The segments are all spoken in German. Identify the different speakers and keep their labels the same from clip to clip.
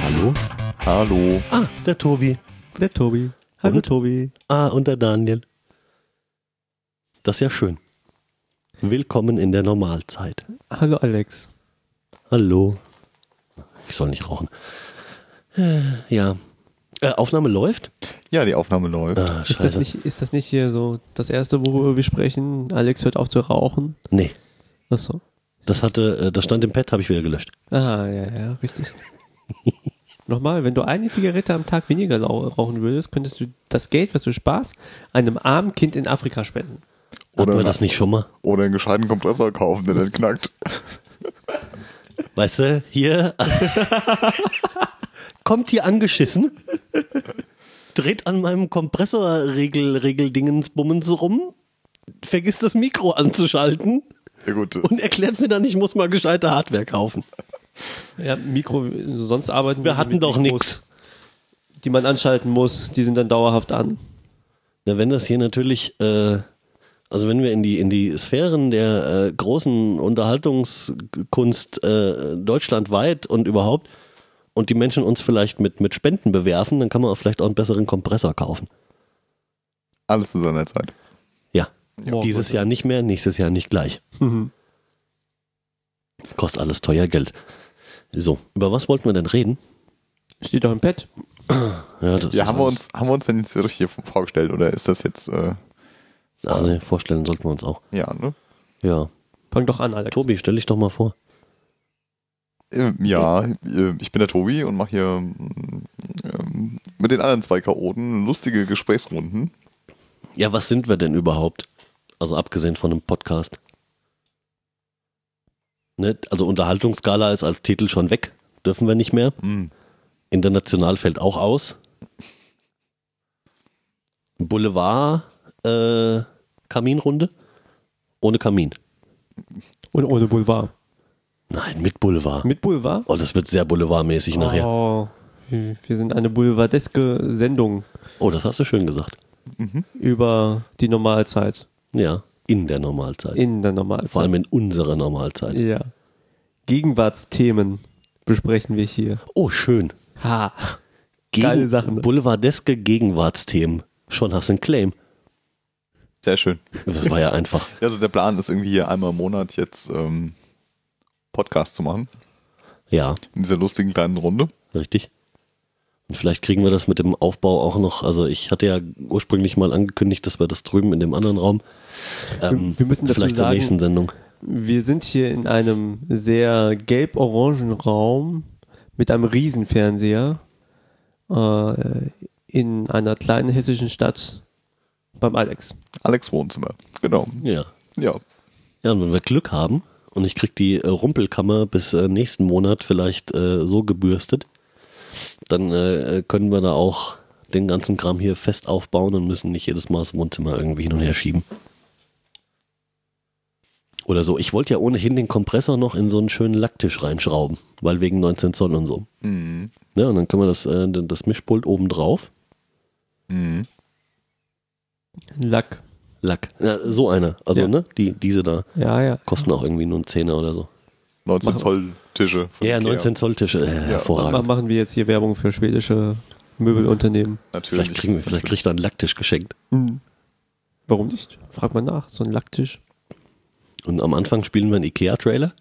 Speaker 1: Hallo?
Speaker 2: Hallo.
Speaker 1: Ah, der Ne, Tobi.
Speaker 3: Der Tobi. Hallo
Speaker 1: Und?
Speaker 3: Tobi.
Speaker 1: Ah, und der Daniel. Das ist ja schön. Willkommen in der Normalzeit.
Speaker 3: Hallo Alex.
Speaker 1: Hallo. Ich soll nicht rauchen. Äh, Ja. Äh, Aufnahme läuft?
Speaker 2: Ja, die Aufnahme läuft.
Speaker 1: Ah,
Speaker 3: Ist das, nicht, ist das nicht hier so das erste, worüber wir sprechen? Alex hört auf zu rauchen.
Speaker 1: Nee,
Speaker 3: Achso.
Speaker 1: das hatte, äh, das stand im Pad, habe ich wieder gelöscht.
Speaker 3: Ah, ja, ja, richtig. Nochmal, wenn du eine Zigarette am Tag weniger lau- rauchen würdest, könntest du das Geld, was du sparst, einem armen Kind in Afrika spenden.
Speaker 1: Hatten
Speaker 2: Oder
Speaker 1: wir
Speaker 2: nach-
Speaker 1: das nicht schon mal?
Speaker 2: Oder einen gescheiten Kompressor kaufen, der dann knackt.
Speaker 1: Weißt du, hier kommt hier angeschissen, dreht an meinem Kompressorregel-Regeldingens Bummens rum, vergisst das Mikro anzuschalten
Speaker 2: Ja gut, das-
Speaker 1: und erklärt mir dann, ich muss mal gescheite Hardware kaufen.
Speaker 3: Ja, Mikro, sonst arbeiten
Speaker 1: Wir
Speaker 3: die
Speaker 1: hatten
Speaker 3: mit
Speaker 1: doch
Speaker 3: Mikros,
Speaker 1: nix.
Speaker 3: Die man anschalten muss, die sind dann dauerhaft an.
Speaker 1: Na, wenn das hier natürlich, äh, also wenn wir in die, in die Sphären der äh, großen Unterhaltungskunst äh, deutschlandweit und überhaupt und die Menschen uns vielleicht mit, mit Spenden bewerfen, dann kann man auch vielleicht auch einen besseren Kompressor kaufen.
Speaker 2: alles zu seiner Zeit.
Speaker 1: Ja.
Speaker 3: Ja.
Speaker 1: Dieses Jahr nicht mehr, nächstes Jahr nicht gleich.
Speaker 3: Mhm.
Speaker 1: Kostet alles teuer Geld. So, über was wollten wir denn reden?
Speaker 3: Steht doch im Bett.
Speaker 1: Ja, das
Speaker 2: Ja,
Speaker 1: ist
Speaker 2: haben wir,
Speaker 1: alles-
Speaker 2: uns, haben wir uns denn jetzt richtig vorgestellt oder ist das jetzt, äh,
Speaker 1: Also nee, vorstellen sollten wir uns auch.
Speaker 2: ja, ne?
Speaker 1: Ja.
Speaker 3: Fang doch an, Alex.
Speaker 1: Tobi, stell dich doch mal vor.
Speaker 2: Ähm, Ja, äh, ich bin der Tobi und mache hier mm, ähm, mit den anderen zwei Chaoten lustige Gesprächsrunden.
Speaker 1: Ja, was sind wir denn überhaupt? Also abgesehen von einem Podcast. Ne? Also Unterhaltungsskala ist als Titel schon weg. Dürfen wir nicht mehr.
Speaker 2: Hm.
Speaker 1: International fällt auch aus. Boulevard, äh, Kaminrunde. Ohne Kamin.
Speaker 3: Und ohne Boulevard.
Speaker 1: Nein, mit Boulevard.
Speaker 3: Mit Boulevard?
Speaker 1: Oh, das wird sehr boulevardmäßig nachher.
Speaker 3: Oh, wir wir sind eine boulevardeske Sendung
Speaker 1: Oh, das hast du schön gesagt.
Speaker 3: über die Normalzeit.
Speaker 1: Ja, in der Normalzeit.
Speaker 3: In der
Speaker 1: Vor
Speaker 3: Normalzeit.
Speaker 1: allem in unserer Normalzeit.
Speaker 3: Ja. Gegenwartsthemen besprechen wir hier.
Speaker 1: Oh, schön.
Speaker 3: Ha. Geile Sachen.
Speaker 1: Boulevardeske Gegenwartsthemen. Schon hast du einen Claim.
Speaker 2: Sehr schön.
Speaker 1: Das war ja einfach.
Speaker 2: Ja, Also der Plan ist irgendwie hier einmal im Monat jetzt ähm, Podcast zu machen.
Speaker 1: Ja,
Speaker 2: In dieser lustigen kleinen Runde.
Speaker 1: richtig. Und vielleicht kriegen wir das mit dem Aufbau auch noch. Also ich hatte ja ursprünglich mal angekündigt, dass wir das drüben in dem anderen Raum. ähm,
Speaker 3: wir müssen dazu
Speaker 1: vielleicht zur
Speaker 3: sagen-
Speaker 1: nächsten Sendung.
Speaker 3: Wir sind hier in einem sehr gelb-orangen Raum mit einem Riesenfernseher äh, in einer kleinen hessischen Stadt beim Alex.
Speaker 2: Alex Wohnzimmer. Genau.
Speaker 1: Ja.
Speaker 2: Ja.
Speaker 1: Ja, und wenn wir Glück haben und ich krieg die äh, Rumpelkammer bis äh, nächsten Monat vielleicht äh, so gebürstet, dann äh, können wir da auch den ganzen Kram hier fest aufbauen und müssen nicht jedes Mal das Wohnzimmer irgendwie hin und her schieben. Oder so. Ich wollte ja ohnehin den Kompressor noch in so einen schönen Lacktisch reinschrauben, weil wegen 19 Zoll und so.
Speaker 2: Mhm.
Speaker 1: Ja, und dann können wir das, äh, das Mischpult oben drauf. mm.
Speaker 2: Mhm.
Speaker 3: Lack.
Speaker 1: Lack. Ja, so eine. Also,
Speaker 3: Ja.
Speaker 1: ne? Die, diese da
Speaker 3: Ja, ja.
Speaker 1: kosten auch irgendwie nur einen Zehner oder so.
Speaker 2: 19
Speaker 3: Machen-
Speaker 2: Zoll Tische. von
Speaker 1: Ja,
Speaker 2: Ikea.
Speaker 1: 19 Zoll Tische. Äh, hervorragend.
Speaker 3: Ma- Machen wir jetzt hier Werbung für schwedische Möbelunternehmen.
Speaker 2: Natürlich.
Speaker 1: Vielleicht, kriegen wir, vielleicht kriegt er einen Lacktisch geschenkt.
Speaker 3: Warum nicht? Frag mal nach. So ein Lacktisch.
Speaker 1: Und am Anfang spielen wir einen Ikea-Trailer.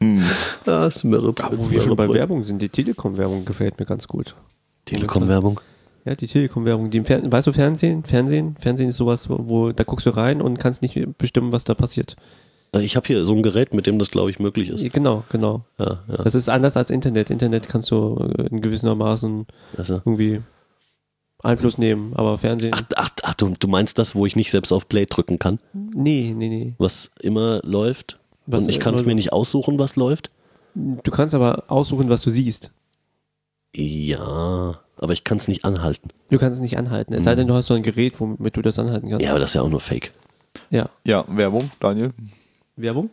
Speaker 2: Hm.
Speaker 1: Ah, Smirre,
Speaker 3: Wo wir schon bei Werbung sind, die Telekom-Werbung gefällt mir ganz gut.
Speaker 1: Telekom-Werbung.
Speaker 3: Ja, die Telekom-Werbung, die im Fernsehen, weißt du, Fernsehen, Fernsehen, Fernsehen ist sowas, wo- wo, da guckst du rein und kannst nicht bestimmen, was da passiert.
Speaker 1: Äh, Ich habe hier so ein Gerät, mit dem das, glaube ich, möglich ist.
Speaker 3: Ja, Genau, genau.
Speaker 1: Ja, ja.
Speaker 3: Das ist anders als Internet. Internet kannst du äh, in gewissermaßen
Speaker 1: Also.
Speaker 3: irgendwie Einfluss nehmen, aber Fernsehen,
Speaker 1: Ach, ach, ach du, du meinst das, wo ich nicht selbst auf Play drücken kann,
Speaker 3: nee, nee, nee.
Speaker 1: was immer läuft.
Speaker 3: Was
Speaker 1: und ich
Speaker 3: immer
Speaker 1: kann es mir
Speaker 3: läuft.
Speaker 1: nicht aussuchen, was läuft.
Speaker 3: Du kannst aber aussuchen, was du siehst.
Speaker 1: Ja, aber ich kann es nicht anhalten.
Speaker 3: Du kannst es nicht anhalten. Es sei denn, du hast so ein Gerät, womit du das anhalten kannst.
Speaker 1: Hm. Ja, aber das ist ja auch nur Fake.
Speaker 3: ja.
Speaker 2: Ja, Werbung, Daniel.
Speaker 3: Werbung?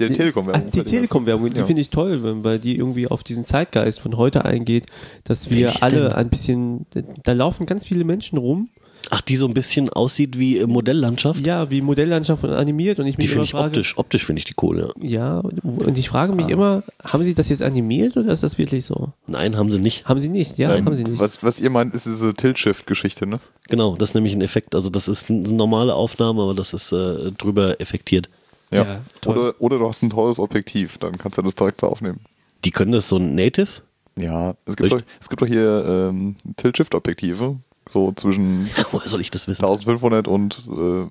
Speaker 2: Ja, die Telekom-Werbung.
Speaker 3: Ah, die Telekom-Werbung, die
Speaker 2: Ja.
Speaker 3: finde ich toll, wenn- weil die irgendwie auf diesen Zeitgeist von heute eingeht, dass wir
Speaker 1: Welche
Speaker 3: alle
Speaker 1: denn?
Speaker 3: ein bisschen, da laufen ganz viele Menschen rum,
Speaker 1: Ach, die so ein bisschen aussieht wie äh, Modelllandschaft?
Speaker 3: Ja, wie Modelllandschaft und animiert und ich mich
Speaker 1: Die finde
Speaker 3: immer
Speaker 1: ich
Speaker 3: frage,
Speaker 1: optisch, Ah. optisch finde ich die cool, ja.
Speaker 3: Ja, und ich frage mich immer, haben sie das jetzt animiert oder ist das wirklich so?
Speaker 1: Nein, haben sie nicht.
Speaker 3: Haben sie nicht, ja,
Speaker 2: Ähm,
Speaker 3: haben sie nicht.
Speaker 2: Was, was ihr meint, ist diese Tilt-Shift-Geschichte, ne?
Speaker 1: Genau, das ist nämlich ein Effekt. Also das ist eine normale Aufnahme, aber das ist äh, drüber effektiert.
Speaker 2: Ja.
Speaker 3: Ja, toll.
Speaker 2: oder, oder du hast ein teures Objektiv, dann kannst du das direkt so aufnehmen.
Speaker 1: Die können das so ein Native?
Speaker 2: Ja, es gibt,
Speaker 1: Ich-
Speaker 2: doch, es gibt doch hier ähm, Tilt-Shift-Objektive, so zwischen
Speaker 1: Woher soll ich das wissen?
Speaker 2: 1500 und äh,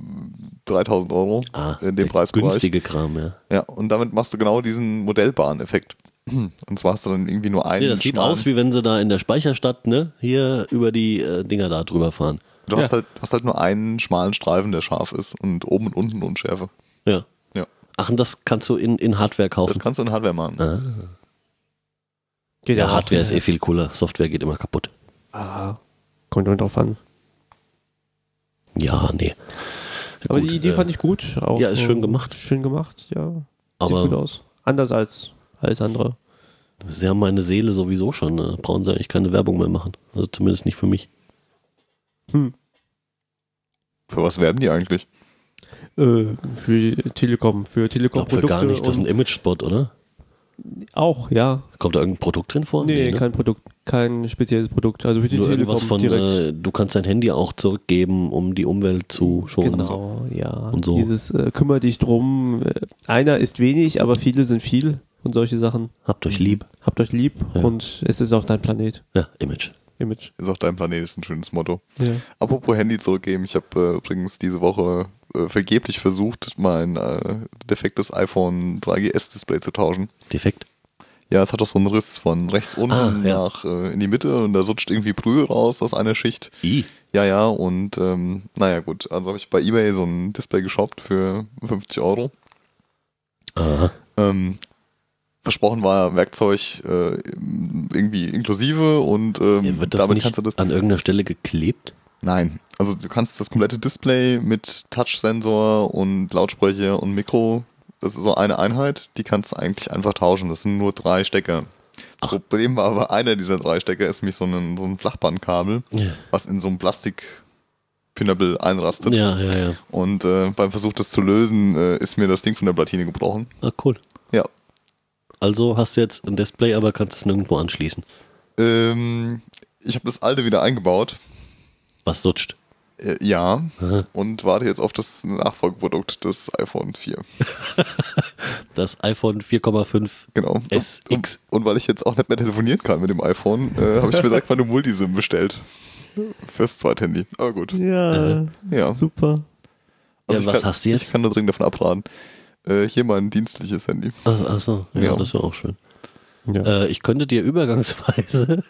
Speaker 2: 3000 Euro in
Speaker 1: Ah, der
Speaker 2: dem Preisbereich.
Speaker 1: Günstige Kram, ja.
Speaker 2: Ja, und damit machst du genau diesen Modellbahneffekt. Und zwar hast du dann irgendwie nur einen
Speaker 1: Nee, das sieht
Speaker 2: schmalen-
Speaker 1: aus, wie wenn sie da in der Speicherstadt, ne, hier über die äh, Dinger da drüber fahren.
Speaker 2: Du hast,
Speaker 3: Ja.
Speaker 2: halt, hast halt nur einen schmalen Streifen, der scharf ist und oben und unten Unschärfe.
Speaker 1: Ja.
Speaker 2: Ja,
Speaker 1: Ach, und das kannst du in, in Hardware kaufen.
Speaker 2: das kannst du in Hardware machen.
Speaker 3: Geht
Speaker 1: ja,
Speaker 3: auch.
Speaker 1: Hardware ist eh viel cooler. Software geht immer kaputt.
Speaker 3: Ah, kommt nur drauf an.
Speaker 1: Ja, nee.
Speaker 3: Aber
Speaker 1: Gut,
Speaker 3: die Idee
Speaker 1: äh,
Speaker 3: fand ich gut. Auch,
Speaker 1: ja, ist
Speaker 3: äh,
Speaker 1: schön gemacht.
Speaker 3: Schön gemacht, ja. Sieht
Speaker 1: Aber-
Speaker 3: gut aus. Anders als alles andere.
Speaker 1: Sie haben meine Seele sowieso schon. Ne? Brauchen sie eigentlich keine Werbung mehr machen. Also zumindest nicht für mich.
Speaker 3: Hm.
Speaker 2: Für was werden die eigentlich?
Speaker 3: Äh, für Telekom, für
Speaker 1: Ich glaube für
Speaker 3: Telekom-Produkte.
Speaker 1: gar nicht. Das ist ein
Speaker 3: und
Speaker 1: Image-Spot, oder?
Speaker 3: auch, ja.
Speaker 1: Kommt da irgendein Produkt drin vor?
Speaker 3: Nee,
Speaker 1: ne?
Speaker 3: kein Produkt, kein spezielles Produkt. Also für die
Speaker 1: Nur
Speaker 3: Telekom
Speaker 1: irgendwas von,
Speaker 3: direkt.
Speaker 1: äh, du kannst dein Handy auch zurückgeben, um die Umwelt zu schonen. Also,
Speaker 3: Genau, ja.
Speaker 1: Und so.
Speaker 3: Dieses äh, kümmere dich drum. Äh, Einer ist wenig, aber viele sind viel und solche Sachen.
Speaker 1: Habt euch lieb.
Speaker 3: Habt euch lieb
Speaker 1: Ja.
Speaker 3: und es ist auch dein Planet.
Speaker 1: Ja, Image.
Speaker 3: Image.
Speaker 2: Ist auch dein Planet, ist ein schönes Motto.
Speaker 3: Ja.
Speaker 2: Apropos Handy zurückgeben, ich habe äh, übrigens diese Woche äh, vergeblich versucht, mein äh, defektes iPhone 3GS-Display zu tauschen.
Speaker 1: Defekt.
Speaker 2: Ja, es hat doch so einen Riss von rechts unten
Speaker 1: Ah, ja.
Speaker 2: nach äh, in die Mitte und da sutscht irgendwie Brühe raus aus einer Schicht.
Speaker 1: I.
Speaker 2: Ja, ja, und ähm, naja, gut. Also habe ich bei eBay so ein Display geshoppt für 50 Euro.
Speaker 1: Aha.
Speaker 2: Ähm, versprochen war Werkzeug äh, irgendwie inklusive und ähm,
Speaker 1: Wird das
Speaker 2: damit
Speaker 1: nicht
Speaker 2: kannst du das.
Speaker 1: an irgendeiner Stelle geklebt?
Speaker 2: Nein, also du kannst das komplette Display mit Touchsensor und Lautsprecher und Mikro, das ist so eine Einheit, die kannst du eigentlich einfach tauschen. Das sind nur drei Stecker. Das Problem war aber, einer dieser drei Stecker ist nämlich so ein, so ein Flachbandkabel,
Speaker 1: Ja.
Speaker 2: was in so einem Plastikpinabel einrastet.
Speaker 1: Ja, ja, ja.
Speaker 2: Und äh, beim Versuch, das zu lösen, äh, ist mir das Ding von der Platine gebrochen.
Speaker 1: Ah, cool.
Speaker 2: Ja.
Speaker 1: Also hast du jetzt ein Display, aber kannst es nirgendwo anschließen.
Speaker 2: Ähm, ich habe das alte wieder eingebaut.
Speaker 1: Was sutscht?
Speaker 2: Äh, ja.
Speaker 1: Aha.
Speaker 2: Und warte jetzt auf das Nachfolgeprodukt des iPhone 4.
Speaker 1: Das iPhone 4,5.
Speaker 2: Genau.
Speaker 1: SX.
Speaker 2: Und, und weil ich jetzt auch nicht mehr telefonieren kann mit dem iPhone, äh, habe ich mir direkt mal eine Multisim bestellt. Fürs zweite Handy. Aber gut.
Speaker 3: Äh, Ja,
Speaker 2: Ja.
Speaker 3: super.
Speaker 1: Ja, was
Speaker 2: ich kann,
Speaker 1: hast du jetzt?
Speaker 2: Ich kann nur dringend davon abraten. Äh, hier mein dienstliches Handy.
Speaker 1: Achso, ach so. ja,
Speaker 2: Ja.
Speaker 1: das wäre auch schön.
Speaker 3: Ja.
Speaker 1: Äh, ich könnte dir übergangsweise.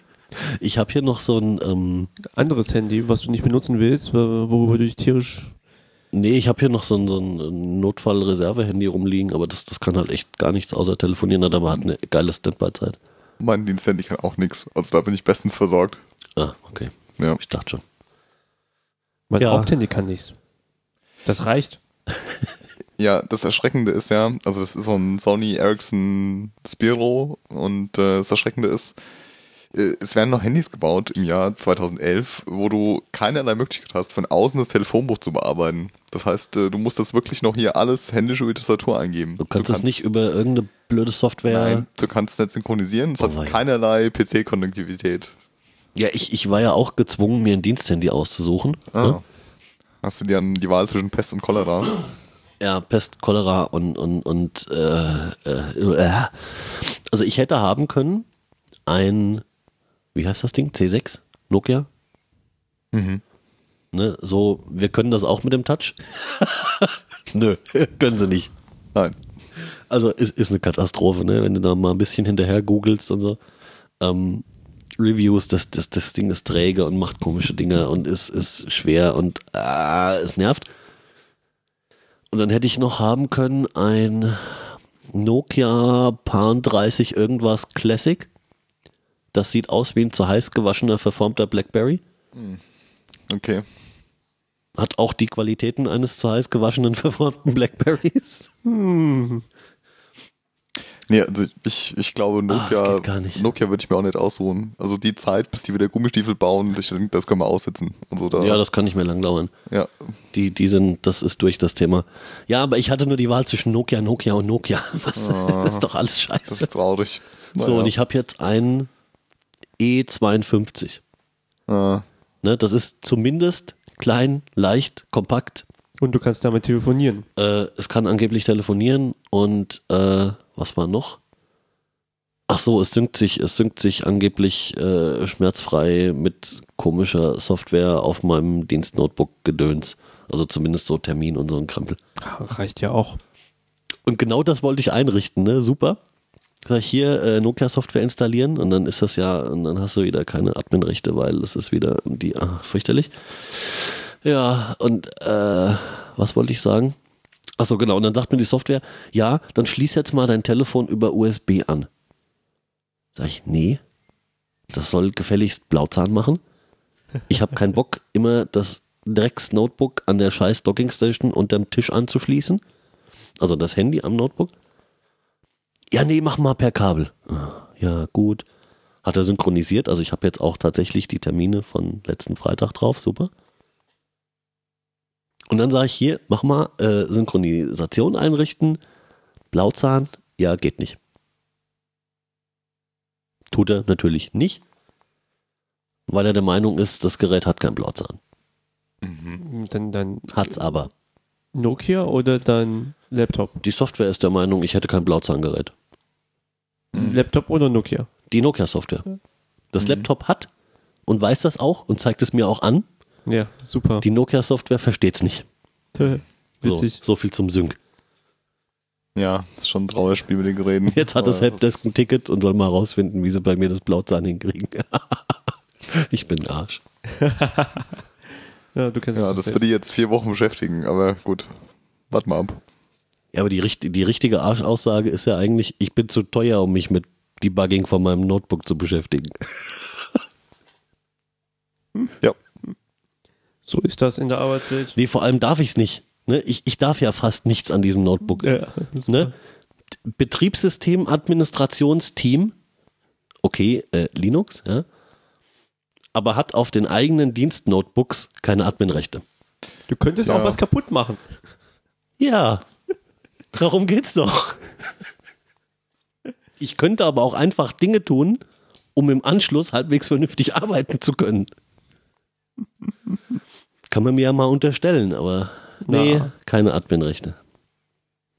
Speaker 1: Ich habe hier noch so ein. Ähm,
Speaker 3: Anderes Handy, was du nicht benutzen willst, äh, worüber du dich tierisch.
Speaker 1: nee, ich habe hier noch so ein, so ein Notfallreserve-Handy rumliegen, aber das, das kann halt echt gar nichts außer telefonieren, hat aber hat eine geile Standby-Zeit.
Speaker 2: Mein Diensthandy kann auch nichts. Also da bin ich bestens versorgt.
Speaker 1: Ah, okay.
Speaker 2: Ja.
Speaker 1: Ich dachte schon.
Speaker 3: Mein
Speaker 1: Ja.
Speaker 3: Haupthandy kann nichts. Das reicht.
Speaker 2: Ja, das Erschreckende ist ja, also das ist so ein Sony Ericsson Spiro und äh, das Erschreckende ist, äh, es werden noch Handys gebaut im Jahr 2011, wo du keinerlei Möglichkeit hast, von außen das Telefonbuch zu bearbeiten. Das heißt, äh, du musst das wirklich noch hier alles händisch über die Tastatur eingeben.
Speaker 1: Du kannst, das nicht über irgendeine blöde Software.
Speaker 2: Nein, du kannst es nicht synchronisieren, es
Speaker 1: Oh
Speaker 2: hat
Speaker 1: weia.
Speaker 2: keinerlei PC-Konnektivität.
Speaker 1: Ja, ich, ich war ja auch gezwungen, mir ein Diensthandy auszusuchen.
Speaker 2: Ah.
Speaker 1: Ne?
Speaker 2: Hast du dir dann die Wahl zwischen Pest und Cholera?
Speaker 1: Ja, Pest, Cholera und, und, und äh, äh, äh. also ich hätte haben können ein, wie heißt das Ding? C6? Nokia? Ne, so, wir können das auch mit dem Touch? Nö, können sie nicht.
Speaker 2: Nein.
Speaker 1: Also ist, ist eine Katastrophe, ne? wenn du da mal ein bisschen hinterher googelst und so. Ähm, Reviews, das, das, das Ding ist träge und macht komische Dinge und ist, ist schwer und ah, es nervt. Und dann hätte ich noch haben können ein Nokia Pan 30 irgendwas Classic. Das sieht aus wie ein zu heiß gewaschener, verformter Blackberry.
Speaker 2: Okay.
Speaker 1: Hat auch die Qualitäten eines zu heiß gewaschenen, verformten Blackberries.
Speaker 2: Nee, also ich, ich glaube, Nokia,
Speaker 1: Ah, das geht gar nicht.
Speaker 2: Nokia würde ich mir auch nicht ausruhen. Also die Zeit, bis die wieder Gummistiefel bauen, ich denke, das können wir aussetzen. Also da,
Speaker 1: Ja, das kann nicht mehr lang dauern.
Speaker 2: ja.
Speaker 1: Die, die sind, das ist durch das Thema. Ja, aber ich hatte nur die Wahl zwischen Nokia, Nokia und Nokia. Was, das ist doch alles
Speaker 2: das
Speaker 1: scheiße.
Speaker 2: ist traurig.
Speaker 1: So, und ich habe jetzt einen E52.
Speaker 2: habe...
Speaker 1: Ne, das ist zumindest klein, leicht, kompakt.
Speaker 3: Und du kannst damit telefonieren.
Speaker 1: Äh, es kann angeblich telefonieren und äh, was war noch? Ach so, es synkt sich, es synkt sich angeblich äh, schmerzfrei mit komischer Software auf meinem Dienstnotebook-Gedöns. Also zumindest so Termin und so ein Krempel.
Speaker 3: Reicht ja auch.
Speaker 1: Und genau das wollte ich einrichten, ne? Super. Sag ich hier äh, Nokia-Software installieren und dann ist das ja, und dann hast du wieder keine Admin-Rechte, weil das ist wieder die, ah, fürchterlich. Ja, und äh, was wollte ich sagen? Ach so genau, und dann sagt mir die Software, ja, dann schließ jetzt mal dein Telefon über USB an. Sag ich, nee, das soll gefälligst Blauzahn machen. Ich habe keinen Bock, immer das Drecks-Notebook an der scheiß Dockingstation unterm Tisch anzuschließen. Also das Handy am Notebook. Ja, nee, mach mal per Kabel. Ah, Ja, gut. Hat er synchronisiert. Also ich habe jetzt auch tatsächlich die Termine von letzten Freitag drauf. Super. Und dann sage ich hier, mach mal äh, Synchronisation einrichten. Blauzahn, ja, geht nicht. Tut er natürlich nicht, weil er der Meinung ist, das Gerät hat kein Blauzahn.
Speaker 2: Mhm.
Speaker 3: Dann, dann
Speaker 1: Hat's aber.
Speaker 3: Nokia oder dein Laptop?
Speaker 1: Die Software ist der Meinung, ich hätte kein Blauzahngerät.
Speaker 2: Mhm.
Speaker 3: Laptop oder Nokia?
Speaker 1: die Nokia-Software.
Speaker 3: Mhm.
Speaker 1: Das Laptop hat und weiß das auch und zeigt es mir auch an.
Speaker 3: Ja, super.
Speaker 1: Die Nokia-Software versteht es nicht.
Speaker 3: Witzig.
Speaker 1: So, so viel zum Sync.
Speaker 2: Ja, das ist schon ein trauriges Spiel mit den Geräten.
Speaker 1: Jetzt hat das
Speaker 2: Aber
Speaker 1: Helpdesk ein Ticket und soll mal rausfinden, wie sie bei mir das Blauzahn hinkriegen. ich bin ein Arsch.
Speaker 3: Ja, du kannst
Speaker 2: Ja, das
Speaker 3: es doch
Speaker 2: wird
Speaker 3: selbst.
Speaker 2: die jetzt vier Wochen beschäftigen, aber gut. Warte mal ab.
Speaker 1: Ja, aber die, richt- die richtige Arschaussage ist ja eigentlich, ich bin zu teuer, um mich mit Debugging von meinem Notebook zu beschäftigen.
Speaker 3: so ist das in der Arbeitswelt.
Speaker 1: Nee, vor allem darf ich es nicht. Ne? Ich, ich darf ja fast nichts an diesem Notebook.
Speaker 3: Ja,
Speaker 1: ne? Betriebssystem, Administrationsteam, okay, äh, Linux, ja, aber hat auf den eigenen Dienst-Notebooks keine Adminrechte.
Speaker 3: Du könntest
Speaker 2: Ja.
Speaker 3: auch was kaputt machen.
Speaker 1: Ja, darum geht's doch. Ich könnte aber auch einfach Dinge tun, um im Anschluss halbwegs vernünftig arbeiten zu können. Kann man mir ja mal unterstellen, aber nee,
Speaker 3: Na.
Speaker 1: keine Adminrechte.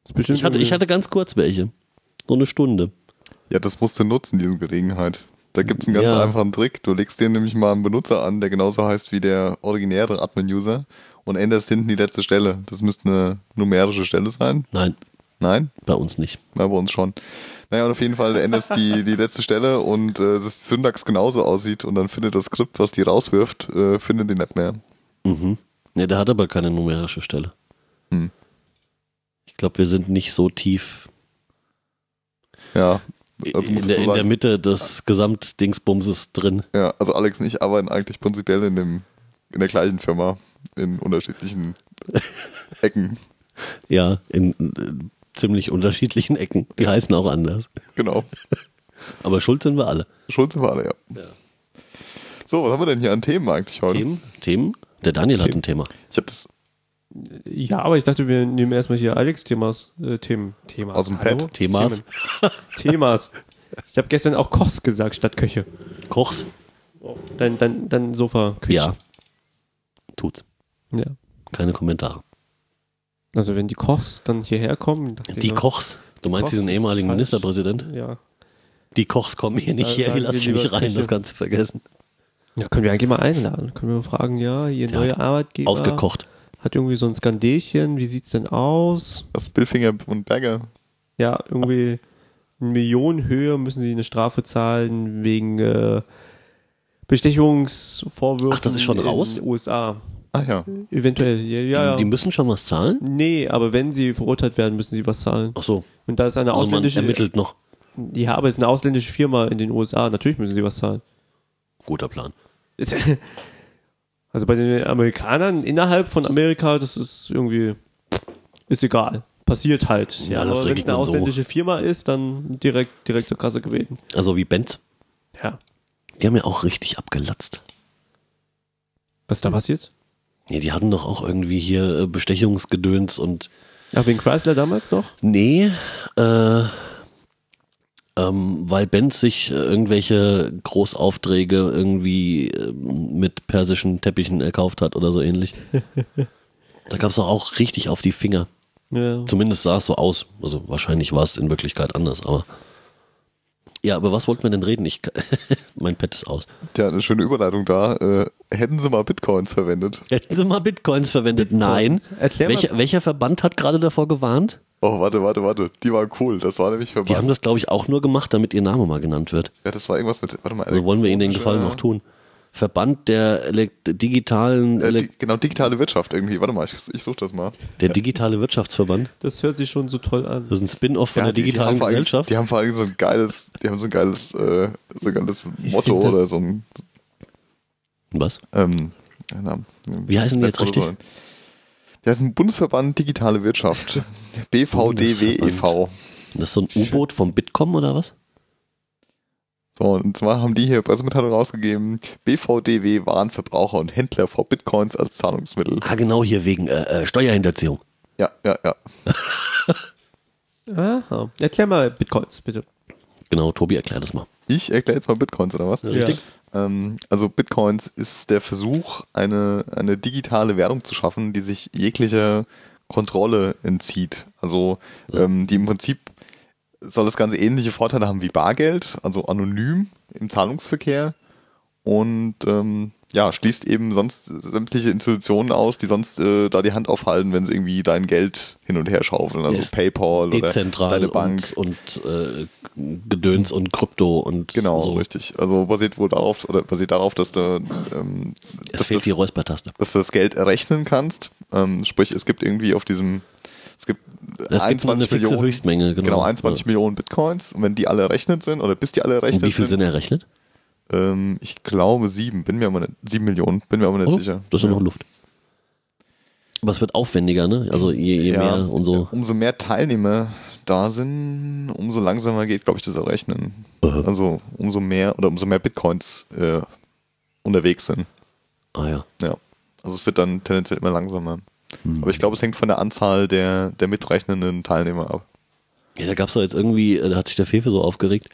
Speaker 3: Ist bestimmt
Speaker 1: Ich hatte, ich hatte ganz kurz welche. So eine Stunde.
Speaker 2: Ja, das musst du nutzen, diese Gelegenheit. Da gibt's einen ganz
Speaker 1: Ja.
Speaker 2: einfachen Trick. Du legst dir nämlich mal einen Benutzer an, der genauso heißt wie der originäre Admin-User und änderst hinten die letzte Stelle. Das müsste eine numerische Stelle sein.
Speaker 1: Nein,
Speaker 2: Nein?
Speaker 1: bei uns nicht.
Speaker 2: Na, bei uns schon. Naja, und auf jeden Fall änderst die, die letzte Stelle und äh, dass die Syntax genauso aussieht und dann findet das Skript, was die rauswirft, äh, findet die nicht mehr.
Speaker 1: Mhm. Ne, der hat aber keine numerische Stelle.
Speaker 2: Hm.
Speaker 1: Ich glaube, wir sind nicht so tief
Speaker 2: Ja. Also muss
Speaker 1: in, der,
Speaker 2: ich so
Speaker 1: in der
Speaker 2: sagen.
Speaker 1: Mitte des Gesamtdingsbumses drin.
Speaker 2: Ja, also Alex und ich arbeiten eigentlich prinzipiell in dem, in der gleichen Firma, in unterschiedlichen Ecken.
Speaker 1: Ja, in äh, ziemlich unterschiedlichen Ecken. Die heißen auch anders.
Speaker 2: Genau.
Speaker 1: Aber schuld sind wir alle.
Speaker 2: Schuld sind wir alle, ja. So, was haben wir denn hier an Themen eigentlich heute?
Speaker 1: Themen? Themen? Der Daniel hat ein Thema.
Speaker 2: Ich habe das
Speaker 3: Ja, aber ich dachte, wir nehmen erstmal hier Alex Themas, äh, Themen. Themas.
Speaker 2: Aus dem
Speaker 3: Hallo?
Speaker 2: Pad.
Speaker 1: Themas.
Speaker 3: Themen. Themas. Ich habe gestern auch Kochs gesagt statt Köche.
Speaker 1: Kochs?
Speaker 3: Dein, dein, dein Sofa
Speaker 1: Ja. Tut's.
Speaker 3: ja.
Speaker 1: Keine Kommentare.
Speaker 3: Also wenn die Kochs dann hierher kommen, dachte ich
Speaker 1: Die
Speaker 3: so,
Speaker 1: Kochs? Du meinst
Speaker 3: Kochs
Speaker 1: diesen
Speaker 3: ist
Speaker 1: ehemaligen
Speaker 3: falsch.
Speaker 1: Ministerpräsident?
Speaker 3: Ja.
Speaker 1: Die Kochs kommen hier nicht
Speaker 3: Sagen
Speaker 1: her, die
Speaker 3: wir
Speaker 1: lasse ich
Speaker 3: lieber
Speaker 1: nicht rein,
Speaker 3: Küche.
Speaker 1: das kannst du vergessen.
Speaker 3: Ja, können wir eigentlich mal einladen. Können wir mal fragen, ja, ihr
Speaker 1: Der
Speaker 3: neuer
Speaker 1: hat
Speaker 3: Arbeitgeber
Speaker 1: Ausgekocht.
Speaker 3: hat irgendwie so ein Skandelchen, wie sieht's denn aus?
Speaker 2: das Billfinger und Berger.
Speaker 3: Ja, irgendwie in Millionenhöhe müssen sie eine Strafe zahlen wegen äh, Bestechungsvorwürfen
Speaker 1: Ach, das ist schon
Speaker 3: in
Speaker 1: raus?
Speaker 3: USA.
Speaker 2: Ah ja.
Speaker 3: Eventuell, ja, ja. ja.
Speaker 1: Die müssen schon was zahlen?
Speaker 3: nee, aber wenn sie verurteilt werden, müssen sie was zahlen.
Speaker 1: Ach so,
Speaker 3: Und da ist eine
Speaker 1: also man
Speaker 3: ausländische
Speaker 1: ermittelt noch.
Speaker 3: Ja, aber es ist eine ausländische Firma in den USA, natürlich müssen sie was zahlen.
Speaker 1: Guter Plan.
Speaker 3: Ist- Also bei den Amerikanern innerhalb von Amerika, das ist irgendwie ist egal. passiert halt.
Speaker 1: Ja, das
Speaker 3: Ja, aber wenn es
Speaker 1: regelt
Speaker 3: eine
Speaker 1: man so.
Speaker 3: ausländische Firma ist, dann direkt, direkt zur Kasse gebeten.
Speaker 1: Also wie Benz.
Speaker 3: Ja.
Speaker 1: Die haben ja auch richtig abgelatzt.
Speaker 3: Was ist da passiert?
Speaker 1: Nee, die hatten doch auch irgendwie hier äh, Bestechungsgedöns und
Speaker 3: Ach, wegen Chrysler damals noch?
Speaker 1: Nee, äh, ähm, weil Benz sich äh, irgendwelche Großaufträge irgendwie äh, mit persischen Teppichen erkauft hat oder so ähnlich. da gab es auch richtig auf die Finger.
Speaker 3: Ja.
Speaker 1: Zumindest sah es so aus. Also wahrscheinlich war es in Wirklichkeit anders, aber. Ja, aber was wollten wir denn reden? Ich, kann- mein Pad ist aus.
Speaker 2: Tja, eine schöne Überleitung da. Äh, hätten sie mal Bitcoins verwendet.
Speaker 1: Hätten Sie mal Bitcoins verwendet? Nein.
Speaker 3: Erklär mal.
Speaker 1: welcher, welcher Verband hat gerade davor gewarnt?
Speaker 2: Oh, warte, warte, warte. Die waren cool. Das war nämlich
Speaker 1: Die haben
Speaker 2: Verband.
Speaker 1: das, glaube ich, auch nur gemacht, damit ihr Name mal genannt wird.
Speaker 2: Ja, das war irgendwas mit. Warte mal.
Speaker 1: Also wollen wir Ihnen den
Speaker 2: elektronische-
Speaker 1: Gefallen noch tun. Verband der elekt digitalen,
Speaker 2: Äh,
Speaker 1: elek-
Speaker 2: di genau, digitale Wirtschaft irgendwie. Warte mal, ich, ich suche das mal.
Speaker 1: der digitale Wirtschaftsverband.
Speaker 3: Das hört sich schon so toll an.
Speaker 1: Das ist ein Spin-off von
Speaker 2: Ja,
Speaker 1: der
Speaker 2: die-
Speaker 1: digitalen
Speaker 2: die haben vor allem-
Speaker 1: Gesellschaft.
Speaker 2: Die haben vor allem so ein geiles, die haben so ein geiles, äh, so ein geiles Motto
Speaker 3: find das-
Speaker 2: oder so ein.
Speaker 1: Was?
Speaker 2: Ähm, na,
Speaker 1: Wie heißen die jetzt richtig?
Speaker 2: Das ist ein Bundesverband Digitale Wirtschaft. BVDW e.V.
Speaker 1: Das ist so ein U-Boot vom Bitkom oder was?
Speaker 2: So, und zwar haben die hier Pressemitteilung rausgegeben. BVDW warnt Verbraucher E und Händler vor Bitcoins als Zahlungsmittel.
Speaker 1: Ah, genau hier wegen äh, äh, Steuerhinterziehung.
Speaker 2: Ja, ja, ja.
Speaker 3: Aha. Erklär mal Bitcoins, bitte.
Speaker 1: Genau, Tobi, erklär das mal.
Speaker 2: Ich erkläre jetzt mal Bitcoins oder was?
Speaker 1: Richtig.
Speaker 2: Ähm, also Bitcoins ist der Versuch, eine, eine digitale Währung zu schaffen, die sich jeglicher Kontrolle entzieht. Also ähm, die im Prinzip soll das Ganze ähnliche Vorteile haben wie Bargeld, also anonym im Zahlungsverkehr und ähm, ja, schließt eben sonst sämtliche Institutionen aus, die sonst äh, da die Hand aufhalten, wenn sie irgendwie dein Geld hin und her schaufeln, also
Speaker 1: Der ist
Speaker 2: PayPal
Speaker 1: Dezentral
Speaker 2: oder deine Bank.
Speaker 1: und, und äh, Gedöns und Krypto und
Speaker 2: Genau,
Speaker 1: so.
Speaker 2: richtig. Also basiert wohl darauf, oder basiert darauf, dass du, ähm,
Speaker 1: Es
Speaker 2: dass,
Speaker 1: fehlt
Speaker 2: das,
Speaker 1: die Räuspertaste.
Speaker 2: dass du das Geld errechnen kannst. Ähm, sprich, es gibt irgendwie auf diesem, es gibt
Speaker 1: Es gibt nur eine
Speaker 2: 21
Speaker 1: fixe
Speaker 2: Millionen,
Speaker 1: Höchstmenge, genau.
Speaker 2: genau, 21 Millionen Bitcoins. Und wenn die alle errechnet sind, oder bis die alle
Speaker 1: Und
Speaker 2: errechnet
Speaker 1: wie viel sind
Speaker 2: sind,
Speaker 1: errechnet?
Speaker 2: ähm, ich glaube sieben, bin mir aber nicht, sieben Millionen, bin mir aber nicht
Speaker 1: Oh,
Speaker 2: sicher.
Speaker 1: das ist
Speaker 2: ja.
Speaker 1: noch Luft. Aber es wird aufwendiger, ne? Also je, je
Speaker 2: Ja.
Speaker 1: mehr und so.
Speaker 2: Umso mehr Teilnehmer da sind, umso langsamer geht, glaube ich, das Errechnen. Also umso mehr oder umso mehr Bitcoins äh, unterwegs sind.
Speaker 1: Ah ja.
Speaker 2: Ja. Also es wird dann tendenziell immer langsamer.
Speaker 1: Hm.
Speaker 2: Aber ich glaube, es hängt von der Anzahl der, der mitrechnenden Teilnehmer ab.
Speaker 1: Ja, da gab es doch jetzt irgendwie, äh, da hat sich der Fefe so aufgeregt,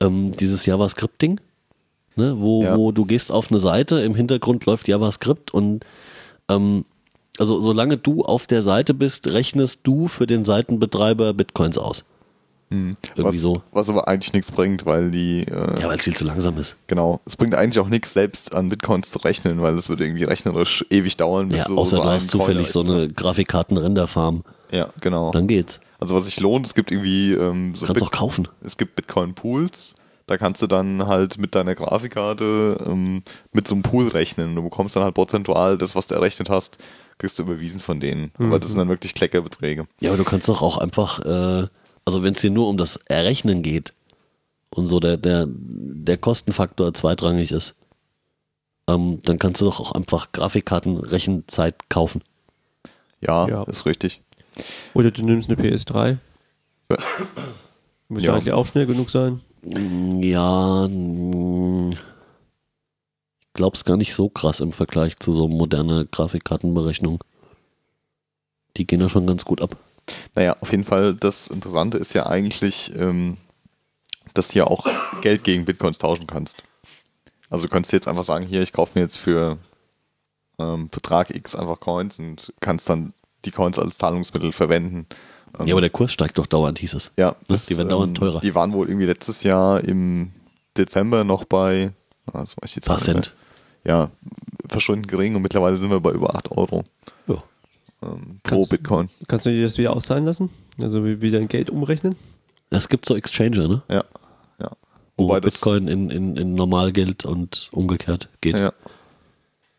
Speaker 1: ähm, dieses JavaScript-Ding, ne? wo,
Speaker 2: Ja.
Speaker 1: wo du gehst auf eine Seite, im Hintergrund läuft JavaScript und ähm, also solange du auf der Seite bist, rechnest du für den Seitenbetreiber Bitcoins aus. Irgendwie
Speaker 2: Hm. Was,
Speaker 1: so.
Speaker 2: was aber eigentlich nichts bringt, weil die, äh,
Speaker 1: Ja, weil es viel zu langsam ist.
Speaker 2: genau, es bringt eigentlich auch nichts, selbst an Bitcoins zu rechnen, weil es wird irgendwie rechnerisch ewig dauern, bis
Speaker 1: Ja,
Speaker 2: du
Speaker 1: außer
Speaker 2: so ne?
Speaker 1: du
Speaker 2: einen
Speaker 1: hast
Speaker 2: Coin
Speaker 1: zufällig so eine
Speaker 2: errechnet
Speaker 1: Grafikkarten-Renderfarm.
Speaker 2: hast. Ja, genau.
Speaker 1: Dann geht's.
Speaker 2: Also was sich lohnt, es gibt irgendwie ähm, so
Speaker 1: Kannst
Speaker 2: Bit-
Speaker 1: auch kaufen.
Speaker 2: es gibt Bitcoin-Pools, da kannst du dann halt mit deiner Grafikkarte ähm, mit so einem Pool rechnen. Du bekommst dann halt prozentual das, was du errechnet hast, kriegst du überwiesen von denen. Aber das sind dann wirklich Kleckerbeträge.
Speaker 1: Ja, aber du kannst doch auch einfach, äh, also wenn es dir nur um das Errechnen geht und so der, der, der Kostenfaktor zweitrangig ist, ähm, dann kannst du doch auch einfach Grafikkarten Rechenzeit kaufen.
Speaker 2: Ja,
Speaker 3: Ja.
Speaker 2: ist richtig.
Speaker 3: Oder du nimmst eine PS3. Muss
Speaker 2: Ja.
Speaker 3: ja eigentlich auch schnell genug sein.
Speaker 1: Mm, Ja, mm, ich glaub's gar nicht so krass im Vergleich zu so moderner Grafikkartenberechnung. Die gehen da schon ganz gut ab.
Speaker 2: Naja, auf jeden Fall, das Interessante ist ja eigentlich, ähm, dass du ja auch Geld gegen Bitcoins tauschen kannst. Also du kannst jetzt einfach sagen, hier, ich kaufe mir jetzt für ähm, Betrag X einfach Coins und kannst dann die Coins als Zahlungsmittel verwenden. Ähm,
Speaker 1: Ja, aber der Kurs steigt doch dauernd, hieß es.
Speaker 2: Ja, ähm,
Speaker 1: die werden dauernd teurer.
Speaker 2: Die waren wohl irgendwie letztes Jahr im Dezember noch bei, ah, das weiß ich jetzt
Speaker 1: Paar
Speaker 2: nicht mehr.
Speaker 1: Cent.
Speaker 2: Ja, verschwindend gering und mittlerweile sind wir bei über 8 Euro
Speaker 1: Ja.
Speaker 2: ähm, pro
Speaker 3: Kannst-
Speaker 2: Bitcoin.
Speaker 3: Kannst du dir das wieder auszahlen lassen? Also wie- wie dein Geld umrechnen?
Speaker 1: Es gibt so Exchanger, ne?
Speaker 2: Ja, ja.
Speaker 1: Wo
Speaker 2: Wobei das,
Speaker 1: Oh, Bitcoin in, in, in Normalgeld und umgekehrt geht.
Speaker 2: ja,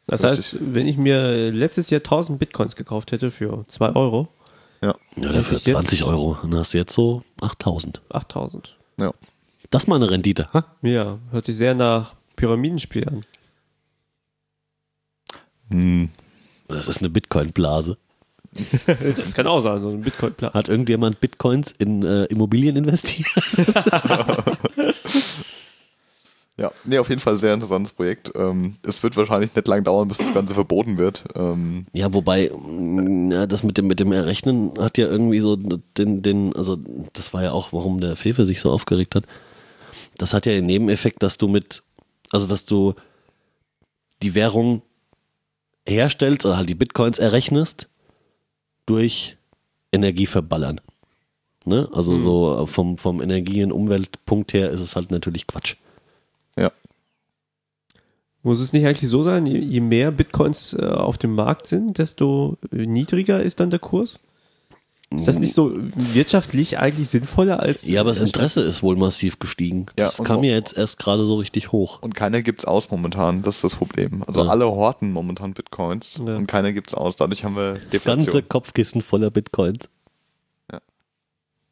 Speaker 3: Das
Speaker 2: Richtig.
Speaker 3: heißt, wenn ich mir letztes Jahr 1000 Bitcoins gekauft hätte für 2 Euro,
Speaker 2: ja,
Speaker 1: Ja, dafür
Speaker 3: Richtig.
Speaker 1: 20 Euro. Dann hast du jetzt so 8000.
Speaker 3: 8000.
Speaker 2: ja.
Speaker 1: Das ist mal eine Rendite. Ha?
Speaker 3: Ja, hört sich sehr nach Pyramidenspiel an.
Speaker 2: Hm.
Speaker 1: Hm. Das ist eine Bitcoin-Blase.
Speaker 3: Das kann auch sein, so ein Bitcoin-Plan.
Speaker 1: Hat irgendjemand Bitcoins in äh, Immobilien investiert?
Speaker 2: Ja, nee, auf jeden Fall sehr interessantes Projekt. Ähm, es wird wahrscheinlich nicht lang dauern, bis das Ganze verboten wird. Ähm,
Speaker 1: Ja, wobei, mh, ja, das mit dem, mit dem Errechnen hat ja irgendwie so den, den, also das war ja auch, warum der Fefe sich so aufgeregt hat. Das hat ja den Nebeneffekt, dass du mit, also dass du die Währung herstellst oder halt die Bitcoins errechnest durch Energie verballern. Ne? Also
Speaker 2: Hm.
Speaker 1: so vom, vom Energie- und Umweltpunkt her ist es halt natürlich Quatsch.
Speaker 3: Muss es nicht eigentlich so sein, je- je mehr Bitcoins äh, auf dem Markt sind, desto niedriger ist dann der Kurs? Ist das nicht so wirtschaftlich eigentlich sinnvoller als.
Speaker 1: Ja, aber das Interesse ist wohl massiv gestiegen.
Speaker 2: Ja,
Speaker 1: Das
Speaker 2: und
Speaker 1: kam
Speaker 2: auch-
Speaker 1: ja jetzt erst gerade so richtig hoch.
Speaker 2: und keiner gibt's aus momentan, das ist das Problem. Also
Speaker 1: Ja.
Speaker 2: alle horten momentan Bitcoins
Speaker 3: Ja.
Speaker 2: und keiner gibt's aus. Dadurch haben wir
Speaker 1: Das ganze
Speaker 2: Deflation.
Speaker 1: Kopfkissen voller Bitcoins.
Speaker 2: Ja.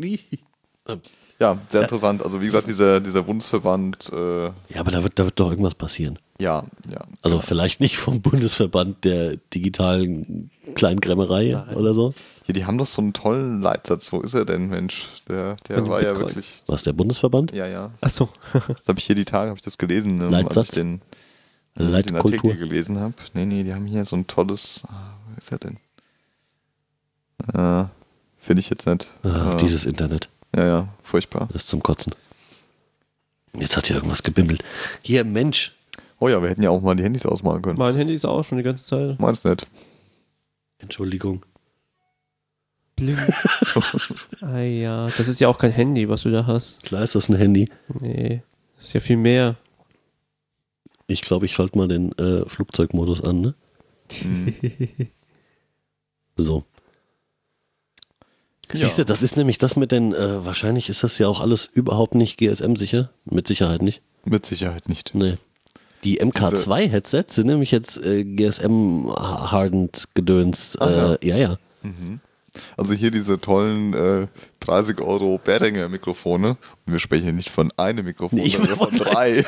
Speaker 1: Ähm,
Speaker 2: Ja, sehr interessant. Also wie gesagt, dieser, dieser Bundesverband, äh,
Speaker 1: Ja, aber da wird, da wird doch irgendwas passieren.
Speaker 2: ja, ja.
Speaker 1: Also vielleicht nicht vom Bundesverband der digitalen Kleinkrämerei oder so.
Speaker 2: Hier, die haben doch so einen tollen Leitsatz. Wo ist er denn, Mensch? Der, der
Speaker 3: Mit
Speaker 2: war ja
Speaker 3: Bitcoins.
Speaker 2: wirklich.
Speaker 1: Was, der Bundesverband?
Speaker 2: Ja, ja.
Speaker 3: Achso.
Speaker 2: Das habe ich hier die Tage, habe ich das gelesen, ne, als
Speaker 1: Leitsatz?
Speaker 2: ich den, äh, den
Speaker 1: Leitkultur.
Speaker 2: Artikel gelesen habe. Nee, nee, die haben hier so ein tolles. Ah, wo ist er denn? Äh, Finde ich jetzt nicht.
Speaker 1: Ah,
Speaker 2: Äh,
Speaker 1: dieses Internet.
Speaker 2: Ja, ja, furchtbar.
Speaker 1: Das ist zum Kotzen. Jetzt hat hier irgendwas gebimmelt. Hier, Mensch.
Speaker 2: Oh ja, wir hätten ja auch mal die Handys ausmachen können.
Speaker 3: Mein Handy ist auch schon die ganze Zeit.
Speaker 2: Meins nicht.
Speaker 1: Entschuldigung.
Speaker 3: Bling. ah ja, das ist ja auch kein Handy, was du da hast.
Speaker 1: Klar ist das ein Handy.
Speaker 3: Nee, das ist ja viel mehr.
Speaker 1: Ich glaube, ich schalte mal den äh, Flugzeugmodus an. Ne?
Speaker 2: Mhm.
Speaker 1: So.
Speaker 2: Ja.
Speaker 1: Siehst du, das ist nämlich das mit den, äh, wahrscheinlich ist das ja auch alles überhaupt nicht GSM-sicher. Mit Sicherheit nicht.
Speaker 2: Mit Sicherheit nicht.
Speaker 1: Nee. Die MK2-Headsets sind nämlich jetzt äh, GSM-hardened Gedöns.
Speaker 2: Ach
Speaker 1: äh, ja. ja,
Speaker 2: Also hier diese tollen äh, 30 Euro Behringer Mikrofone. Und wir sprechen hier nicht von einem Mikrofon,
Speaker 1: Nee, ich
Speaker 2: sondern von
Speaker 1: wollte-
Speaker 2: drei.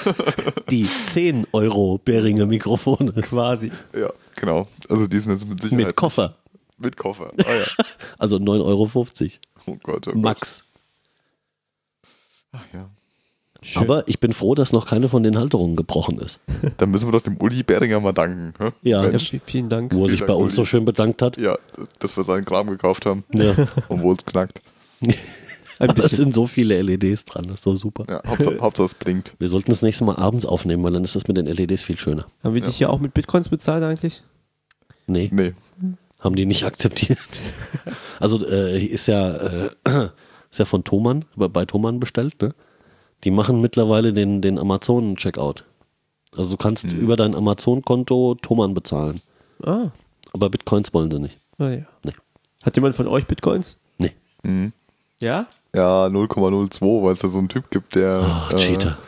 Speaker 1: Die 10 Euro Beringer Mikrofone.
Speaker 3: Quasi.
Speaker 2: ja, genau. Also die sind jetzt mit Sicherheit.
Speaker 1: Mit Koffer.
Speaker 2: Mit Koffer. Ah ja.
Speaker 1: Also 9,50 Euro.
Speaker 2: Oh Gott, oh Gott.
Speaker 1: Max.
Speaker 2: Ach, ja.
Speaker 3: Schön.
Speaker 1: Aber ich bin froh, dass noch keine von den Halterungen gebrochen ist.
Speaker 2: Dann müssen wir doch dem Uli Behringer mal danken. Hä?
Speaker 1: Ja.
Speaker 3: ja,
Speaker 2: Mensch.
Speaker 3: vi- vielen Dank.
Speaker 1: Wo er sich
Speaker 2: Dank,
Speaker 1: bei uns
Speaker 2: Uli.
Speaker 1: so schön bedankt hat.
Speaker 2: Ja, dass wir seinen Kram gekauft haben,
Speaker 1: Ja.
Speaker 2: obwohl es knackt.
Speaker 3: Ein
Speaker 1: Da
Speaker 3: bisschen.
Speaker 1: sind so viele LEDs dran. Das ist so super.
Speaker 2: Ja, Hauptsache, Hauptsache es blinkt.
Speaker 1: Wir sollten das nächste Mal abends aufnehmen, weil dann ist das mit den LEDs viel schöner.
Speaker 3: Haben wir
Speaker 2: Ja.
Speaker 3: dich ja auch mit Bitcoins bezahlt eigentlich?
Speaker 1: Nee,
Speaker 2: Nee,
Speaker 1: haben die nicht akzeptiert. Also äh, ist ja äh, ist ja von Thomann, bei- bei Thomann bestellt, ne? Die machen mittlerweile den, den Amazon-Checkout. Also du kannst
Speaker 2: Hm.
Speaker 1: über dein Amazon-Konto Thomann bezahlen.
Speaker 3: Ah,
Speaker 1: Aber Bitcoins wollen sie nicht.
Speaker 3: naja.
Speaker 1: Nee.
Speaker 3: Hat jemand von euch Bitcoins?
Speaker 1: Nee.
Speaker 3: Ja?
Speaker 2: ja, 0,02, weil es da so einen Typ gibt, der,
Speaker 1: Ach,
Speaker 2: äh,
Speaker 1: Cheater.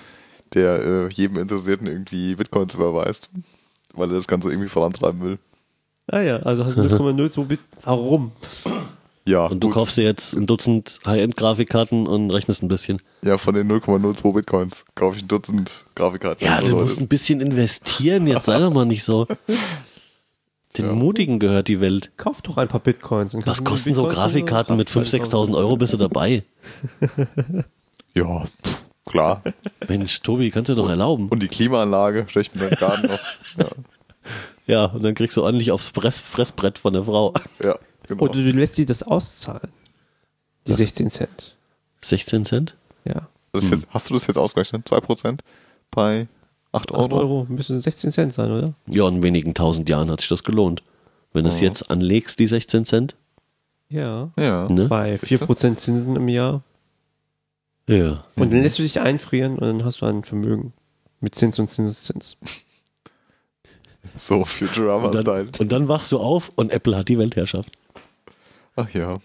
Speaker 2: der äh, jedem Interessierten irgendwie Bitcoins überweist, weil er das Ganze irgendwie vorantreiben will.
Speaker 3: Ah ja, also hast du 0,02 Bit. Warum?
Speaker 2: Ja,
Speaker 1: Und du
Speaker 2: gut.
Speaker 1: kaufst dir jetzt ein Dutzend High-End-Grafikkarten und rechnest ein bisschen.
Speaker 2: Ja, von den 0,02 Bitcoins kaufe ich ein Dutzend Grafikkarten.
Speaker 1: Ja, du
Speaker 2: Also, äh,
Speaker 1: musst ein bisschen investieren. Jetzt sei doch mal nicht so. Den Mutigen gehört die Welt.
Speaker 3: Kauf doch ein paar Bitcoins. und
Speaker 1: Was
Speaker 3: kannst du
Speaker 1: kosten so
Speaker 3: Bitcoins oder
Speaker 1: Grafikkarten mit 5.000, 6.000 Euro? Bist du dabei?
Speaker 2: ja pff, klar.
Speaker 1: Mensch, Tobi, kannst du dir doch erlauben.
Speaker 2: Und die Klimaanlage stelle ich mir in den Garten noch. Ja,
Speaker 1: Ja, und dann kriegst du ordentlich aufs Fress Fressbrett von der Frau.
Speaker 2: ja genau.
Speaker 3: Oder du lässt dir das auszahlen. Die 16 Cent.
Speaker 1: 16 Cent?
Speaker 3: Ja.
Speaker 2: das ist jetzt, hast du das jetzt ausgerechnet? 2% bei 8
Speaker 3: 8
Speaker 2: Euro?
Speaker 3: Euro müssen 16 Cent sein, oder?
Speaker 1: Ja, in wenigen tausend Jahren hat sich das gelohnt. Wenn du es jetzt anlegst, die 16 Cent,
Speaker 3: Ja.
Speaker 2: Ja.
Speaker 1: ne?
Speaker 3: Bei 4% Zinsen im Jahr.
Speaker 1: Ja. Mhm.
Speaker 3: Und dann lässt du dich einfrieren und dann hast du ein Vermögen. Mit Zins und Zinseszins.
Speaker 2: So,
Speaker 1: Und dann,
Speaker 2: Futurama-Style.
Speaker 1: und dann wachst du auf und Apple hat die Weltherrschaft.
Speaker 2: Ach ja.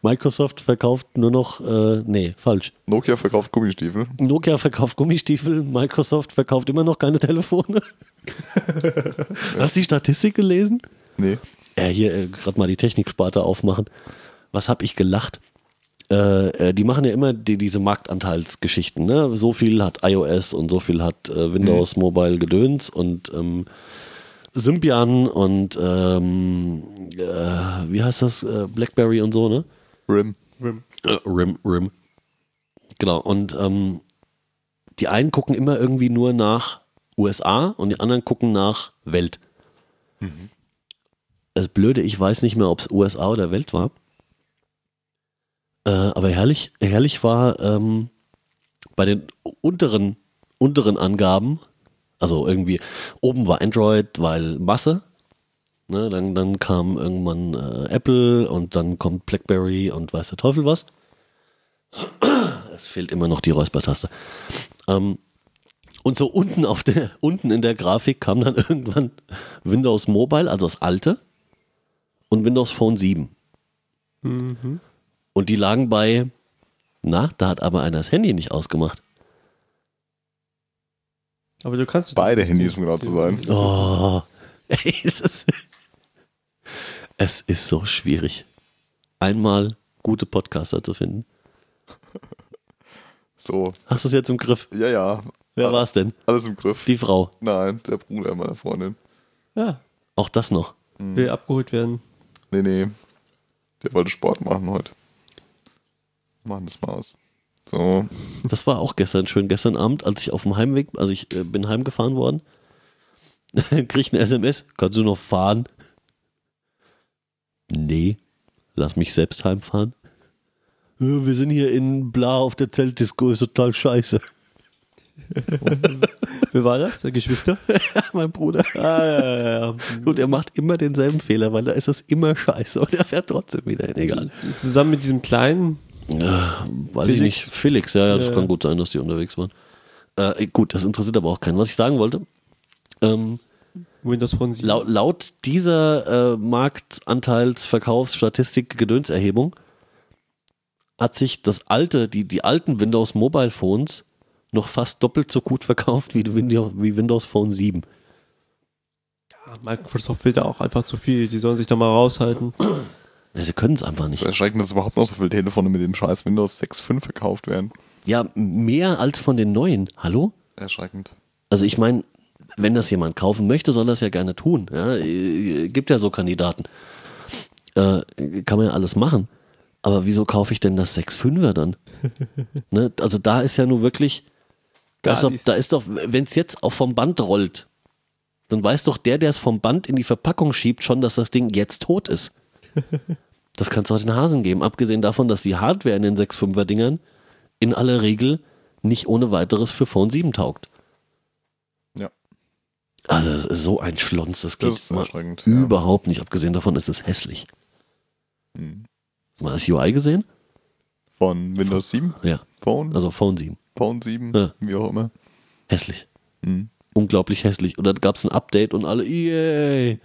Speaker 1: Microsoft verkauft nur noch, äh, nee, falsch.
Speaker 2: Nokia verkauft Gummistiefel.
Speaker 1: Nokia verkauft Gummistiefel, Microsoft verkauft immer noch keine Telefone. Hast du die Statistik gelesen?
Speaker 2: Nee.
Speaker 1: äh, hier äh, gerade mal die Techniksparte aufmachen. Was hab ich gelacht? Äh, äh, die machen ja immer die, diese Marktanteilsgeschichten. Ne? So viel hat iOS und so viel hat äh, Windows Mobile Gedöns und ähm, Symbian und ähm, äh, wie heißt das? Äh, Blackberry und so, ne?
Speaker 2: Rim.
Speaker 1: Äh, Rim, Rim. Genau, und ähm, die einen gucken immer irgendwie nur nach USA und die anderen gucken nach Welt. Das Blöde, ich weiß nicht mehr, ob es USA oder Welt war. Äh, aber herrlich, herrlich war ähm, bei den unteren, unteren Angaben, also irgendwie, oben war Android, weil Masse. Ne, dann, dann kam irgendwann äh, Apple und dann kommt Blackberry und weiß der Teufel was. Es fehlt immer noch die Räuspertaste. Ähm, und so unten auf der, unten in der Grafik kam dann irgendwann Windows Mobile, also das alte, und Windows Phone 7.
Speaker 3: Mhm.
Speaker 1: Und die lagen bei, na, da hat aber einer das Handy nicht ausgemacht.
Speaker 3: Aber du kannst
Speaker 2: Beide Handys, um genau zu sein.
Speaker 1: Oh, ey, das, es ist so schwierig. Einmal gute Podcaster zu finden.
Speaker 2: So.
Speaker 1: Hast du es jetzt im Griff?
Speaker 2: Ja, ja.
Speaker 1: Wer
Speaker 2: Ah,
Speaker 1: war es denn?
Speaker 2: Alles im Griff.
Speaker 1: Die Frau.
Speaker 2: Nein, der Bruder meiner Freundin.
Speaker 3: Ja,
Speaker 1: Auch das noch.
Speaker 3: will abgeholt werden.
Speaker 2: Nee, nee. Der wollte Sport machen heute. Machen das mal aus. So.
Speaker 1: Das war auch gestern schön. Gestern Abend, als ich auf dem Heimweg, also ich äh, bin heimgefahren worden, krieg ich eine SMS. Kannst du noch fahren? Nee, lass mich selbst heimfahren. Ja, Wir sind hier in Bla auf der Zeltdisco, ist total scheiße.
Speaker 3: Wer war das? Der Geschwister?
Speaker 1: mein Bruder.
Speaker 3: ah, ja, ja, ja.
Speaker 1: Und er macht immer denselben Fehler, weil da ist es immer scheiße und er fährt trotzdem wieder hin. Egal.
Speaker 3: Zusammen mit diesem kleinen.
Speaker 1: Also, Weiß ich nicht.
Speaker 3: Felix?
Speaker 1: Felix, ja, ja, das
Speaker 3: Ja,
Speaker 1: kann
Speaker 3: ja.
Speaker 1: gut sein, dass die unterwegs waren. Äh, gut, das interessiert aber auch keinen. Was ich sagen wollte, ähm,
Speaker 3: Windows Phone 7.
Speaker 1: laut, laut dieser äh, Marktanteilsverkaufsstatistik-Gedönserhebung hat sich das alte, die, die alten Windows Mobile Phones noch fast doppelt so gut verkauft wie, die Windows, wie Windows Phone 7.
Speaker 3: Ah, Microsoft will da auch einfach zu viel. Die sollen sich da mal raushalten.
Speaker 1: Ja, Also Sie können es einfach nicht.
Speaker 2: Es ist erschreckend, dass überhaupt noch so viele Telefone mit dem scheiß Windows 6.5 verkauft werden.
Speaker 1: Ja, mehr als von den neuen. Hallo?
Speaker 2: Erschreckend.
Speaker 1: Also ich meine, wenn das jemand kaufen möchte, soll das ja gerne tun. Ja, äh, gibt ja so Kandidaten. Äh, kann man ja alles machen. Aber wieso kaufe ich denn das 6,5er dann? ne? Also da ist ja nur wirklich, da
Speaker 3: Gar
Speaker 1: ist, doch,
Speaker 3: nichts.
Speaker 1: da ist doch, wenn es jetzt auch vom Band rollt, dann weiß doch der, der es vom Band in die Verpackung schiebt, schon, dass das Ding jetzt tot ist. das kannst du auch den Hasen geben. Abgesehen davon, dass die Hardware in den 6,5er Dingern in aller Regel nicht ohne weiteres für Phone 7 taugt.
Speaker 2: Ja.
Speaker 1: Also es ist so ein Schlons, das geht
Speaker 2: Das ist
Speaker 1: mal
Speaker 2: erschreckend. Ja.
Speaker 1: überhaupt nicht. Abgesehen davon ist es hässlich.
Speaker 2: Hm.
Speaker 1: Mal das UI gesehen?
Speaker 2: Von Windows 7,
Speaker 1: Ja,
Speaker 2: Phone,
Speaker 1: also Phone 7.
Speaker 2: Phone 7,
Speaker 1: Ja.
Speaker 2: wie auch immer.
Speaker 1: Hässlich.
Speaker 2: Hm.
Speaker 1: Unglaublich hässlich. Und dann gab es ein Update und alle, yay.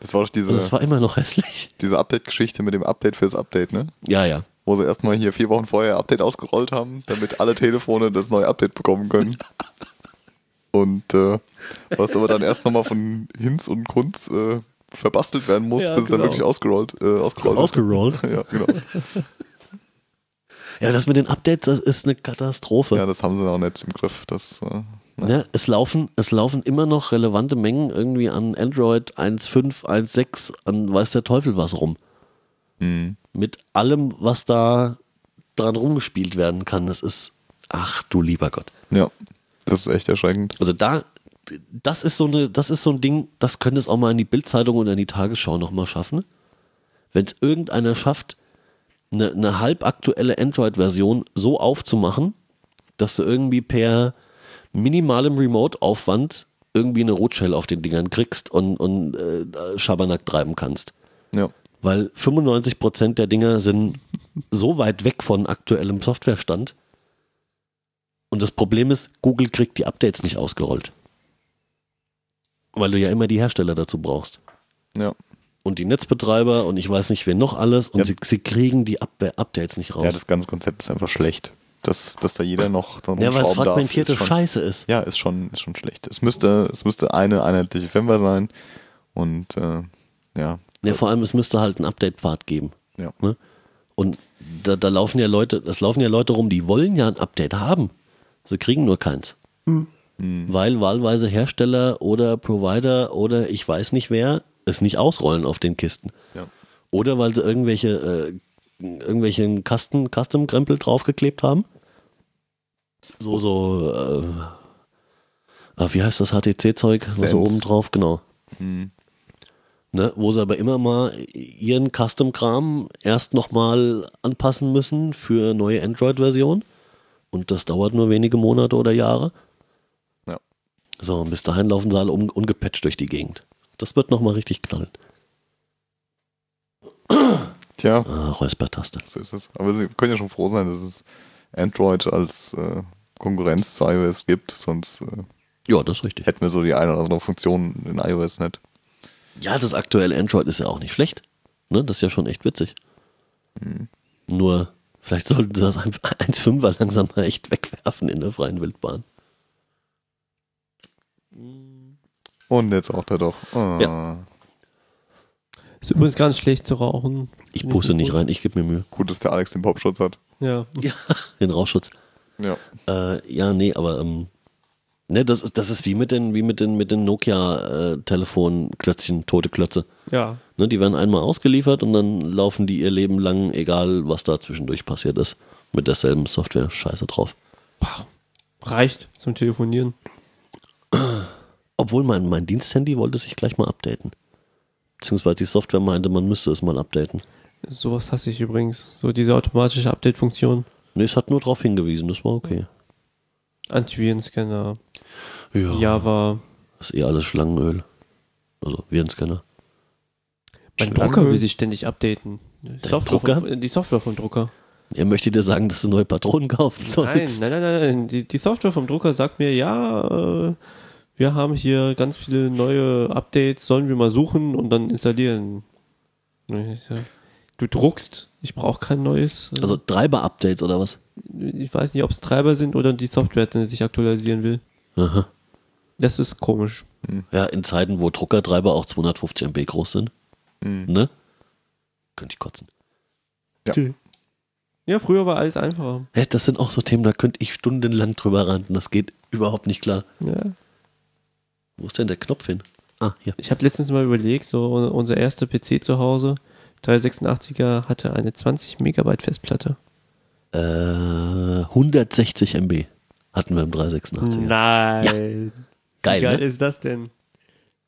Speaker 2: Das war doch
Speaker 1: Und
Speaker 2: diese,
Speaker 1: es war immer noch hässlich.
Speaker 2: diese Update-Geschichte mit dem Update fürs Update, ne?
Speaker 1: Ja, ja.
Speaker 2: Wo sie erstmal hier vier Wochen vorher Update ausgerollt haben, damit alle Telefone das neue Update bekommen können. Und äh, was aber dann erst nochmal von Hinz und Kunz äh, verbastelt werden muss,
Speaker 3: Ja,
Speaker 2: bis es dann
Speaker 3: genau.
Speaker 2: wirklich ausgerollt, äh, ausgerollt wird.
Speaker 1: Ausgerollt.
Speaker 2: Ja, genau.
Speaker 1: Ja, das mit den Updates, das ist eine Katastrophe.
Speaker 2: Ja, das haben sie noch nicht im Griff. Das, äh,
Speaker 1: Ne, es, laufen, es laufen immer noch relevante Mengen irgendwie an Android 1.5, 1.6, an weiß der Teufel was rum. Mit allem, was da dran rumgespielt werden kann. Das ist, ach du lieber Gott.
Speaker 2: ja, das ist echt erschreckend.
Speaker 1: Also da, das ist so eine, das ist so ein Ding, das könnte es auch mal in die Bildzeitung oder in die Tagesschau nochmal schaffen. Wenn es irgendeiner schafft, eine, eine halbaktuelle Android-Version so aufzumachen, dass du irgendwie per minimalem Remote-Aufwand irgendwie eine Rotshell auf den Dingern kriegst und, und äh, Schabernack treiben kannst.
Speaker 2: Ja.
Speaker 1: Weil 95% der Dinger sind so weit weg von aktuellem Softwarestand. Und das Problem ist, Google kriegt die Updates nicht ausgerollt. Weil du ja immer die Hersteller dazu brauchst.
Speaker 2: Ja.
Speaker 1: Und die Netzbetreiber und ich weiß nicht, wen noch alles. Und
Speaker 2: Ja.
Speaker 1: sie, sie kriegen die Up äh, Updates nicht
Speaker 2: Ja,
Speaker 1: raus.
Speaker 2: das ganze Konzept ist einfach schlecht. Dass, dass da jeder noch dran
Speaker 1: Ja, weil es
Speaker 2: rumschrauben darf,
Speaker 1: fragmentierte
Speaker 2: ist schon,
Speaker 1: Scheiße ist.
Speaker 2: Ja, ist schon, ist schon schlecht. Es müsste, es müsste eine einheitliche Firmware sein. Und äh, ja,
Speaker 1: Ja, vor allem, es müsste halt einen Update-Pfad geben.
Speaker 2: ja.
Speaker 1: Ne? Und da, da laufen ja Leute, es laufen ja Leute rum, die wollen ja ein Update haben. Sie kriegen nur keins.
Speaker 2: hm,
Speaker 1: weil wahlweise Hersteller oder Provider oder ich weiß nicht wer es nicht ausrollen auf den Kisten.
Speaker 2: Ja.
Speaker 1: Oder weil sie irgendwelche, äh, irgendwelchen Kasten, Custom-Krempel draufgeklebt haben. So, so, äh, ah, wie heißt das HTC-Zeug? Was
Speaker 2: Sense.
Speaker 1: so oben drauf, genau.
Speaker 2: Hm.
Speaker 1: Ne, wo sie aber immer mal ihren Custom-Kram erst nochmal anpassen müssen für neue Android-Versionen. Und das dauert nur wenige Monate oder Jahre.
Speaker 2: Ja.
Speaker 1: So, und bis dahin laufen sie alle un ungepatcht durch die Gegend. Das wird nochmal richtig knallen.
Speaker 2: Tja,
Speaker 1: Ah, Räuspertaste.
Speaker 2: so ist es. Aber Sie können ja schon froh sein, dass es Android als äh, Konkurrenz zu iOS gibt, sonst äh,
Speaker 1: Ja, das ist richtig.
Speaker 2: hätten wir so die eine oder andere Funktion in iOS nicht.
Speaker 1: Ja, das aktuelle Android ist ja auch nicht schlecht. Ne, das ist ja schon echt witzig.
Speaker 2: Hm.
Speaker 1: Nur, vielleicht sollten sie das 1.5er langsam mal echt wegwerfen in der freien Wildbahn.
Speaker 2: Und jetzt auch da doch. Ah.
Speaker 3: Ist übrigens ganz schlecht zu rauchen.
Speaker 1: Ich puste nicht rein, ich gebe mir Mühe.
Speaker 2: Gut, dass der Alex den Popschutz hat.
Speaker 3: Ja.
Speaker 1: Den Rauchschutz.
Speaker 2: Ja.
Speaker 1: Äh, ja, nee, aber ähm, ne, das ist, das ist wie mit den, wie mit den, mit den Nokia-Telefonklötzchen, tote Klötze.
Speaker 3: Ja.
Speaker 1: Ne, die werden einmal ausgeliefert und dann laufen die ihr Leben lang, egal was da zwischendurch passiert ist, mit derselben Software scheiße drauf.
Speaker 3: Reicht zum Telefonieren.
Speaker 1: Obwohl mein, mein Diensthandy wollte sich gleich mal updaten. Beziehungsweise die Software meinte, man müsste es mal updaten.
Speaker 3: Sowas hasse ich übrigens. So diese automatische Update-Funktion.
Speaker 1: Nee, es hat nur darauf hingewiesen, das war okay.
Speaker 3: Antivirenscanner, Java.
Speaker 1: Das ist eh alles Schlangenöl. Also Virenscanner.
Speaker 3: Mein
Speaker 2: Schlangenöl?
Speaker 3: Drucker will sich ständig updaten. Die Software
Speaker 1: Drucker?
Speaker 3: Vom, die Software vom Drucker.
Speaker 1: Er möchte dir sagen, dass du neue Patronen kaufen
Speaker 3: Nein,
Speaker 1: sollst.
Speaker 3: nein, nein, nein. Die, die Software vom Drucker sagt mir, ja, äh, wir haben hier ganz viele neue Updates, sollen wir mal suchen und dann installieren. Und ich sag, Du druckst, ich brauche kein neues.
Speaker 1: Also Treiber-Updates oder was?
Speaker 3: ich weiß nicht, ob es Treiber sind oder die Software, die sich aktualisieren will.
Speaker 1: Aha.
Speaker 3: Das ist komisch.
Speaker 1: Ja, in Zeiten, wo Druckertreiber auch 250 MB groß sind.
Speaker 3: Hm.
Speaker 1: Ne? Könnte ich kotzen.
Speaker 3: Ja, früher war alles einfacher.
Speaker 1: Hä, das sind auch so Themen, da könnte ich stundenlang drüber ranten. Das geht überhaupt nicht klar.
Speaker 3: Ja.
Speaker 1: Wo ist denn der Knopf hin? Ah, hier.
Speaker 3: Ich habe letztens mal überlegt, so un- unser erster PC zu Hause, 386er, hatte eine 20 Megabyte Festplatte.
Speaker 1: Äh, 160 MB hatten wir im 386er.
Speaker 3: Nein.
Speaker 1: Geil,
Speaker 3: Wie Hm. geil
Speaker 1: ne?
Speaker 3: ist das denn?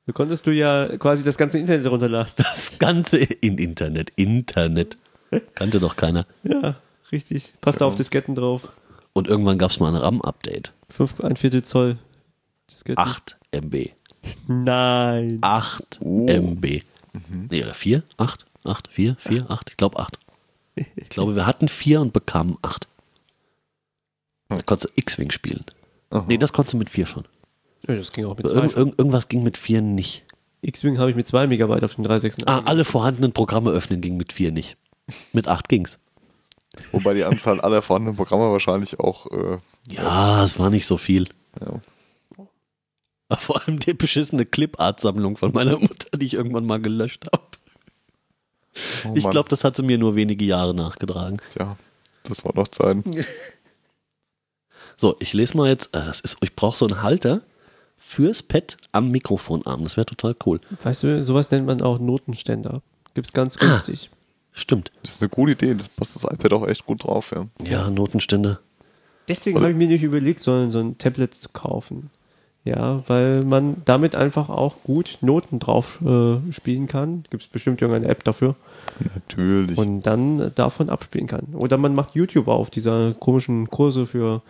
Speaker 3: Du konntest du ja quasi das ganze Internet runterladen.
Speaker 1: Das Ganze in Internet. Internet. Kannte doch keiner.
Speaker 3: Ja, richtig. Passt da auf Disketten drauf.
Speaker 1: Und irgendwann gab es mal ein RAM-Update.
Speaker 3: 5, ein Viertel Zoll Disketten.
Speaker 1: 8 MB.
Speaker 3: Nein.
Speaker 1: 8 MB.
Speaker 2: Mhm.
Speaker 1: Nee, oder 4? 8? 8? 4? 4? 8? Ich glaube 8. Ich glaube, wir hatten 4 und bekamen 8.
Speaker 2: Hm.
Speaker 1: Da konntest du X-Wing spielen.
Speaker 2: Aha.
Speaker 1: Nee, das konntest du mit 4 schon.
Speaker 3: Ja, das ging auch mit
Speaker 1: Aber
Speaker 3: 2.
Speaker 1: Irgend, irgend, irgendwas ging mit 4 nicht.
Speaker 3: X-Wing habe ich mit 2 Megabyte auf dem 386.
Speaker 1: Ah, alle vorhandenen Programme öffnen ging mit 4 nicht. Mit 8 ging's.
Speaker 2: Wobei die Anzahl aller vorhandenen Programme wahrscheinlich auch äh,
Speaker 1: Ja, es war nicht so viel.
Speaker 2: ja,
Speaker 1: Aber Vor allem die beschissene Clipart-Sammlung von meiner Mutter, die ich irgendwann mal gelöscht habe.
Speaker 2: Oh
Speaker 1: ich
Speaker 2: Mann.
Speaker 1: glaube, das hat sie mir nur wenige Jahre nachgetragen.
Speaker 2: Tja, das war noch Zeit.
Speaker 1: So, ich lese mal jetzt, äh, das ist, ich brauche so einen Halter fürs Pad am Mikrofonarm. Das wäre total cool.
Speaker 3: Weißt du, sowas nennt man auch Notenständer. Gibt's
Speaker 1: Ah.
Speaker 3: ganz günstig.
Speaker 1: Stimmt.
Speaker 2: Das ist eine gute Idee. Das passt das iPad auch echt gut drauf, ja.
Speaker 1: Ja, Notenstände.
Speaker 3: Deswegen habe ich mir nicht überlegt, so, so ein Tablet zu kaufen. Ja, weil man damit einfach auch gut Noten drauf äh, spielen kann. Gibt es bestimmt irgendeine App dafür.
Speaker 2: Natürlich.
Speaker 3: Und dann äh, davon abspielen kann. Oder man macht YouTube auf, diese komischen Kurse für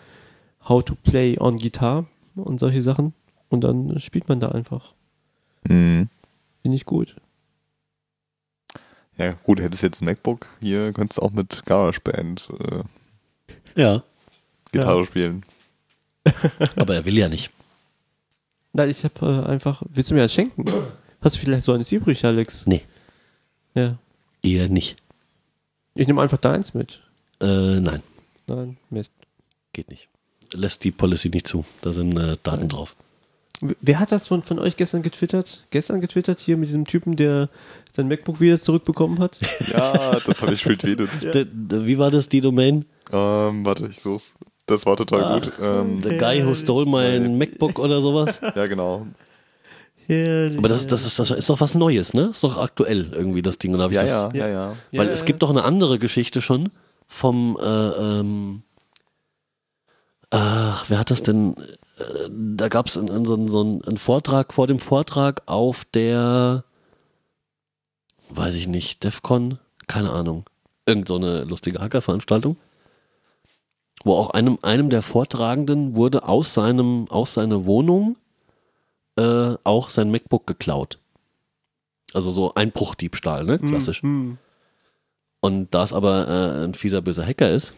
Speaker 3: How to Play on Guitar und solche Sachen. Und dann spielt man da einfach.
Speaker 2: Mhm.
Speaker 3: Finde ich gut.
Speaker 2: Ja, gut, hättest jetzt ein MacBook, hier könntest du auch mit GarageBand äh,
Speaker 1: Ja.
Speaker 2: Gitarre spielen.
Speaker 1: Aber er will ja nicht.
Speaker 3: Nein, ich habe äh, einfach. Willst du mir das schenken? Hast du vielleicht so eines übrig, Alex?
Speaker 1: Nee.
Speaker 3: Ja.
Speaker 1: Eher nicht.
Speaker 3: Ich nehme einfach deins mit.
Speaker 1: Äh, nein,
Speaker 3: Nein, Mist.
Speaker 1: geht nicht. Lässt die Policy nicht zu. Da sind äh, Daten drauf.
Speaker 3: Wer hat das von, von euch gestern getwittert? Gestern getwittert hier mit diesem Typen, der sein MacBook wieder zurückbekommen hat?
Speaker 2: Ja, das habe ich retweetet.
Speaker 1: D- d- Wie war das, die Domain?
Speaker 2: ähm, warte, ich such's. Das war total
Speaker 1: Ah.
Speaker 2: gut. Ähm,
Speaker 1: The Guy Who Stole My MacBook oder sowas.
Speaker 2: ja, genau.
Speaker 4: Herrlich.
Speaker 1: Aber das, das, ist, das ist doch was Neues, ne? Ist doch aktuell irgendwie das Ding. Oder hab ich
Speaker 2: Ja,
Speaker 1: das,
Speaker 2: ja, ja, ja.
Speaker 1: Weil
Speaker 4: Ja,
Speaker 1: es
Speaker 4: ja.
Speaker 1: gibt doch eine andere Geschichte schon vom, äh, ähm, ach, wer hat das denn? Äh, Da gab es einen, so, einen- so einen einen Vortrag vor dem Vortrag auf der, weiß ich nicht, DEFCON, keine Ahnung, irgend so eine lustige Hackerveranstaltung, wo auch einem, einem der Vortragenden wurde aus, seinem, aus seiner Wohnung äh, auch sein MacBook geklaut. Also so Einbruchdiebstahl, ne?
Speaker 4: Mhm.
Speaker 1: Klassisch.
Speaker 3: Hm.
Speaker 1: Und da es aber äh, ein fieser, böser Hacker ist,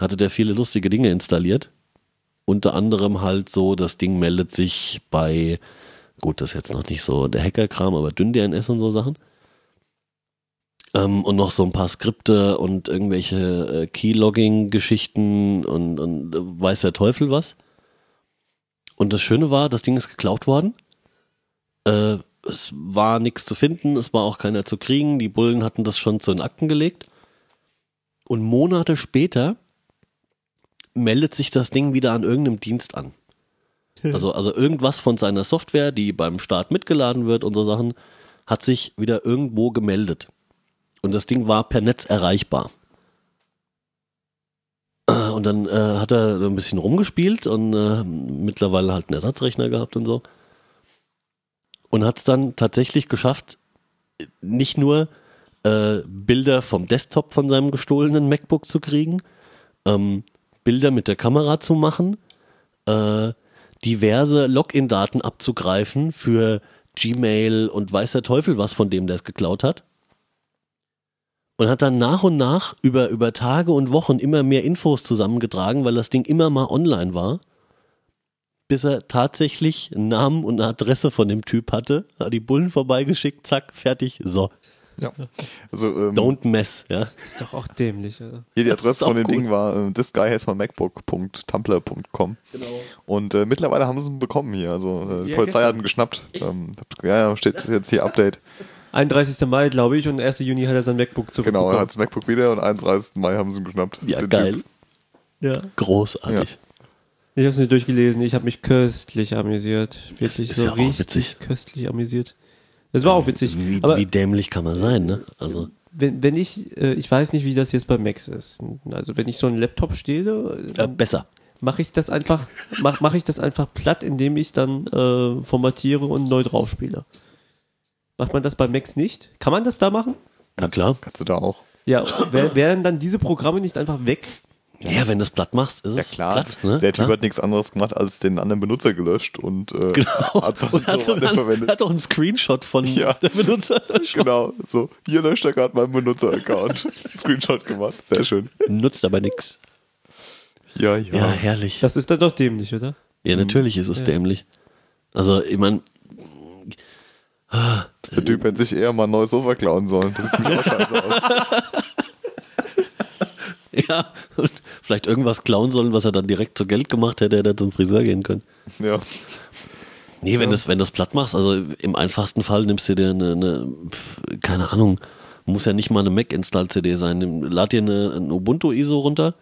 Speaker 1: hatte der viele lustige Dinge installiert. Unter anderem halt so, das Ding meldet sich bei, gut, das ist jetzt noch nicht so der Hackerkram, aber DünnDNS und so Sachen. Ähm, und noch so ein paar Skripte und irgendwelche äh, Keylogging-Geschichten und, und äh, weiß der Teufel was. Und das Schöne war, das Ding ist geklaut worden. Äh, es war nichts zu finden, es war auch keiner zu kriegen. Die Bullen hatten das schon zu den Akten gelegt. Und Monate später meldet sich das Ding wieder an irgendeinem Dienst an. Also, also irgendwas von seiner Software, die beim Start mitgeladen wird und so Sachen, hat sich wieder irgendwo gemeldet. Und das Ding war per Netz erreichbar. Äh, Und dann äh, hat er ein bisschen rumgespielt und äh, mittlerweile halt einen Ersatzrechner gehabt und so und hat es dann tatsächlich geschafft, nicht nur äh, Bilder vom Desktop von seinem gestohlenen MacBook zu kriegen, ähm, Bilder mit der Kamera zu machen, äh, diverse Login-Daten abzugreifen für Gmail und weiß der Teufel was von dem, der es geklaut hat. Und hat dann nach und nach über, über Tage und Wochen immer mehr Infos zusammengetragen, weil das Ding immer mal online war bis er tatsächlich einen Namen und eine Adresse von dem Typ hatte. Hat die Bullen vorbeigeschickt, zack, fertig, so.
Speaker 2: ja. Also, ähm,
Speaker 1: Don't mess, ja.
Speaker 3: Ist doch auch dämlich. Oder?
Speaker 2: Hier die
Speaker 1: Das ist
Speaker 2: Adresse von
Speaker 1: auch
Speaker 2: dem
Speaker 1: gut.
Speaker 2: Ding war äh, thisguyhasmymacbook.tumblr.com. Genau. Und äh, mittlerweile haben sie ihn bekommen hier. Also äh, die
Speaker 3: Ja,
Speaker 2: Polizei
Speaker 3: gestern.
Speaker 2: hat ihn geschnappt. Ähm, hab- ja, ja, steht jetzt hier Update.
Speaker 3: 31. Mai, glaube ich, und 1. Juni hat er sein MacBook zurückbekommen.
Speaker 2: Genau, er hat das MacBook wieder und 31. Mai haben sie ihn geschnappt.
Speaker 1: Ja,
Speaker 2: Den
Speaker 1: geil.
Speaker 2: Typ.
Speaker 4: Ja.
Speaker 1: Großartig.
Speaker 3: Ich habe es nicht durchgelesen. Ich habe mich köstlich amüsiert. Wirklich
Speaker 1: Ist
Speaker 3: so
Speaker 1: ja auch
Speaker 3: richtig
Speaker 1: witzig.
Speaker 3: köstlich amüsiert. Das war auch witzig.
Speaker 1: Wie,
Speaker 3: Aber
Speaker 1: wie dämlich kann man sein, ne? Also,
Speaker 3: wenn, wenn ich, äh, ich weiß nicht, wie das jetzt bei Macs ist. Also wenn ich so einen Laptop stehle,
Speaker 1: äh, besser.
Speaker 3: mache ich das einfach, mach, mach ich das einfach platt, indem ich dann äh, formatiere und neu draufspiele. Macht man das bei Macs nicht? Kann man das da machen?
Speaker 1: Na klar.
Speaker 2: Kannst du da auch.
Speaker 3: Ja, wer- wären dann diese Programme nicht einfach weg?
Speaker 1: Ja, wenn du es platt machst, ist
Speaker 2: Ja,
Speaker 1: es
Speaker 2: klar.
Speaker 1: platt, ne?
Speaker 2: Der Typ
Speaker 1: Ja.
Speaker 2: hat nichts anderes gemacht, als den anderen Benutzer gelöscht und äh, hat so,
Speaker 1: und Genau. hat, so
Speaker 2: so weiter
Speaker 1: einen,
Speaker 2: verwendet.
Speaker 1: hat auch einen Screenshot von
Speaker 2: Ja.
Speaker 1: der Benutzer.
Speaker 2: Genau, so. Hier löscht er gerade meinen Benutzer-Account. Screenshot gemacht. Sehr schön.
Speaker 1: Nutzt aber nichts.
Speaker 2: Ja, ja.
Speaker 1: Ja, herrlich.
Speaker 3: Das ist dann doch dämlich, oder?
Speaker 1: ja, natürlich ist es dämlich. Also, ich meine,
Speaker 2: Der Typ hätte sich eher mal ein neues Sofa klauen sollen. Das sieht nämlich auch scheiße aus.
Speaker 1: ja, und vielleicht irgendwas klauen sollen, was er dann direkt zu Geld gemacht hätte, hätte er zum Friseur gehen können.
Speaker 2: Ja.
Speaker 1: Nee, wenn das, wenn das platt machst, also im einfachsten Fall nimmst du dir eine, eine pf, keine Ahnung, muss ja nicht mal eine Mac-Install-CD sein. Nimm- Lad dir eine, ein Ubuntu-ISO runter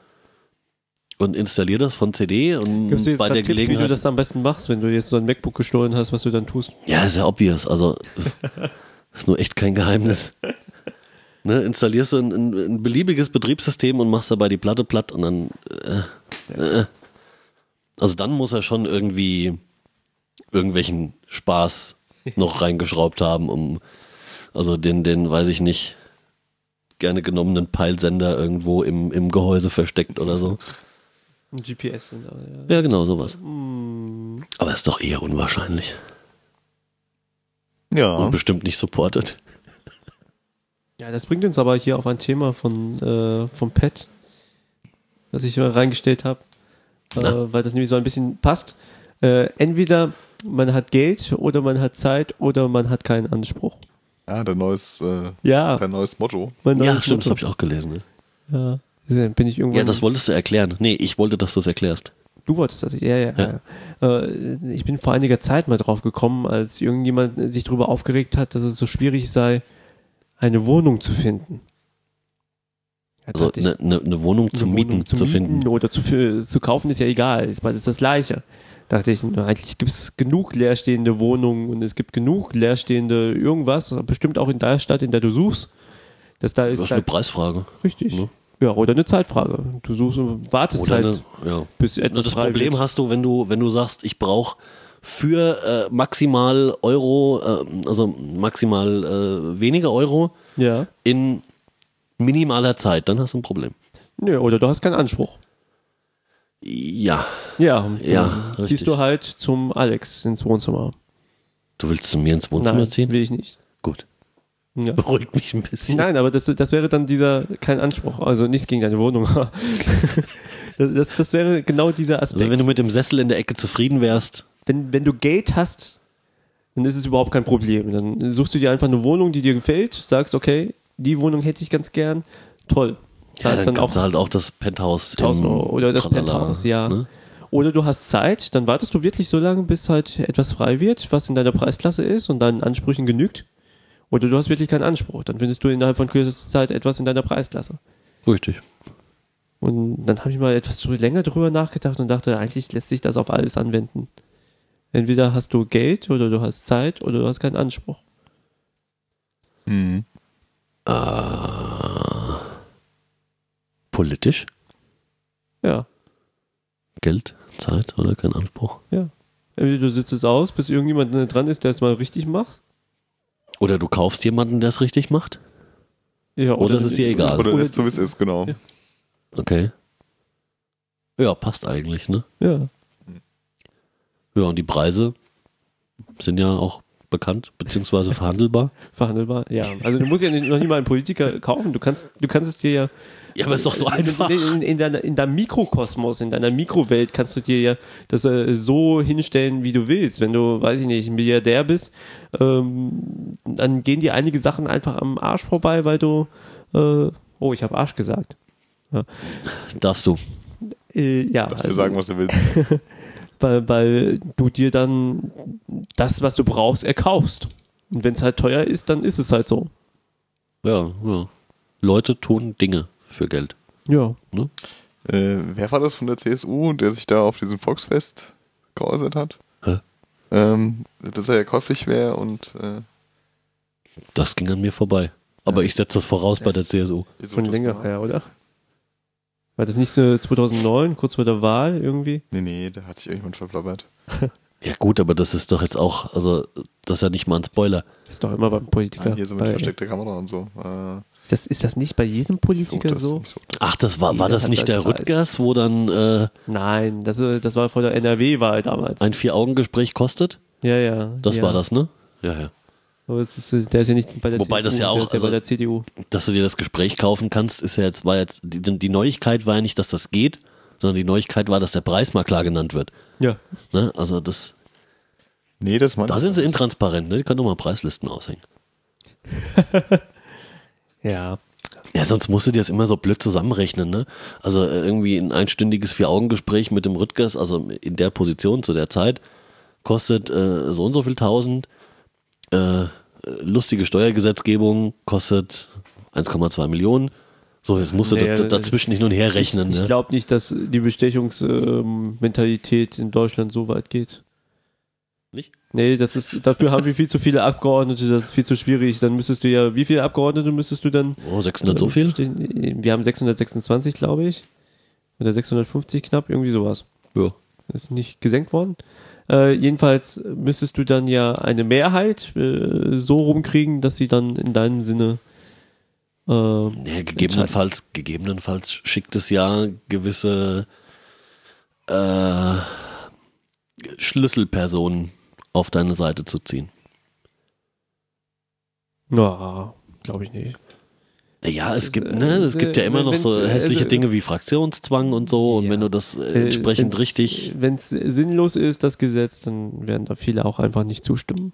Speaker 1: und installier das von CD und
Speaker 3: Gibst du jetzt
Speaker 1: bei der
Speaker 3: gerade Tipps, wie du
Speaker 1: Gelegenheit.
Speaker 3: das am besten machst, wenn du jetzt so ein MacBook gestohlen hast, was du dann tust?
Speaker 1: ja, ist ja obvious, also ist nur echt kein Geheimnis. Ne, installierst du ein, ein, ein beliebiges Betriebssystem und machst dabei die Platte platt und dann. Äh, äh. Also dann muss er schon irgendwie irgendwelchen Spaß noch reingeschraubt haben, um also den, den, weiß ich nicht, gerne genommenen Peilsender irgendwo im, im Gehäuse versteckt oder so.
Speaker 3: Ein GPS sind aber, ja. Hm.
Speaker 1: Ja, genau, sowas. Aber ist doch eher unwahrscheinlich.
Speaker 2: Ja.
Speaker 1: Und bestimmt nicht supported.
Speaker 3: Ja, das bringt uns aber hier auf ein Thema von äh, vom Pet, das ich mal reingestellt habe, äh, weil das nämlich so ein bisschen passt. Äh, entweder man hat Geld oder man hat Zeit oder man hat keinen Anspruch.
Speaker 2: Ja, dein neues, äh,
Speaker 3: Ja,
Speaker 2: dein neues Motto.
Speaker 3: mein
Speaker 1: Ja,
Speaker 3: neues
Speaker 1: stimmt, das
Speaker 3: Motto.
Speaker 1: habe ich auch gelesen. Ne?
Speaker 3: Ja, Deswegen bin ich irgendwann.
Speaker 1: Ja, das wolltest du erklären. Nee, ich wollte, dass du es erklärst.
Speaker 3: Du wolltest das, ja, ja. ja. Äh, ich bin vor einiger Zeit mal drauf gekommen, als irgendjemand sich darüber aufgeregt hat, dass es so schwierig sei, eine Wohnung zu finden. Ja,
Speaker 1: Also
Speaker 3: dachte ich,
Speaker 1: eine ne, ne Wohnung zu
Speaker 3: eine
Speaker 1: mieten,
Speaker 3: Wohnung
Speaker 1: zu finden.
Speaker 3: Oder zu, für, zu kaufen ist ja egal, ist beides das Gleiche. Dachte ich, na, eigentlich gibt es genug leerstehende Wohnungen und es gibt genug leerstehende irgendwas, bestimmt auch in der Stadt, in der du suchst. Dass da
Speaker 1: Das
Speaker 3: ist
Speaker 1: ist eine
Speaker 3: halt
Speaker 1: Preisfrage.
Speaker 3: richtig.
Speaker 1: ne?
Speaker 3: Ja, oder eine Zeitfrage. Du suchst und wartest
Speaker 1: Oder
Speaker 3: halt,
Speaker 1: eine, ja.
Speaker 3: bis
Speaker 1: Na,
Speaker 3: etwas
Speaker 1: das
Speaker 3: frei
Speaker 1: Problem
Speaker 3: wird.
Speaker 1: hast du, wenn du, wenn du sagst, ich brauche für äh, maximal Euro, äh, also maximal äh, weniger Euro
Speaker 3: Ja.
Speaker 1: in minimaler Zeit, dann hast du ein Problem.
Speaker 3: Nö, oder du hast keinen Anspruch.
Speaker 1: Ja,
Speaker 3: Ja, und
Speaker 1: Ja,
Speaker 3: dann
Speaker 1: richtig.
Speaker 3: ziehst du halt zum Alex ins Wohnzimmer.
Speaker 1: du willst zu mir ins Wohnzimmer
Speaker 3: Nein,
Speaker 1: ziehen?
Speaker 3: will ich nicht.
Speaker 1: Gut,
Speaker 3: Ja.
Speaker 1: beruhigt mich ein bisschen.
Speaker 3: Nein, aber das, das wäre dann dieser, kein Anspruch, also nichts gegen deine Wohnung. das, das, das wäre genau dieser Aspekt.
Speaker 1: Also wenn du mit dem Sessel in der Ecke zufrieden wärst,
Speaker 3: wenn, wenn du Geld hast, dann ist es überhaupt kein Problem. Dann suchst du dir einfach eine Wohnung, die dir gefällt, sagst, okay, die Wohnung hätte ich ganz gern, toll. Zahlst
Speaker 1: dann
Speaker 3: dann auch
Speaker 1: kannst du halt auch das Penthouse im
Speaker 3: 1000 Euro oder das
Speaker 1: Tralala,
Speaker 3: Penthouse, ja.
Speaker 1: ne?
Speaker 3: Oder du hast Zeit, dann wartest du wirklich so lange, bis halt etwas frei wird, was in deiner Preisklasse ist und deinen Ansprüchen genügt. Oder du hast wirklich keinen Anspruch. Dann findest du innerhalb von kürzester Zeit etwas in deiner Preisklasse.
Speaker 1: Richtig.
Speaker 3: Und dann habe ich mal etwas drü- länger drüber nachgedacht und dachte, eigentlich lässt sich das auf alles anwenden. Entweder hast du Geld oder du hast Zeit oder du hast keinen Anspruch.
Speaker 2: Mhm.
Speaker 1: Äh, Politisch,
Speaker 3: Ja.
Speaker 1: Geld, Zeit oder kein Anspruch.
Speaker 3: Entweder du sitzt es aus, bis irgendjemand dran ist, der es mal richtig macht.
Speaker 1: Oder du kaufst jemanden, der es richtig macht.
Speaker 3: Ja,
Speaker 1: Oder es ist dir egal.
Speaker 2: Oder
Speaker 3: Oder-
Speaker 2: lässt so, wie es ist, genau.
Speaker 3: Ja.
Speaker 1: Okay. Ja, passt eigentlich, ne?
Speaker 3: Ja.
Speaker 1: Ja, und die Preise sind ja auch bekannt beziehungsweise verhandelbar.
Speaker 3: Verhandelbar. Ja. Also du musst ja nicht- noch nie mal einen Politiker kaufen. Du kannst, du kannst es dir ja.
Speaker 1: Ja, aber ist doch so
Speaker 3: in,
Speaker 1: einfach.
Speaker 3: In, in, deiner, in deinem Mikrokosmos, in deiner Mikrowelt kannst du dir ja das äh, so hinstellen, wie du willst. Wenn du, weiß ich nicht, ein Milliardär bist, ähm, dann gehen dir einige Sachen einfach am Arsch vorbei, weil du. Äh, oh, ich habe Arsch gesagt.
Speaker 1: Darfst du.
Speaker 3: Äh, ja,
Speaker 2: Darfst
Speaker 1: also-
Speaker 2: du sagen, was du willst.
Speaker 3: weil, weil du dir dann das, was du brauchst, erkaufst. Und wenn es halt teuer ist, dann ist es halt so.
Speaker 1: Ja, ja. Leute tun Dinge für Geld.
Speaker 3: Ja.
Speaker 2: Äh, wer war das von der CSU, der sich da auf diesem Volksfest geäußert hat?
Speaker 1: Hä?
Speaker 2: Ähm, dass er ja käuflich wäre und äh,
Speaker 1: Das ging an mir vorbei. Aber ich setze das voraus bei der
Speaker 3: Das-
Speaker 1: CSU.
Speaker 3: Schon länger her, oder? War das nicht so 2009, kurz vor der Wahl irgendwie?
Speaker 2: Nee, nee, da hat sich irgendjemand verblabbert.
Speaker 1: Ja gut, aber das ist doch jetzt auch, also das ist ja nicht mal ein Spoiler.
Speaker 3: Das ist doch immer beim Politiker.
Speaker 2: Nein, hier so mit
Speaker 3: bei,
Speaker 2: versteckter Kamera und so. Äh,
Speaker 3: ist, das, ist das nicht bei jedem Politiker
Speaker 2: das,
Speaker 3: so?
Speaker 2: ich such
Speaker 1: Ach, das war, war
Speaker 3: Jeder
Speaker 1: das
Speaker 3: hat
Speaker 1: nicht
Speaker 3: seinen
Speaker 1: der
Speaker 3: Preis.
Speaker 1: Rüttgers, wo dann äh,
Speaker 3: Nein, das, äh, das war vor der NRW-Wahl damals.
Speaker 1: ein Vier-Augen-Gespräch kostet?
Speaker 3: ja, ja.
Speaker 1: Das
Speaker 3: ja.
Speaker 1: war das, ne? Ja, ja.
Speaker 3: Aber es ist, äh, der ist ja nicht bei der
Speaker 1: Wobei
Speaker 3: CSU,
Speaker 1: das ja auch-
Speaker 3: der ist ja
Speaker 1: also-
Speaker 3: bei der CDU.
Speaker 1: dass du dir das Gespräch kaufen kannst, ist ja jetzt, war jetzt, die, die Neuigkeit war ja nicht, dass das geht, sondern die Neuigkeit war, dass der Preis mal klar genannt wird.
Speaker 3: Ja.
Speaker 1: Ne? Also das,
Speaker 2: Nee, das meinte
Speaker 1: da sind sie intransparent, ne? Die können doch mal Preislisten aushängen.
Speaker 3: Ja.
Speaker 1: Ja, sonst musst du dir das immer so blöd zusammenrechnen, ne? Also äh, irgendwie ein einstündiges Vier-Augen-Gespräch mit dem Rüttgers, also in der Position zu der Zeit, kostet äh, so und so viel tausend. Äh, lustige Steuergesetzgebung kostet 1,2 Millionen. So, jetzt musst du
Speaker 3: Nee, also
Speaker 1: daz- dazwischen hin und her rechnen.
Speaker 3: Ich,
Speaker 1: ne?
Speaker 3: ich glaube nicht, dass die Bestechungsmentalität in Deutschland so weit geht.
Speaker 1: Nicht?
Speaker 3: Nee, das ist, dafür haben wir viel zu viele Abgeordnete, das ist viel zu schwierig. Dann müsstest du ja, wie viele Abgeordnete müsstest du dann
Speaker 1: Oh, 600 so viel?
Speaker 3: Stehen- Wir haben 626, glaube ich. Oder 650 knapp, irgendwie sowas.
Speaker 1: Ja.
Speaker 3: Ist nicht gesenkt worden. Äh, jedenfalls müsstest du dann ja eine Mehrheit äh, so rumkriegen, dass sie dann in deinem Sinne. Äh,
Speaker 1: Ja, gegebenenfalls, gegebenenfalls schickt es ja gewisse äh, Schlüsselpersonen auf deine Seite zu ziehen.
Speaker 3: na, glaube ich nicht.
Speaker 1: Ja,
Speaker 3: Das
Speaker 1: es
Speaker 3: ist,
Speaker 1: gibt,
Speaker 3: äh,
Speaker 1: ne, es
Speaker 3: äh,
Speaker 1: gibt ja immer noch
Speaker 3: wenn's,
Speaker 1: so
Speaker 3: äh,
Speaker 1: hässliche
Speaker 3: also-
Speaker 1: Dinge wie Fraktionszwang und so. Und
Speaker 3: Ja.
Speaker 1: wenn du das äh, entsprechend richtig,
Speaker 3: Wenn es sinnlos ist, das Gesetz, dann werden da viele auch einfach nicht zustimmen.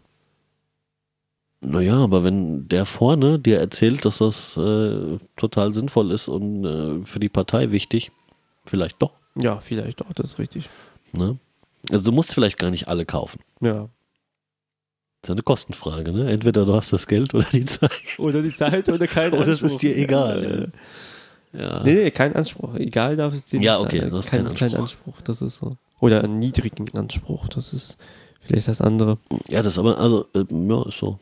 Speaker 1: naja, aber wenn der vorne dir erzählt, dass das äh, total sinnvoll ist und äh, für die Partei wichtig, vielleicht doch.
Speaker 3: Ja, vielleicht auch, das ist richtig.
Speaker 1: Ne? Also du musst vielleicht gar nicht alle kaufen.
Speaker 3: Ja.
Speaker 1: Das ist ja eine Kostenfrage, ne? Entweder du hast das Geld oder die Zeit.
Speaker 3: Oder die Zeit oder kein
Speaker 1: Oder es Oh, ist äh.
Speaker 3: Anspruch.
Speaker 1: dir egal, Ja.
Speaker 3: Nee, nee, kein Anspruch. Egal darf es dir
Speaker 1: Ah. Ja,
Speaker 3: nicht
Speaker 1: okay,
Speaker 3: sein.
Speaker 1: du hast
Speaker 3: kein,
Speaker 1: keinen
Speaker 3: Kein Anspruch, das ist so. Oder einen niedrigen Anspruch, das ist vielleicht das andere.
Speaker 1: Ja, das aber, also, äh, ja, ist so.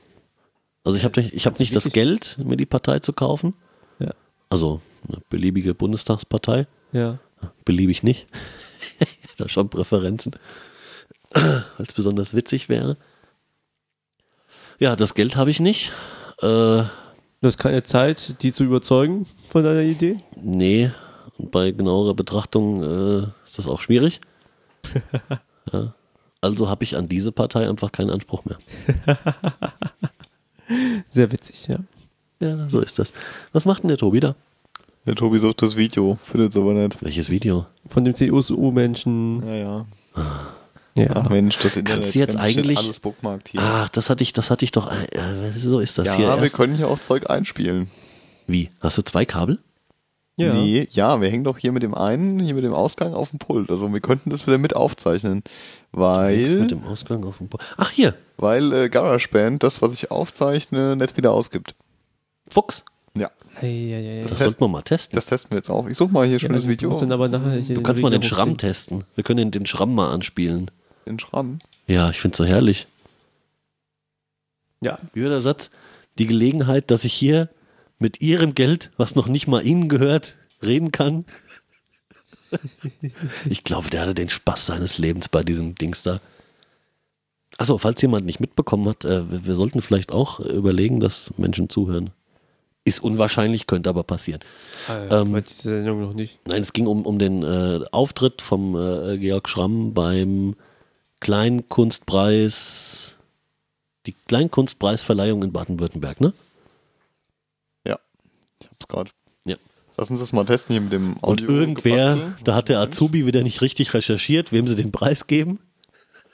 Speaker 1: Also ich habe nicht, ich hab nicht das Geld, mir die Partei zu kaufen.
Speaker 3: Ja.
Speaker 1: Also eine beliebige Bundestagspartei.
Speaker 3: Ja.
Speaker 1: Beliebig nicht. ich hätte schon Präferenzen. Weil es besonders witzig wäre. Ja, das Geld habe ich nicht. Äh,
Speaker 3: Du hast keine Zeit, die zu überzeugen von deiner Idee?
Speaker 1: nee. Und bei genauerer Betrachtung äh, ist das auch schwierig. ja. Also habe ich an diese Partei einfach keinen Anspruch mehr.
Speaker 3: Sehr witzig, ja.
Speaker 1: Ja, so ist das. Was macht denn der Tobi da?
Speaker 2: Der Tobi sucht das Video, findet es aber nicht.
Speaker 1: Welches Video?
Speaker 3: Von dem E CSU-Menschen.
Speaker 2: Naja. Ach
Speaker 3: Ja.
Speaker 2: Mensch, das Internet.
Speaker 1: Kannst du jetzt
Speaker 2: Mensch, steht
Speaker 1: eigentlich-
Speaker 2: Alles bookmarkt hier.
Speaker 1: Ach, das hatte ich, das hatte ich doch. Äh, so ist das
Speaker 2: ja,
Speaker 1: hier.
Speaker 2: wir
Speaker 1: Erst.
Speaker 2: können hier auch Zeug einspielen.
Speaker 1: Wie? Hast du zwei Kabel?
Speaker 3: ja.
Speaker 2: Nee, ja, wir hängen doch hier mit dem einen, hier mit dem Ausgang auf dem Pult. Also wir könnten das wieder mit aufzeichnen.
Speaker 1: Nix Mit
Speaker 2: Weil,
Speaker 1: dem Ausgang auf dem Bo Ach hier,
Speaker 2: weil äh, GarageBand das, was ich aufzeichne, nicht wieder ausgibt.
Speaker 1: Fuchs.
Speaker 2: Ja,
Speaker 3: Eieiei.
Speaker 1: Das,
Speaker 2: Das heißt-
Speaker 1: sollten wir mal testen.
Speaker 2: das testen wir jetzt auch. Ich suche mal hier
Speaker 3: Ja, also
Speaker 2: schon
Speaker 1: also
Speaker 2: das
Speaker 3: du
Speaker 2: Video.
Speaker 3: musst dann aber nachher hier
Speaker 1: du kannst mal den
Speaker 3: Regler
Speaker 1: Schramm
Speaker 3: hochziehen.
Speaker 1: testen. Wir können den, den Schramm mal anspielen.
Speaker 2: Den Schramm.
Speaker 1: Ja, ich find's so herrlich.
Speaker 3: Ja.
Speaker 1: Wie war der Satz? Die Gelegenheit, dass ich hier mit ihrem Geld, was noch nicht mal Ihnen gehört, reden kann. Ich glaube, der hatte den Spaß seines Lebens bei diesem Dings da. Achso, falls jemand nicht mitbekommen hat, äh, wir, wir sollten vielleicht auch überlegen, dass Menschen zuhören. Ist unwahrscheinlich, könnte aber passieren.
Speaker 3: Ah,
Speaker 1: Ähm,
Speaker 3: ähm, die Sendung noch nicht.
Speaker 1: Nein, es ging um, um den äh, Auftritt vom äh, Georg Schramm beim Kleinkunstpreis, die Kleinkunstpreisverleihung in Baden-Württemberg, ne?
Speaker 2: Ich hab's gerade.
Speaker 1: Ja.
Speaker 2: Lass uns das mal testen hier mit dem
Speaker 1: Und
Speaker 2: Audio.
Speaker 1: irgendwer,
Speaker 2: gebastel.
Speaker 1: da hat der Azubi wieder nicht richtig recherchiert, wem sie den Preis geben.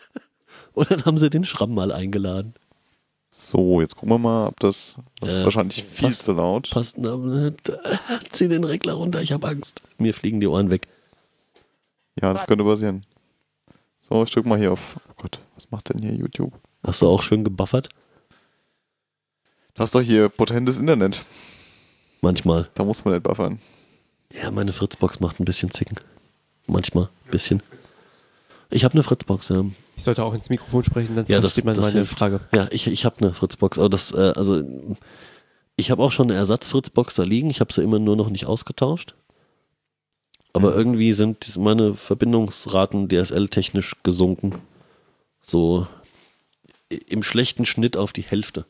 Speaker 1: Und dann haben sie den Schramm mal eingeladen.
Speaker 2: So, jetzt gucken wir mal, ob das. Das ist
Speaker 1: Äh,
Speaker 2: wahrscheinlich viel
Speaker 1: passt-
Speaker 2: zu laut.
Speaker 1: Passt, äh, zieh den Regler runter, ich habe Angst. Mir fliegen die Ohren weg.
Speaker 2: Ja, das könnte passieren. So, ich drück mal hier auf. Oh Gott, was macht denn hier YouTube?
Speaker 1: Hast du auch schön gebuffert?
Speaker 2: Du hast doch hier potentes Internet.
Speaker 1: Manchmal.
Speaker 2: Da muss man nicht buffern.
Speaker 1: Ja, meine Fritzbox macht ein bisschen Zicken. Manchmal, ein bisschen. Ich habe eine Fritzbox, ja.
Speaker 3: Ich sollte auch ins Mikrofon sprechen, dann
Speaker 1: Ja, das-
Speaker 3: versteht man
Speaker 1: das
Speaker 3: meine
Speaker 1: hilft.
Speaker 3: Frage.
Speaker 1: Ja, ich, ich habe eine Fritzbox, aber das, äh, also ich habe auch schon eine Ersatz-Fritzbox da liegen, ich habe sie immer nur noch nicht ausgetauscht. Aber irgendwie sind dies- meine Verbindungsraten DSL-technisch gesunken. So i- im schlechten Schnitt auf die Hälfte.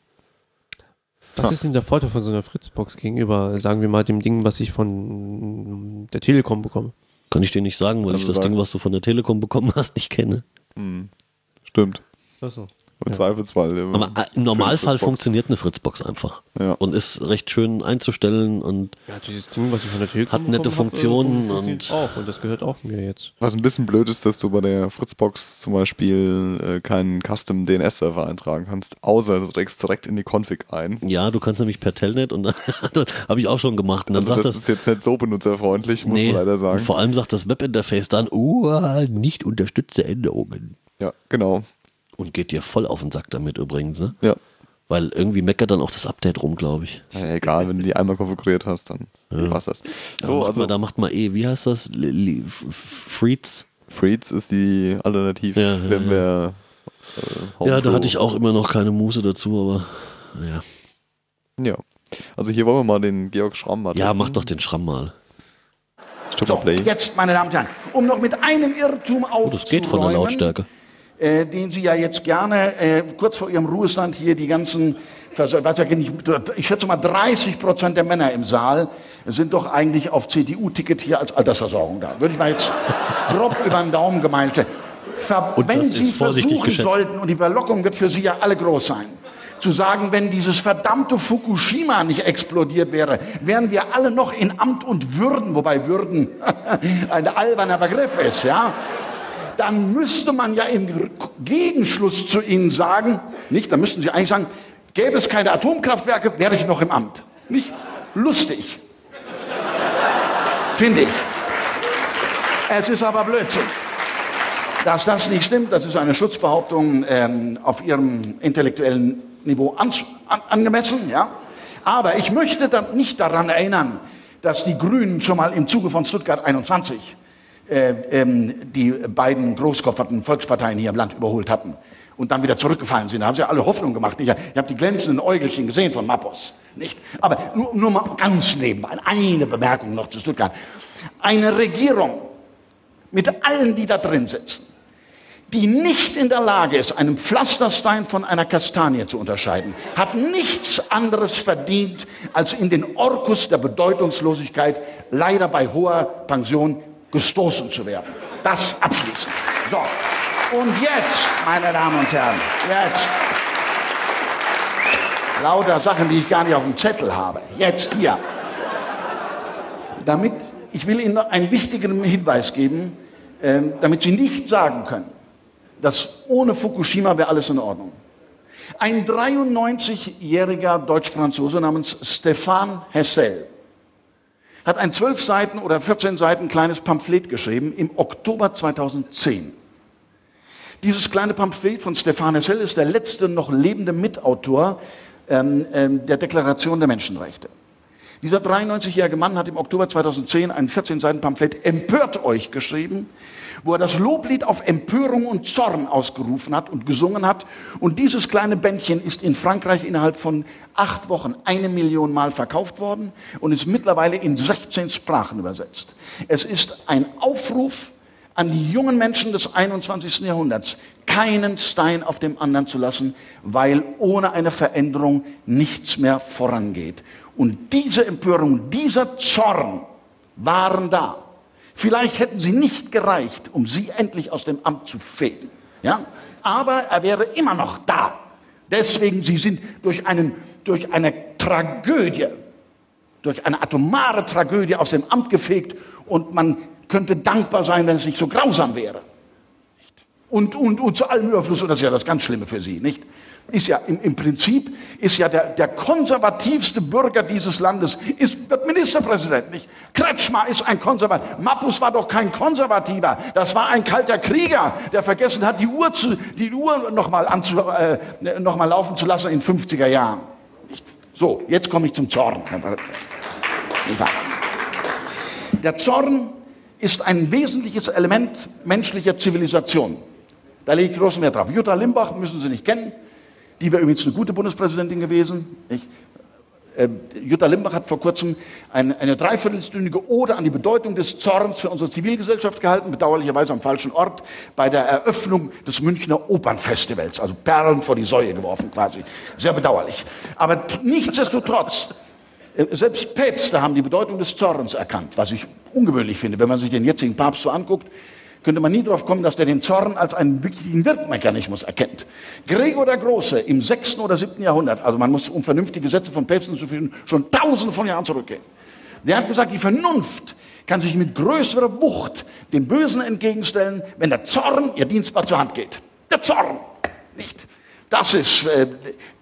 Speaker 3: Was
Speaker 2: Ha.
Speaker 3: ist denn der Vorteil von so einer Fritzbox gegenüber, sagen wir mal, dem Ding, was ich von der Telekom bekomme?
Speaker 1: Kann ich dir nicht sagen, weil
Speaker 2: Also
Speaker 1: ich das
Speaker 2: sagen-
Speaker 1: Ding, was du von der Telekom bekommen hast, nicht kenne.
Speaker 2: Hm. Stimmt.
Speaker 3: Achso.
Speaker 2: Im
Speaker 3: Ja.
Speaker 2: Zweifelsfall. äh,
Speaker 1: Aber äh, im Normalfall
Speaker 2: Fritzbox.
Speaker 1: funktioniert eine Fritzbox einfach.
Speaker 2: Ja.
Speaker 1: Und ist recht schön einzustellen und
Speaker 3: Ja, dieses Ding, was ich von der Telekom
Speaker 1: Hat nette
Speaker 3: bekommen habe,
Speaker 1: Funktionen
Speaker 3: das funktioniert
Speaker 1: und-
Speaker 3: auch und das gehört auch mir jetzt.
Speaker 2: Was ein bisschen blöd ist, dass du bei der Fritzbox zum Beispiel äh, keinen Custom DNS-Server eintragen kannst, außer du trägst direkt in die Config ein.
Speaker 1: ja, du kannst nämlich per Telnet und dann habe ich auch schon gemacht. Und dann
Speaker 2: Also
Speaker 1: sagt
Speaker 2: das,
Speaker 1: das,
Speaker 2: ist jetzt nicht so benutzerfreundlich, muss man leider
Speaker 1: und
Speaker 2: sagen.
Speaker 1: Vor allem sagt das Webinterface dann, uh, nicht unterstützte Änderungen.
Speaker 2: Ja, genau.
Speaker 1: Und geht dir voll auf den Sack damit übrigens, ne?
Speaker 2: Ja.
Speaker 1: Weil irgendwie meckert dann auch das Update rum, glaube ich.
Speaker 2: Naja, egal, wenn du die einmal konfiguriert hast, dann passt das.
Speaker 1: Da,
Speaker 2: So,
Speaker 1: macht
Speaker 2: also
Speaker 1: man, da macht man eh, wie heißt das? Li- Li- F- F- Freeds?
Speaker 2: Freeds ist die Alternative,
Speaker 1: Ja, ja,
Speaker 2: wenn
Speaker 1: ja.
Speaker 2: wir äh, Home
Speaker 1: ja, da
Speaker 2: Pro-
Speaker 1: hatte ich auch immer noch keine Muße dazu, aber ja.
Speaker 2: Ja. Also hier wollen wir mal den Georg Schramm mal
Speaker 1: Ja,
Speaker 2: testen.
Speaker 1: mach doch den Schramm mal.
Speaker 2: Stopp mal
Speaker 5: So,
Speaker 2: Play.
Speaker 5: jetzt, meine Damen und Herren, um noch mit einem Irrtum
Speaker 1: Oh,
Speaker 5: aufzuräumen,
Speaker 1: das geht von der Lautstärke.
Speaker 5: Äh, den Sie ja jetzt gerne äh, kurz vor Ihrem Ruhestand hier die ganzen, Vers- weiß ich, nicht, ich schätze mal 30 Prozent der Männer im Saal sind doch eigentlich auf CDU-Ticket hier als Altersversorgung da. Würde ich mal jetzt grob über den Daumen gemeint stellen. Ver
Speaker 1: Und
Speaker 5: wenn
Speaker 1: das
Speaker 5: Sie
Speaker 1: ist vorsichtig
Speaker 5: versuchen
Speaker 1: geschätzt.
Speaker 5: sollten, und die Verlockung wird für Sie ja alle groß sein, zu sagen, wenn dieses verdammte Fukushima nicht explodiert wäre, wären wir alle noch in Amt und Würden, wobei Würden ein alberner Begriff ist, ja dann müsste man ja im Gegenschluss zu Ihnen sagen, nicht, dann müssten Sie eigentlich sagen, gäbe es keine Atomkraftwerke, wäre ich noch im Amt. Nicht lustig. Finde ich. Es ist aber Blödsinn. Dass das nicht stimmt, das ist eine Schutzbehauptung ähm, auf Ihrem intellektuellen Niveau ans- an, angemessen, ja. Aber ich möchte dann nicht daran erinnern, dass die Grünen schon mal im Zuge von Stuttgart 21 äh, ähm, die beiden großkopferten Volksparteien hier im Land überholt hatten und dann wieder zurückgefallen sind. Da haben sie alle Hoffnung gemacht. Ich, ich habe die glänzenden Äugelchen gesehen von Mappos. Nicht? Aber nur, nur mal ganz nebenbei, eine Bemerkung noch zu Stuttgart. Eine Regierung mit allen, die da drin sitzen, die nicht in der Lage ist, einen Pflasterstein von einer Kastanie zu unterscheiden, hat nichts anderes verdient, als in den Orkus der Bedeutungslosigkeit leider bei hoher Pension gestoßen zu werden. Das abschließend. So. Und jetzt, meine Damen und Herren, jetzt. Lauter Sachen, die ich gar nicht auf dem Zettel habe. Jetzt hier. Damit, ich will Ihnen noch einen wichtigen Hinweis geben, ähm, damit Sie nicht sagen können, dass ohne Fukushima wäre alles in Ordnung. Ein 93-jähriger Deutsch-Franzose namens Stefan Hessel hat ein 12 Seiten oder 14 Seiten kleines Pamphlet geschrieben im Oktober 2010. Dieses kleine Pamphlet von Stefan Hessel ist der letzte noch lebende Mitautor ähm, ähm, der Deklaration der Menschenrechte. Dieser 93-jährige Mann hat im Oktober 2010 ein 14-Seiten-Pamphlet Empört euch geschrieben, wo er das Loblied auf Empörung und Zorn ausgerufen hat und gesungen hat. Und dieses kleine Bändchen ist in Frankreich innerhalb von acht Wochen eine Million Mal verkauft worden und ist mittlerweile in 16 Sprachen übersetzt. Es ist ein Aufruf an die jungen Menschen des 21. Jahrhunderts, keinen Stein auf dem anderen zu lassen, weil ohne eine Veränderung nichts mehr vorangeht. Und diese Empörung, dieser Zorn waren da. Vielleicht hätten sie nicht gereicht, um sie endlich aus dem Amt zu fegen. Ja? Aber er wäre immer noch da. Deswegen, sie sind durch, einen, durch eine Tragödie durch eine atomare Tragödie aus dem Amt gefegt und man könnte dankbar sein, wenn es nicht so grausam wäre. Nicht? Und, und, und zu allem Überfluss, und das ist ja das ganz Schlimme für Sie, nicht? Ist ja im, im Prinzip, ist ja der, der konservativste Bürger dieses Landes, ist, wird Ministerpräsident, nicht? Kretschmer ist ein Konservativer. Mappus war doch kein Konservativer. Das war ein kalter Krieger, der vergessen hat, die Uhr, zu, die Uhr nochmal äh, noch mal laufen zu lassen in 50er Jahren. Nicht? So, jetzt komme ich zum Zorn. Herr Präsident. Nicht wahr? Der Zorn ist ein wesentliches Element menschlicher Zivilisation. Da lege ich großen Wert drauf. Jutta Limbach müssen Sie nicht kennen. Die wäre übrigens eine gute Bundespräsidentin gewesen. Ich, äh, Jutta Limbach hat vor kurzem ein, eine dreiviertelstündige Ode an die Bedeutung des Zorns für unsere Zivilgesellschaft gehalten, bedauerlicherweise am falschen Ort, bei der Eröffnung des Münchner Opernfestivals, also Perlen vor die Säue geworfen quasi. Sehr bedauerlich. Aber nichtsdestotrotz, äh, selbst Päpste haben die Bedeutung des Zorns erkannt, was ich ungewöhnlich finde. Wenn man sich den jetzigen Papst so anguckt, könnte man nie darauf kommen, dass der den Zorn als einen wichtigen Wirkmechanismus erkennt. Gregor der Große im 6. oder 7. Jahrhundert, also man muss, um vernünftige Gesetze von Päpsten zu finden, schon tausende von Jahren zurückgehen. Der hat gesagt, die Vernunft kann sich mit größerer Wucht dem Bösen entgegenstellen, wenn der Zorn ihr dienstbar zur Hand geht. Der Zorn, nicht? Das ist, äh,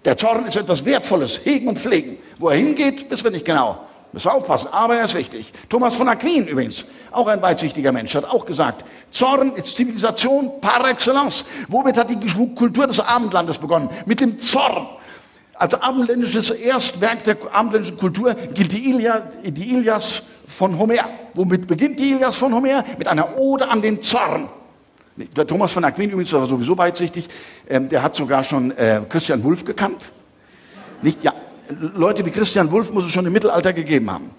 Speaker 5: der Zorn ist etwas Wertvolles, hegen und pflegen. Wo er hingeht, wissen wir nicht genau. Müssen wir aufpassen, aber er ist wichtig. Thomas von Aquin übrigens, auch ein weitsichtiger Mensch, hat auch gesagt, Zorn ist Zivilisation par excellence. Womit hat die Kultur des Abendlandes begonnen? Mit dem Zorn. Als abendländisches Erstwerk der abendländischen Kultur gilt die, Ilia, die Ilias von Homer. Womit beginnt die Ilias von Homer? Mit einer Ode an den Zorn. Der Thomas von Aquin übrigens war sowieso weitsichtig. Ähm, der hat sogar schon äh, Christian Wulff gekannt. Nicht, ja, Leute wie Christian Wulff muss es schon im Mittelalter gegeben haben.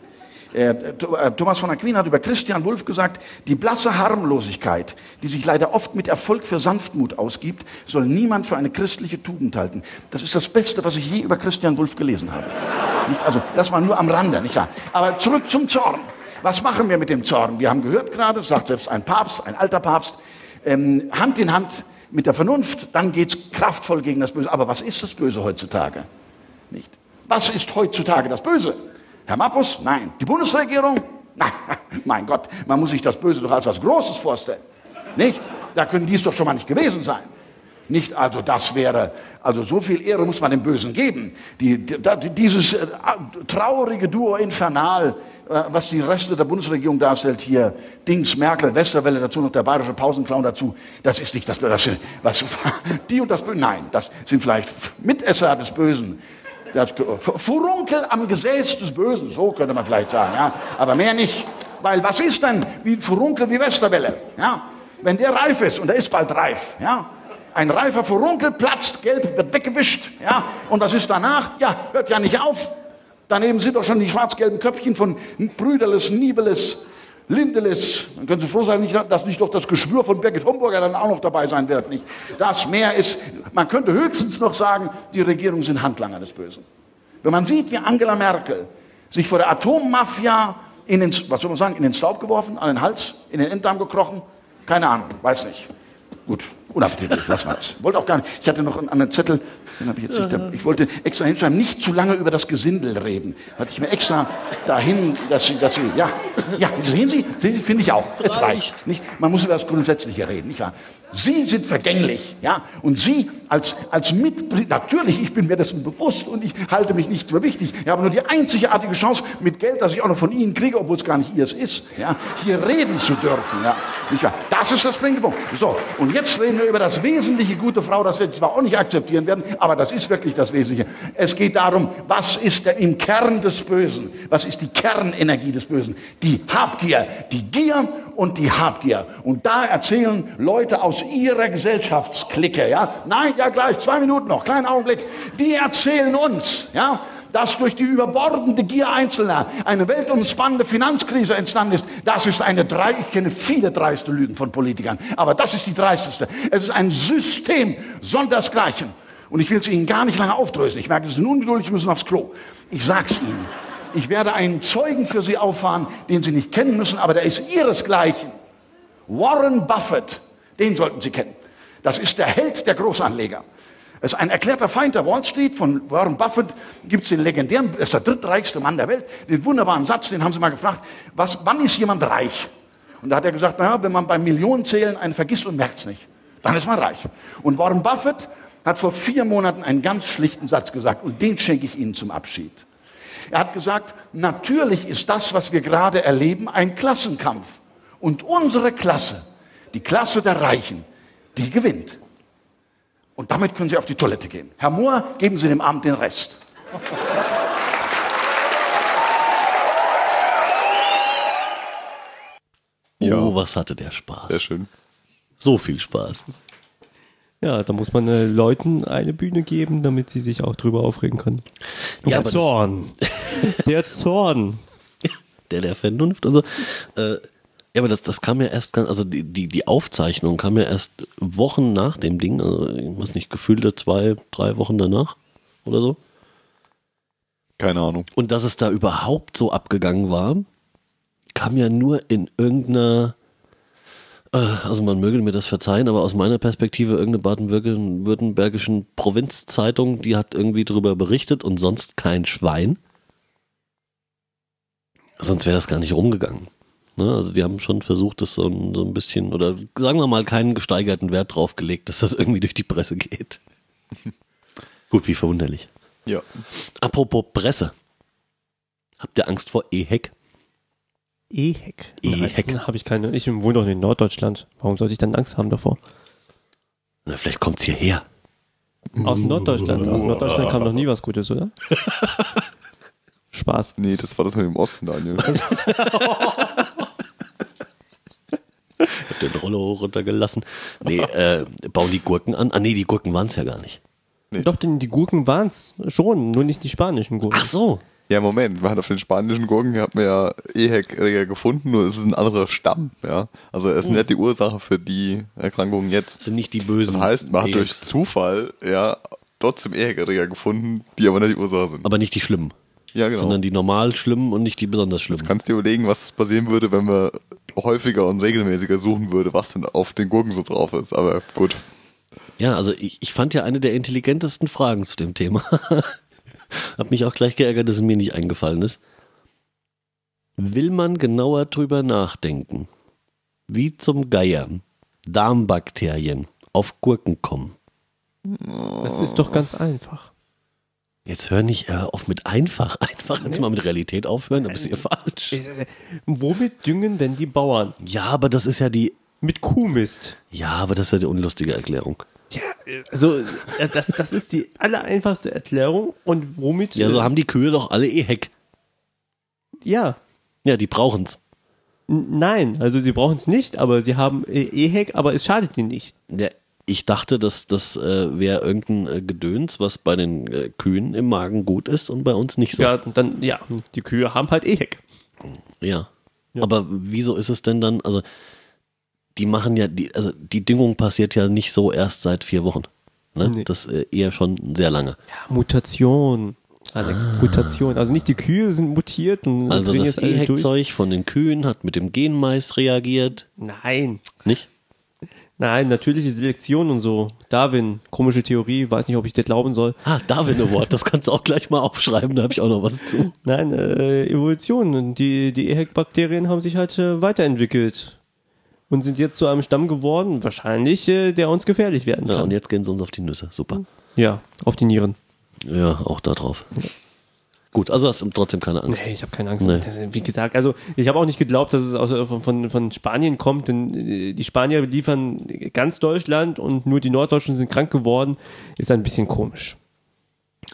Speaker 5: Äh, Th- äh, Thomas von Aquin hat über Christian Wulff gesagt, die blasse Harmlosigkeit, die sich leider oft mit Erfolg für Sanftmut ausgibt, soll niemand für eine christliche Tugend halten. Das ist das Beste, was ich je über Christian Wulff gelesen habe. Nicht? Also, das war nur am Rande, nicht wahr? Aber zurück zum Zorn. Was machen wir mit dem Zorn? Wir haben gehört gerade, das sagt selbst ein Papst, ein alter Papst, ähm, Hand in Hand mit der Vernunft, dann geht's kraftvoll gegen das Böse. Aber was ist das Böse heutzutage? Nicht. Was ist heutzutage das Böse? Herr Mappus? Nein. Die Bundesregierung? Nein. Mein Gott, man muss sich das Böse doch als was Großes vorstellen. Nicht? Da können dies doch schon mal nicht gewesen sein. Nicht also, das wäre, also so viel Ehre muss man dem Bösen geben. Die, die, da- dieses äh, traurige Duo Infernal, äh, was die Reste der Bundesregierung darstellt, hier Dings, Merkel, Westerwelle dazu, noch der bayerische Pausenclown dazu, das ist nicht das, das was, die und das Böse, nein, das sind vielleicht Mitesser des Bösen. Das Furunkel am Gesäß des Bösen, so könnte man vielleicht sagen, ja. Aber mehr nicht. Weil was ist denn wie ein Furunkel wie Westerwelle? Ja? Wenn der reif ist, und er ist bald reif, ja. Ein reifer Furunkel platzt, gelb wird weggewischt, ja. Und was ist danach? Ja, hört ja nicht auf. Daneben sind doch schon die schwarz-gelben Köpfchen von Brüderles, Niebeles, Lindeles. Dann können Sie froh sein, nicht- dass nicht doch das Geschwür von Birgit Homburger dann auch noch dabei sein wird. Nicht? Das mehr ist, man könnte höchstens noch sagen, die Regierung sind Handlanger des Bösen. Wenn man sieht, wie Angela Merkel sich vor der Atommafia in den, was soll man sagen, in den Staub geworfen, an den Hals, in den Enddarm gekrochen, keine Ahnung, weiß nicht. Gut, unappetitlich, lassen wir das. Wollte auch gar nicht. Ich hatte noch einen anderen Zettel, den habe ich jetzt nicht. da- Ich wollte extra hinschreiben, nicht zu lange über das Gesindel reden. Hatte ich mir extra dahin, dass Sie, dass Sie, ja, ja, sehen Sie, sehen Sie, finde ich auch. Es reicht. Nicht? Man muss über das Grundsätzliche reden, nicht wahr? Sie sind vergänglich, ja, und Sie als, als Mitglied, natürlich, ich bin mir dessen bewusst und ich halte mich nicht für wichtig. Ich habe nur die einzigartige Chance, mit Geld, das ich auch noch von Ihnen kriege, obwohl es gar nicht Ihres ist, ja, hier reden zu dürfen, ja. Nicht wahr? Das ist das springende Punkt. So, und jetzt reden wir über das Wesentliche, gute Frau, das wir zwar auch nicht akzeptieren werden, aber das ist wirklich das Wesentliche. Es geht darum, was ist der im Kern des Bösen? Was ist die Kernenergie des Bösen? Die Habgier, die Gier und die Habgier. Und da erzählen Leute aus ihrer Gesellschaftsklicke, ja, nein, ja gleich, zwei Minuten noch, kleinen Augenblick, die erzählen uns, ja, dass durch die überbordende Gier Einzelner eine weltumspannende Finanzkrise entstanden ist, das ist eine drei, ich kenne viele dreiste Lügen von Politikern, aber das ist die dreisteste. Es ist ein System sondersgleichen. Und ich will es Ihnen gar nicht lange aufdröseln. Ich merke, Sie sind ungeduldig, Sie müssen aufs Klo. Ich sag's Ihnen. Ich werde einen Zeugen für Sie auffahren, den Sie nicht kennen müssen, aber der ist Ihresgleichen. Warren Buffett, den sollten Sie kennen. Das ist der Held der Großanleger. Es ist ein erklärter Feind der Wall Street. Von Warren Buffett gibt es den legendären, er ist der drittreichste Mann der Welt, den wunderbaren Satz, den haben sie mal gefragt, was, wann ist jemand reich? Und da hat er gesagt, naja, wenn man beim Millionenzählen einen vergisst und merkt es nicht, dann ist man reich. Und Warren Buffett hat vor vier Monaten einen ganz schlichten Satz gesagt und den schenke ich Ihnen zum Abschied. Er hat gesagt, natürlich ist das, was wir gerade erleben, ein Klassenkampf. Und unsere Klasse, die Klasse der Reichen, die gewinnt. Und damit können Sie auf die Toilette gehen. Herr Mohr, geben Sie dem Abend den Rest.
Speaker 1: Oh, was hatte der Spaß.
Speaker 2: Sehr schön.
Speaker 1: So viel Spaß.
Speaker 3: Ja, da muss man äh, Leuten eine Bühne geben, damit sie sich auch drüber aufregen können.
Speaker 1: Ja,
Speaker 3: Der
Speaker 1: aber das-
Speaker 3: Zorn. Der Zorn.
Speaker 1: der der Vernunft und so. Äh, ja, aber das, das kam ja erst ganz, also die, die, die Aufzeichnung kam ja erst Wochen nach dem Ding, also ich weiß nicht, gefühlte zwei, drei Wochen danach oder so.
Speaker 2: Keine Ahnung.
Speaker 1: Und dass es da überhaupt so abgegangen war, kam ja nur in irgendeiner, äh, also man möge mir das verzeihen, aber aus meiner Perspektive irgendeine baden-württembergischen Provinzzeitung, die hat irgendwie drüber berichtet und sonst kein Schwein. Sonst wäre das gar nicht rumgegangen. Ne? Also die haben schon versucht, das so ein, so ein bisschen, oder sagen wir mal, keinen gesteigerten Wert drauf gelegt, dass das irgendwie durch die Presse geht. Gut, wie verwunderlich.
Speaker 2: Ja.
Speaker 1: Apropos Presse. Habt ihr Angst vor E-Hack?
Speaker 3: E-Heck.
Speaker 1: E-Heck.
Speaker 3: Habe ich keine. Ich wohne doch in Norddeutschland. Warum sollte ich dann Angst haben davor?
Speaker 1: Na, vielleicht kommt's hierher.
Speaker 3: Aus Norddeutschland. Aus Norddeutschland kam noch nie was Gutes, oder? Spaß.
Speaker 2: Nee, das war das mit dem Osten, Daniel.
Speaker 1: Also- Hab den Roller hoch runtergelassen. Nee, äh, bauen die Gurken an? Ah, nee, die Gurken waren's ja gar nicht.
Speaker 3: Doch, denn die Gurken waren's schon, nur nicht die spanischen Gurken.
Speaker 1: Ach so.
Speaker 2: Ja, Moment, man hat auf den spanischen Gurken hat man ja Ehek-Erreger gefunden, nur ist es ist ein anderer Stamm, ja. Also er ist
Speaker 1: Mhm.
Speaker 2: nicht die Ursache für die Erkrankung
Speaker 1: Das
Speaker 2: jetzt.
Speaker 1: sind nicht die bösen.
Speaker 2: Das heißt, man hat durch
Speaker 1: E-Hacks.
Speaker 2: Zufall, ja, trotzdem Ehek-Erreger gefunden, die aber nicht die Ursache sind.
Speaker 1: Aber nicht die schlimmen.
Speaker 2: Ja, genau.
Speaker 1: Sondern die normal schlimmen und nicht die besonders
Speaker 2: Jetzt
Speaker 1: schlimmen.
Speaker 2: kannst du dir überlegen, was passieren würde, wenn man häufiger und regelmäßiger suchen würde, was denn auf den Gurken so drauf ist. Aber gut.
Speaker 1: Ja, also ich, ich fand ja eine der intelligentesten Fragen zu dem Thema. Hab mich auch gleich geärgert, dass es mir nicht eingefallen ist. Will man genauer drüber nachdenken, wie zum Geier Darmbakterien auf Gurken kommen?
Speaker 3: Das ist doch ganz einfach.
Speaker 1: Jetzt hör nicht äh, auf mit einfach. Einfach jetzt mal mit Realität aufhören, dann bist ihr falsch.
Speaker 3: Womit düngen denn die Bauern?
Speaker 1: Ja, aber das ist ja die
Speaker 3: Mit Kuhmist.
Speaker 1: Ja, aber das ist ja die unlustige Erklärung.
Speaker 3: Ja, also äh, das, das ist die allereinfachste Erklärung und womit.
Speaker 1: Ja, so haben die Kühe doch alle eh Heck.
Speaker 3: ja.
Speaker 1: Ja, die brauchen's.
Speaker 3: N- Nein, also sie brauchen es nicht, aber sie haben äh, E-Hack, aber es schadet ihnen nicht.
Speaker 1: Ja, ich dachte, dass das äh, wäre irgendein äh, Gedöns, was bei den äh, Kühen im Magen gut ist und bei uns nicht so.
Speaker 3: Ja, dann, ja, die Kühe haben halt E-Hack.
Speaker 1: Ja. Aber wieso ist es denn dann, also die machen ja, die, also die Düngung passiert ja nicht so erst seit vier Wochen. Ne?
Speaker 3: Nee.
Speaker 1: Das äh, eher schon sehr lange.
Speaker 3: Ja, Mutation. Alex, Mutation. Also nicht die Kühe sind mutiert und
Speaker 1: also
Speaker 3: dringen
Speaker 1: das
Speaker 3: jetzt alle durch.
Speaker 1: E-Heckzeug von den Kühen hat mit dem Genmais reagiert,
Speaker 3: Nein.
Speaker 1: nicht?
Speaker 3: Nein, natürliche Selektion und so. Darwin, komische Theorie, weiß nicht, ob ich dir glauben soll.
Speaker 1: Ah, Darwin Award, das kannst du auch gleich mal aufschreiben, da habe ich auch noch was zu.
Speaker 3: Nein, äh, Evolution. Und Die, die EHEC-Bakterien haben sich halt äh, weiterentwickelt und sind jetzt zu einem Stamm geworden, wahrscheinlich, äh, der uns gefährlich werden
Speaker 1: Ja,
Speaker 3: kann.
Speaker 1: und jetzt gehen sie uns auf die Nüsse, super.
Speaker 3: ja auf die Nieren.
Speaker 1: Ja, auch da drauf. Gut, also hast du trotzdem keine Angst.
Speaker 3: Nee, ich habe keine Angst.
Speaker 1: Nee.
Speaker 3: Das, ist, wie gesagt, also ich habe auch nicht geglaubt, dass es aus, äh, von, von, von Spanien kommt, denn äh, die Spanier liefern ganz Deutschland und nur die Norddeutschen sind krank geworden. Ist ein bisschen komisch.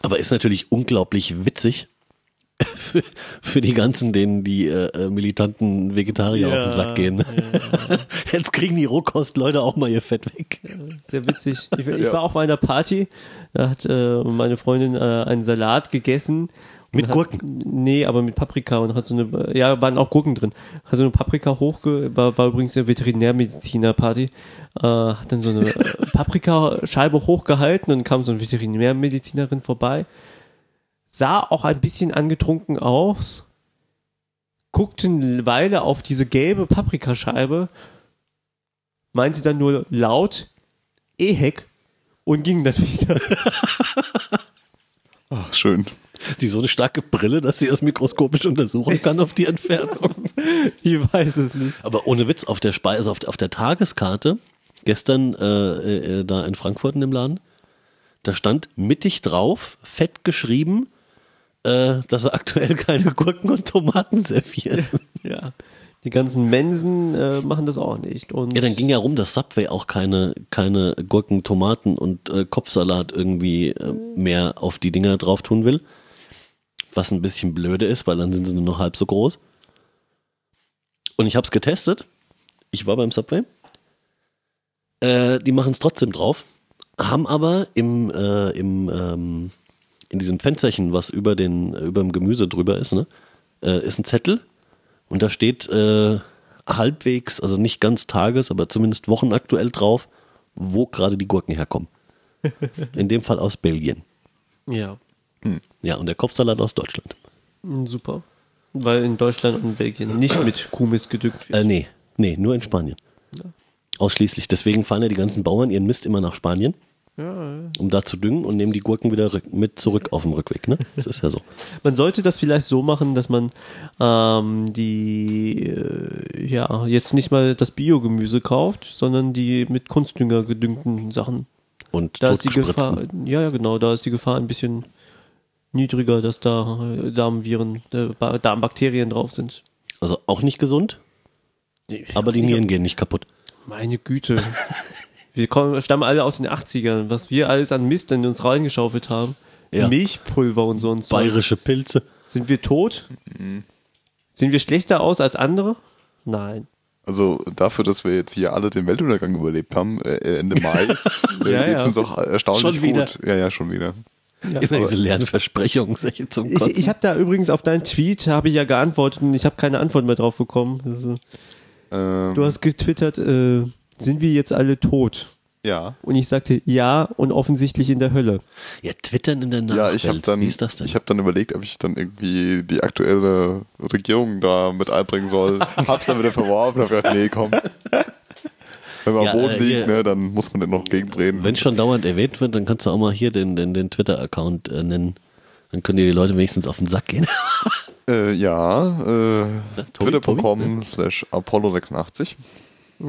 Speaker 1: Aber ist natürlich unglaublich witzig für, für die ganzen, denen die äh, äh, militanten Vegetarier auf den Sack gehen. Jetzt kriegen die Rohkostleute auch mal ihr Fett weg.
Speaker 3: Sehr witzig. Ich, ich war auch bei einer Party, da hat äh, meine Freundin äh, einen Salat gegessen. und
Speaker 1: Mit
Speaker 3: hat,
Speaker 1: Gurken?
Speaker 3: Nee, aber mit Paprika und hat so eine, ja, waren auch Gurken drin. Hat so eine Paprika hochge, war, war übrigens eine Veterinärmediziner-Party, äh, hat dann so eine äh, Paprikascheibe hochgehalten und kam so eine Veterinärmedizinerin vorbei. Sah auch ein bisschen angetrunken aus, guckte eine Weile auf diese gelbe Paprikascheibe, meinte dann nur laut, Ehek und ging dann wieder.
Speaker 2: Ach, schön.
Speaker 1: Die so eine starke Brille, dass sie das mikroskopisch untersuchen kann auf die Entfernung.
Speaker 3: Ich weiß es nicht.
Speaker 1: Aber ohne Witz, auf der Speise, also auf, auf der Tageskarte, gestern äh, äh, da in Frankfurt in dem Laden, da stand mittig drauf, fett geschrieben, äh, dass er aktuell keine Gurken und Tomaten serviert.
Speaker 3: Ja. Die ganzen Mensen äh, machen das auch nicht. Und
Speaker 1: Ja, dann ging ja rum, dass Subway auch keine, keine Gurken, Tomaten und äh, Kopfsalat irgendwie äh, mehr auf die Dinger drauf tun will. Was ein bisschen blöde ist, weil dann sind sie nur noch halb so groß. Und ich habe es getestet. Ich war beim Subway. Äh, die machen es trotzdem drauf. Haben aber im, äh, im, ähm, in diesem Fensterchen, was über, den, über dem Gemüse drüber ist, ne, äh, ist ein Zettel. Und da steht äh, halbwegs, also nicht ganz tages, aber zumindest wochenaktuell drauf, wo gerade die Gurken herkommen. In dem Fall aus Belgien.
Speaker 3: ja, Hm,
Speaker 1: Ja, und der Kopfsalat aus Deutschland.
Speaker 3: super. Weil in Deutschland und Belgien nicht mit Kuhmist gedüngt wird.
Speaker 1: Äh, nee, nee, nur in Spanien. Ausschließlich. Deswegen fahren ja die ganzen Bauern ihren Mist immer nach Spanien, um da zu düngen und nehmen die Gurken wieder rück- mit zurück auf dem Rückweg. Ne? Das ist ja so.
Speaker 3: Man sollte das vielleicht so machen, dass man ähm, die, äh, ja, jetzt nicht mal das Biogemüse kauft, sondern die mit Kunstdünger gedüngten Sachen.
Speaker 1: Und
Speaker 3: Da ist die
Speaker 1: totgespritzen.
Speaker 3: Gefahr, ja, ja, genau, da ist die Gefahr ein bisschen niedriger, dass da äh, Darmviren, äh, Ba- Darmbakterien drauf sind.
Speaker 1: Also auch nicht gesund, aber die Nieren gehen nicht kaputt.
Speaker 3: Meine Güte. Wir kommen, stammen alle aus den 80ern, was wir alles an Mist in uns reingeschaufelt haben.
Speaker 1: Ja.
Speaker 3: Milchpulver und so und so.
Speaker 1: Bayerische Pilze.
Speaker 3: Sind wir tot? Sind wir schlechter aus als andere? Nein.
Speaker 2: Also dafür, dass wir jetzt hier alle den Weltuntergang überlebt haben, äh, Ende Mai, äh,
Speaker 3: Ja,
Speaker 2: geht's
Speaker 3: ja.
Speaker 2: uns auch erstaunlich
Speaker 1: Schon wieder.
Speaker 2: gut. Ja, ja, schon wieder.
Speaker 1: Immer diese leeren Versprechungen solche zum
Speaker 3: Ich,
Speaker 1: Kotzen.
Speaker 3: ich habe da übrigens auf deinen Tweet habe ich ja geantwortet und ich habe keine Antwort mehr drauf bekommen. Also,
Speaker 2: Ähm,
Speaker 3: du hast getwittert, äh, sind wir jetzt alle tot?
Speaker 2: ja.
Speaker 3: Und ich sagte ja und offensichtlich in der Hölle.
Speaker 1: Ja, twittern in der Nacht.
Speaker 2: Ja, ich habe dann,
Speaker 1: Wie ist das denn?
Speaker 2: ich habe dann überlegt, ob ich dann irgendwie die aktuelle Regierung da mit einbringen soll. Hab's dann wieder verworfen, hab gedacht, nee, komm. Wenn man
Speaker 1: Ja,
Speaker 2: am Boden
Speaker 1: äh,
Speaker 2: liegt,
Speaker 1: hier-
Speaker 2: ne, dann muss man den noch gegendrehen.
Speaker 1: Wenn es schon dauernd erwähnt wird, dann kannst du auch mal hier den, den, den Twitter-Account äh, nennen. Dann können dir die Leute wenigstens auf den Sack gehen.
Speaker 2: Äh, ja, äh,
Speaker 1: Tobi,
Speaker 2: twitter.com slash apollo86.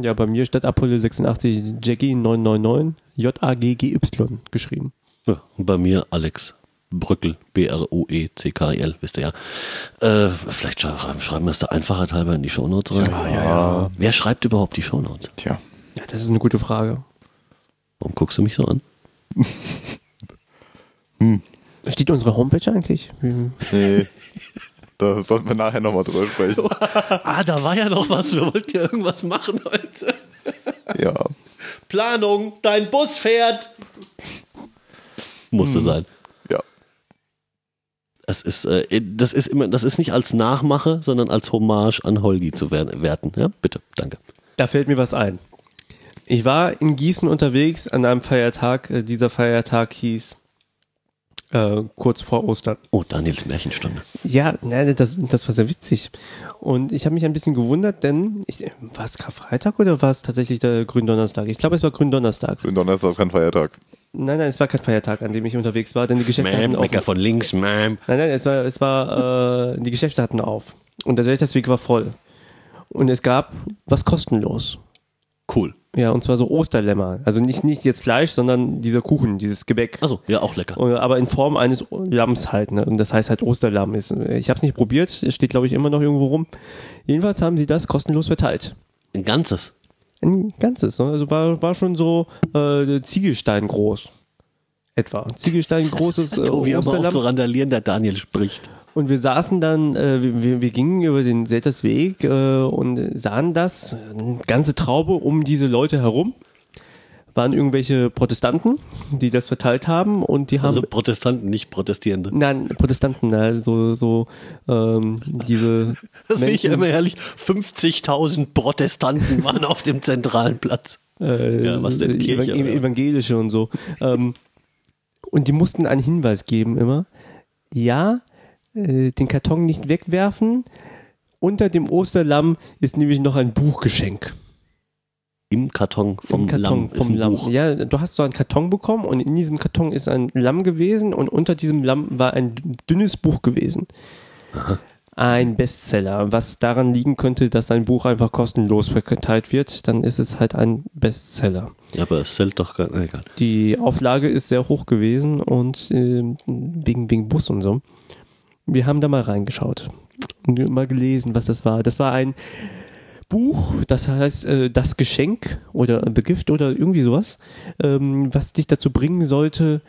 Speaker 3: Ja, bei mir statt Apollo 86 Jackie 999 J A G G Y geschrieben.
Speaker 1: Ja, Und bei mir Alex Brückel, E B-R-U-E-C-K-I-L, wisst ihr ja. Äh, vielleicht schreiben, schreiben wir es da einfacher halber in die Shownotes rein. Ja, ja, ja. Wer schreibt überhaupt die Shownotes?
Speaker 2: Tja.
Speaker 3: Ja, das ist eine gute Frage.
Speaker 1: Warum guckst du mich so an?
Speaker 3: Steht unsere Homepage eigentlich? Hm.
Speaker 2: Nee. da sollten wir nachher nochmal drüber sprechen.
Speaker 1: Ah, da war ja noch was. Wir wollten ja irgendwas machen heute.
Speaker 2: ja.
Speaker 1: Planung, dein Bus fährt. Musste sein.
Speaker 2: Ja.
Speaker 1: Das ist, äh, das ist immer, das ist nicht als Nachmache, sondern als Hommage an Holgi zu wer- werten. Ja, bitte, danke.
Speaker 3: Da fällt mir was ein. Ich war in Gießen unterwegs an einem Feiertag. Äh, Dieser Feiertag hieß äh, kurz vor Ostern.
Speaker 1: Oh, Daniels Märchenstunde.
Speaker 3: Ja, nein, das, das war sehr witzig. Und ich habe mich ein bisschen gewundert, denn ich, war es Karfreitag oder war es tatsächlich der Gründonnerstag? Ich glaube, es war Gründonnerstag.
Speaker 2: Für den Donnerstag ist kein Feiertag.
Speaker 3: Nein, nein, es war kein Feiertag, an dem ich unterwegs war, denn die Geschäfte hatten auf.
Speaker 1: Mecker von links, Ma'am.
Speaker 3: Nein, nein, es war, es war, äh, die Geschäfte hatten auf. Und der Seltersweg war voll. Und es gab was kostenlos.
Speaker 1: Cool.
Speaker 3: Ja, und zwar so Osterlämmer. Also nicht, nicht jetzt Fleisch, sondern dieser Kuchen, dieses Gebäck.
Speaker 1: Achso, ja, auch lecker.
Speaker 3: Und- Aber in Form eines Lamms halt, ne? Und das heißt halt Osterlamm ist. Ich habe es nicht probiert, es steht glaube ich immer noch irgendwo rum. Jedenfalls haben sie das kostenlos verteilt.
Speaker 1: Ein ganzes.
Speaker 3: Ein ganzes, ne? Also war, war schon so äh, Ziegelstein groß. Etwa. Ziegelstein großes äh,
Speaker 1: Oh, wir haben auch
Speaker 3: Osterlamm.
Speaker 1: zu randalieren, der Daniel spricht.
Speaker 3: Und wir saßen dann, äh, wir- wir, wir gingen über den Seltersweg äh, und sahen das, eine ganze Traube um diese Leute herum. Waren irgendwelche Protestanten, die das verteilt haben und die haben.
Speaker 1: Also Protestanten, nicht Protestierende.
Speaker 3: nein, Protestanten, also so ähm, diese.
Speaker 1: Das finde ich ja
Speaker 3: Menschen,
Speaker 1: immer herrlich. 50.000 Protestanten waren auf dem zentralen Platz.
Speaker 3: äh,
Speaker 1: ja, was denn, Kirche,
Speaker 3: Evan-
Speaker 1: oder?
Speaker 3: Evangelische und so. ähm, und die mussten einen Hinweis geben immer. Ja, äh, den Karton nicht wegwerfen. Unter dem Osterlamm ist nämlich noch ein Buchgeschenk.
Speaker 1: Im Karton vom
Speaker 3: Im Karton
Speaker 1: Lamm. ist
Speaker 3: vom
Speaker 1: ein
Speaker 3: Lamm.
Speaker 1: Buch.
Speaker 3: Ja, du hast so einen Karton bekommen und in diesem Karton ist ein Lamm gewesen und unter diesem Lamm war ein dünnes Buch gewesen. Ein Bestseller, was daran liegen könnte, dass ein Buch einfach kostenlos verteilt wird, dann ist es halt ein Bestseller.
Speaker 1: Ja, aber es zählt doch gar nicht.
Speaker 3: Die Auflage ist sehr hoch gewesen und ähm, wegen, wegen Bus und so. Wir haben da mal reingeschaut und mal gelesen, was das war. Das war ein Buch, das heißt äh, das Geschenk oder The Gift oder irgendwie sowas, ähm, was dich dazu bringen sollte,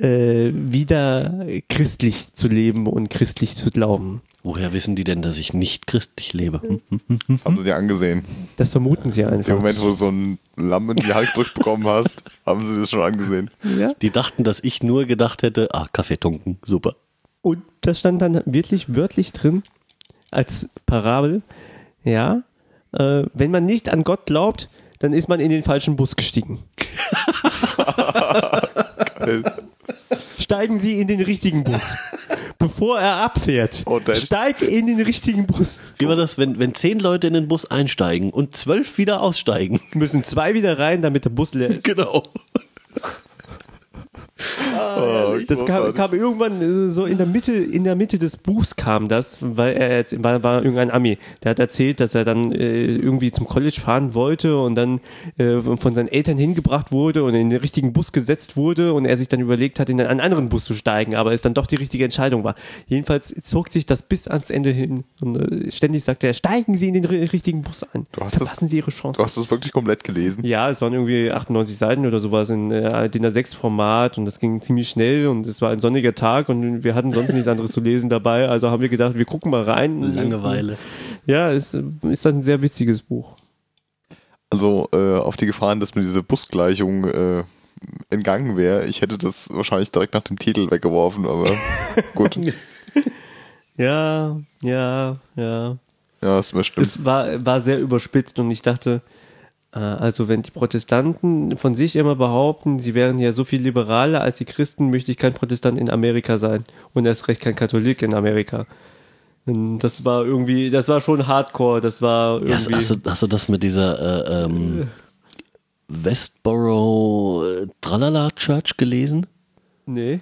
Speaker 3: äh, wieder christlich zu leben und christlich zu glauben.
Speaker 1: Woher wissen die denn, dass ich nicht christlich lebe? Hm?
Speaker 2: Das haben sie dir angesehen.
Speaker 3: Das vermuten sie
Speaker 2: Im
Speaker 3: einfach.
Speaker 2: Moment, wo du so ein Lamm in die Hand gedrückt bekommen hast, haben sie das schon angesehen.
Speaker 3: ja.
Speaker 1: Die dachten, dass ich nur gedacht hätte, ah, Kaffee tunken, super.
Speaker 3: Und da stand dann wirklich wörtlich drin, als Parabel, ja, äh, wenn man nicht an Gott glaubt, dann ist man in den falschen Bus gestiegen. Steigen Sie in den richtigen Bus, bevor er abfährt.
Speaker 2: Oh, das-
Speaker 3: Steig in den richtigen Bus.
Speaker 1: Wie war das, wenn, wenn zehn Leute in den Bus einsteigen und zwölf wieder aussteigen?
Speaker 3: Müssen zwei wieder rein, damit der Bus leer ist.
Speaker 1: Genau.
Speaker 2: Oh,
Speaker 3: Das kam,
Speaker 2: großartig.
Speaker 3: kam irgendwann äh, so in der Mitte, in der Mitte des Buchs kam das, weil er jetzt war, war irgendein Ami, der hat erzählt, dass er dann äh, irgendwie zum College fahren wollte und dann äh, von seinen Eltern hingebracht wurde und in den richtigen Bus gesetzt wurde und er sich dann überlegt hat, in einen anderen Bus zu steigen, aber es dann doch die richtige Entscheidung war. Jedenfalls zog sich das bis ans Ende hin und äh, ständig sagte er, steigen Sie in den ri- richtigen Bus ein.
Speaker 2: Du hast das-
Speaker 3: Verpassen Sie Ihre Chance.
Speaker 2: Du hast das wirklich komplett gelesen.
Speaker 3: Ja, es waren irgendwie 98 Seiten oder sowas in äh, DIN A6-Format und das ging ziemlich schnell und es war ein sonniger Tag und wir hatten sonst nichts anderes zu lesen dabei, also haben wir gedacht, wir gucken mal rein.
Speaker 1: Langeweile.
Speaker 3: Ja, es äh, ist ein sehr witziges Buch.
Speaker 2: Also äh, auf die Gefahren, dass mir diese Busgleichung äh, entgangen wäre. Ich hätte das wahrscheinlich direkt nach dem Titel weggeworfen, aber gut.
Speaker 3: Ja, ja, ja.
Speaker 2: Ja, ist mir schlimm.
Speaker 3: Es war, war sehr überspitzt und ich dachte, äh, also wenn die Protestanten von sich immer behaupten, sie wären ja so viel liberaler als die Christen, möchte ich kein Protestant in Amerika sein und erst recht kein Katholik in Amerika. Und Das war irgendwie, das war schon Hardcore, das war irgendwie.
Speaker 1: Ja, also- hast, hast, du, hast du das mit dieser äh, ähm, Westboro äh, Tralala Church gelesen?
Speaker 3: nee.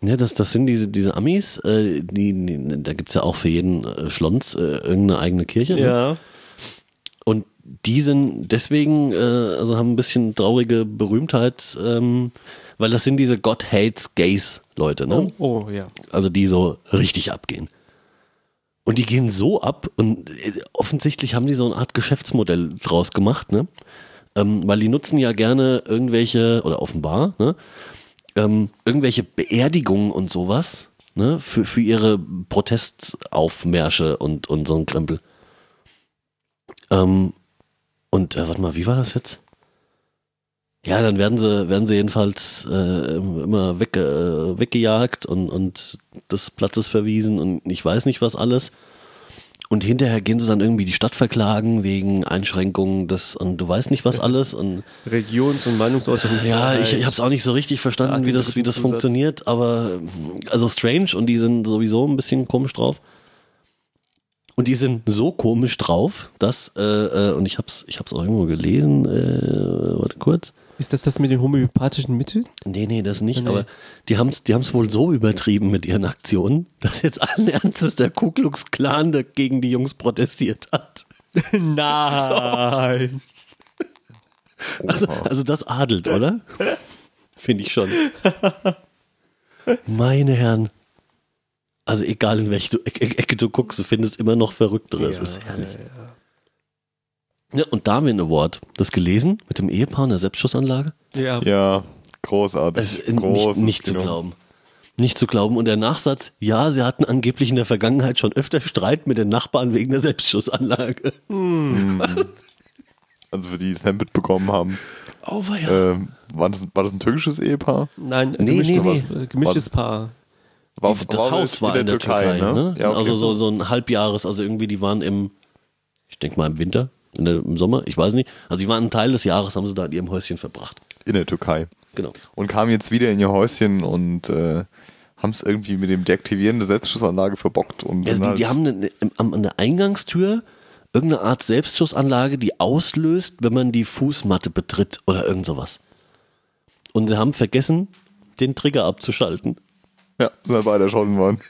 Speaker 1: Ja, das, das sind diese, diese Amis, äh, die, Mhm. die, da gibt es ja auch für jeden äh, Schlons äh, irgendeine eigene Kirche. ne?
Speaker 3: Ja.
Speaker 1: Und die sind deswegen, äh, also haben ein bisschen traurige Berühmtheit, ähm, weil das sind diese God hates Gays Leute, ne?
Speaker 3: Oh, oh ja.
Speaker 1: Also die so richtig abgehen. Und die gehen so ab und äh, offensichtlich haben die so eine Art Geschäftsmodell draus gemacht, ne? Ähm, weil die nutzen ja gerne irgendwelche, oder offenbar, ne? Ähm, irgendwelche Beerdigungen und sowas, ne? Für, für ihre Protestaufmärsche und, und so ein Krempel. Ähm, und äh, warte mal, wie war das jetzt? Ja, dann werden sie, werden sie jedenfalls äh, immer wegge, äh, weggejagt und, und des Platzes verwiesen und ich weiß nicht was alles. Und hinterher gehen sie dann irgendwie die Stadt verklagen wegen Einschränkungen des und du weißt nicht was alles und
Speaker 3: Regions- und Meinungsäußerung.
Speaker 1: ja, ich, ich habe es auch nicht so richtig
Speaker 3: Ach,
Speaker 1: verstanden, wie
Speaker 3: den
Speaker 1: das, wie
Speaker 3: dritten
Speaker 1: das
Speaker 3: Zusatz.
Speaker 1: funktioniert, aber also strange und die sind sowieso ein bisschen komisch drauf. Und die sind so komisch drauf, dass, äh, äh, und ich hab's, ich hab's auch irgendwo gelesen, äh, warte kurz.
Speaker 3: Ist das das mit den homöopathischen Mitteln?
Speaker 1: Nee, nee, das nicht,
Speaker 3: Nee.
Speaker 1: aber die haben's, die haben's wohl so übertrieben mit ihren Aktionen, dass jetzt allen Ernstes der Ku Klux Klan der- gegen die Jungs protestiert hat.
Speaker 3: Nein.
Speaker 1: Also, also das adelt, oder? Finde ich schon. Meine Herren. Also egal in welche du- Ecke Ecke du guckst, du findest immer noch Verrücktere. Es ist herrlich. Ja, und Darwin Award, das gelesen mit dem Ehepaar in der Selbstschussanlage?
Speaker 3: Ja.
Speaker 2: Ja, großartig.
Speaker 1: Es ist nicht, nicht zu
Speaker 2: Kino.
Speaker 1: glauben. Nicht zu glauben. Und der Nachsatz, ja, sie hatten angeblich in der Vergangenheit schon öfter Streit mit den Nachbarn wegen der Selbstschussanlage.
Speaker 2: Also für die es Sambit bekommen haben.
Speaker 1: Oh, ja.
Speaker 2: Ähm, war, das, war das ein türkisches Ehepaar?
Speaker 3: Nein,
Speaker 1: Nee,
Speaker 3: gemischtes,
Speaker 1: nee,
Speaker 3: äh, gemischtes Paar.
Speaker 2: War,
Speaker 1: das
Speaker 2: war
Speaker 1: Haus war in der Türkei, ne?
Speaker 2: Ja, okay.
Speaker 1: Also so, so ein Halbjahres, also irgendwie, die waren im, ich denke mal im Winter, in der, im Sommer, ich weiß nicht. Also die waren einen Teil des Jahres, haben sie da in ihrem Häuschen verbracht.
Speaker 2: in der Türkei.
Speaker 1: Genau.
Speaker 2: Und kamen jetzt wieder in ihr Häuschen und äh, haben es irgendwie mit dem Deaktivieren der Selbstschussanlage verbockt. Und
Speaker 1: Also
Speaker 2: sind
Speaker 1: die, die
Speaker 2: halt-
Speaker 1: haben eine, im- am- an der Eingangstür irgendeine Art Selbstschussanlage, die auslöst, wenn man die Fußmatte betritt oder irgend sowas. Und sie haben vergessen, den Trigger abzuschalten.
Speaker 2: ja, sind halt beide erschossen worden.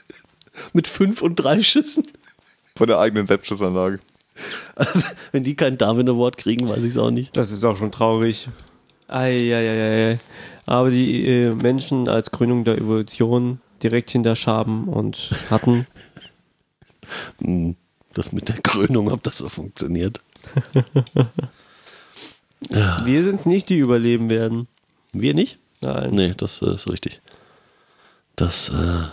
Speaker 1: Mit fünf und drei Schüssen.
Speaker 2: Von der eigenen Selbstschussanlage.
Speaker 1: Wenn die keinen Darwin Award kriegen, weiß ich es auch nicht.
Speaker 3: Das ist auch schon traurig. Eieieiei. Aber die äh, Menschen als Krönung der Evolution direkt hinter Schaben und hatten.
Speaker 1: Hm, Das mit der Krönung, ob das so funktioniert.
Speaker 3: Wir sind's nicht, die überleben werden.
Speaker 1: Wir nicht?
Speaker 3: Nein.
Speaker 1: Nee, das äh, ist richtig. Das, äh,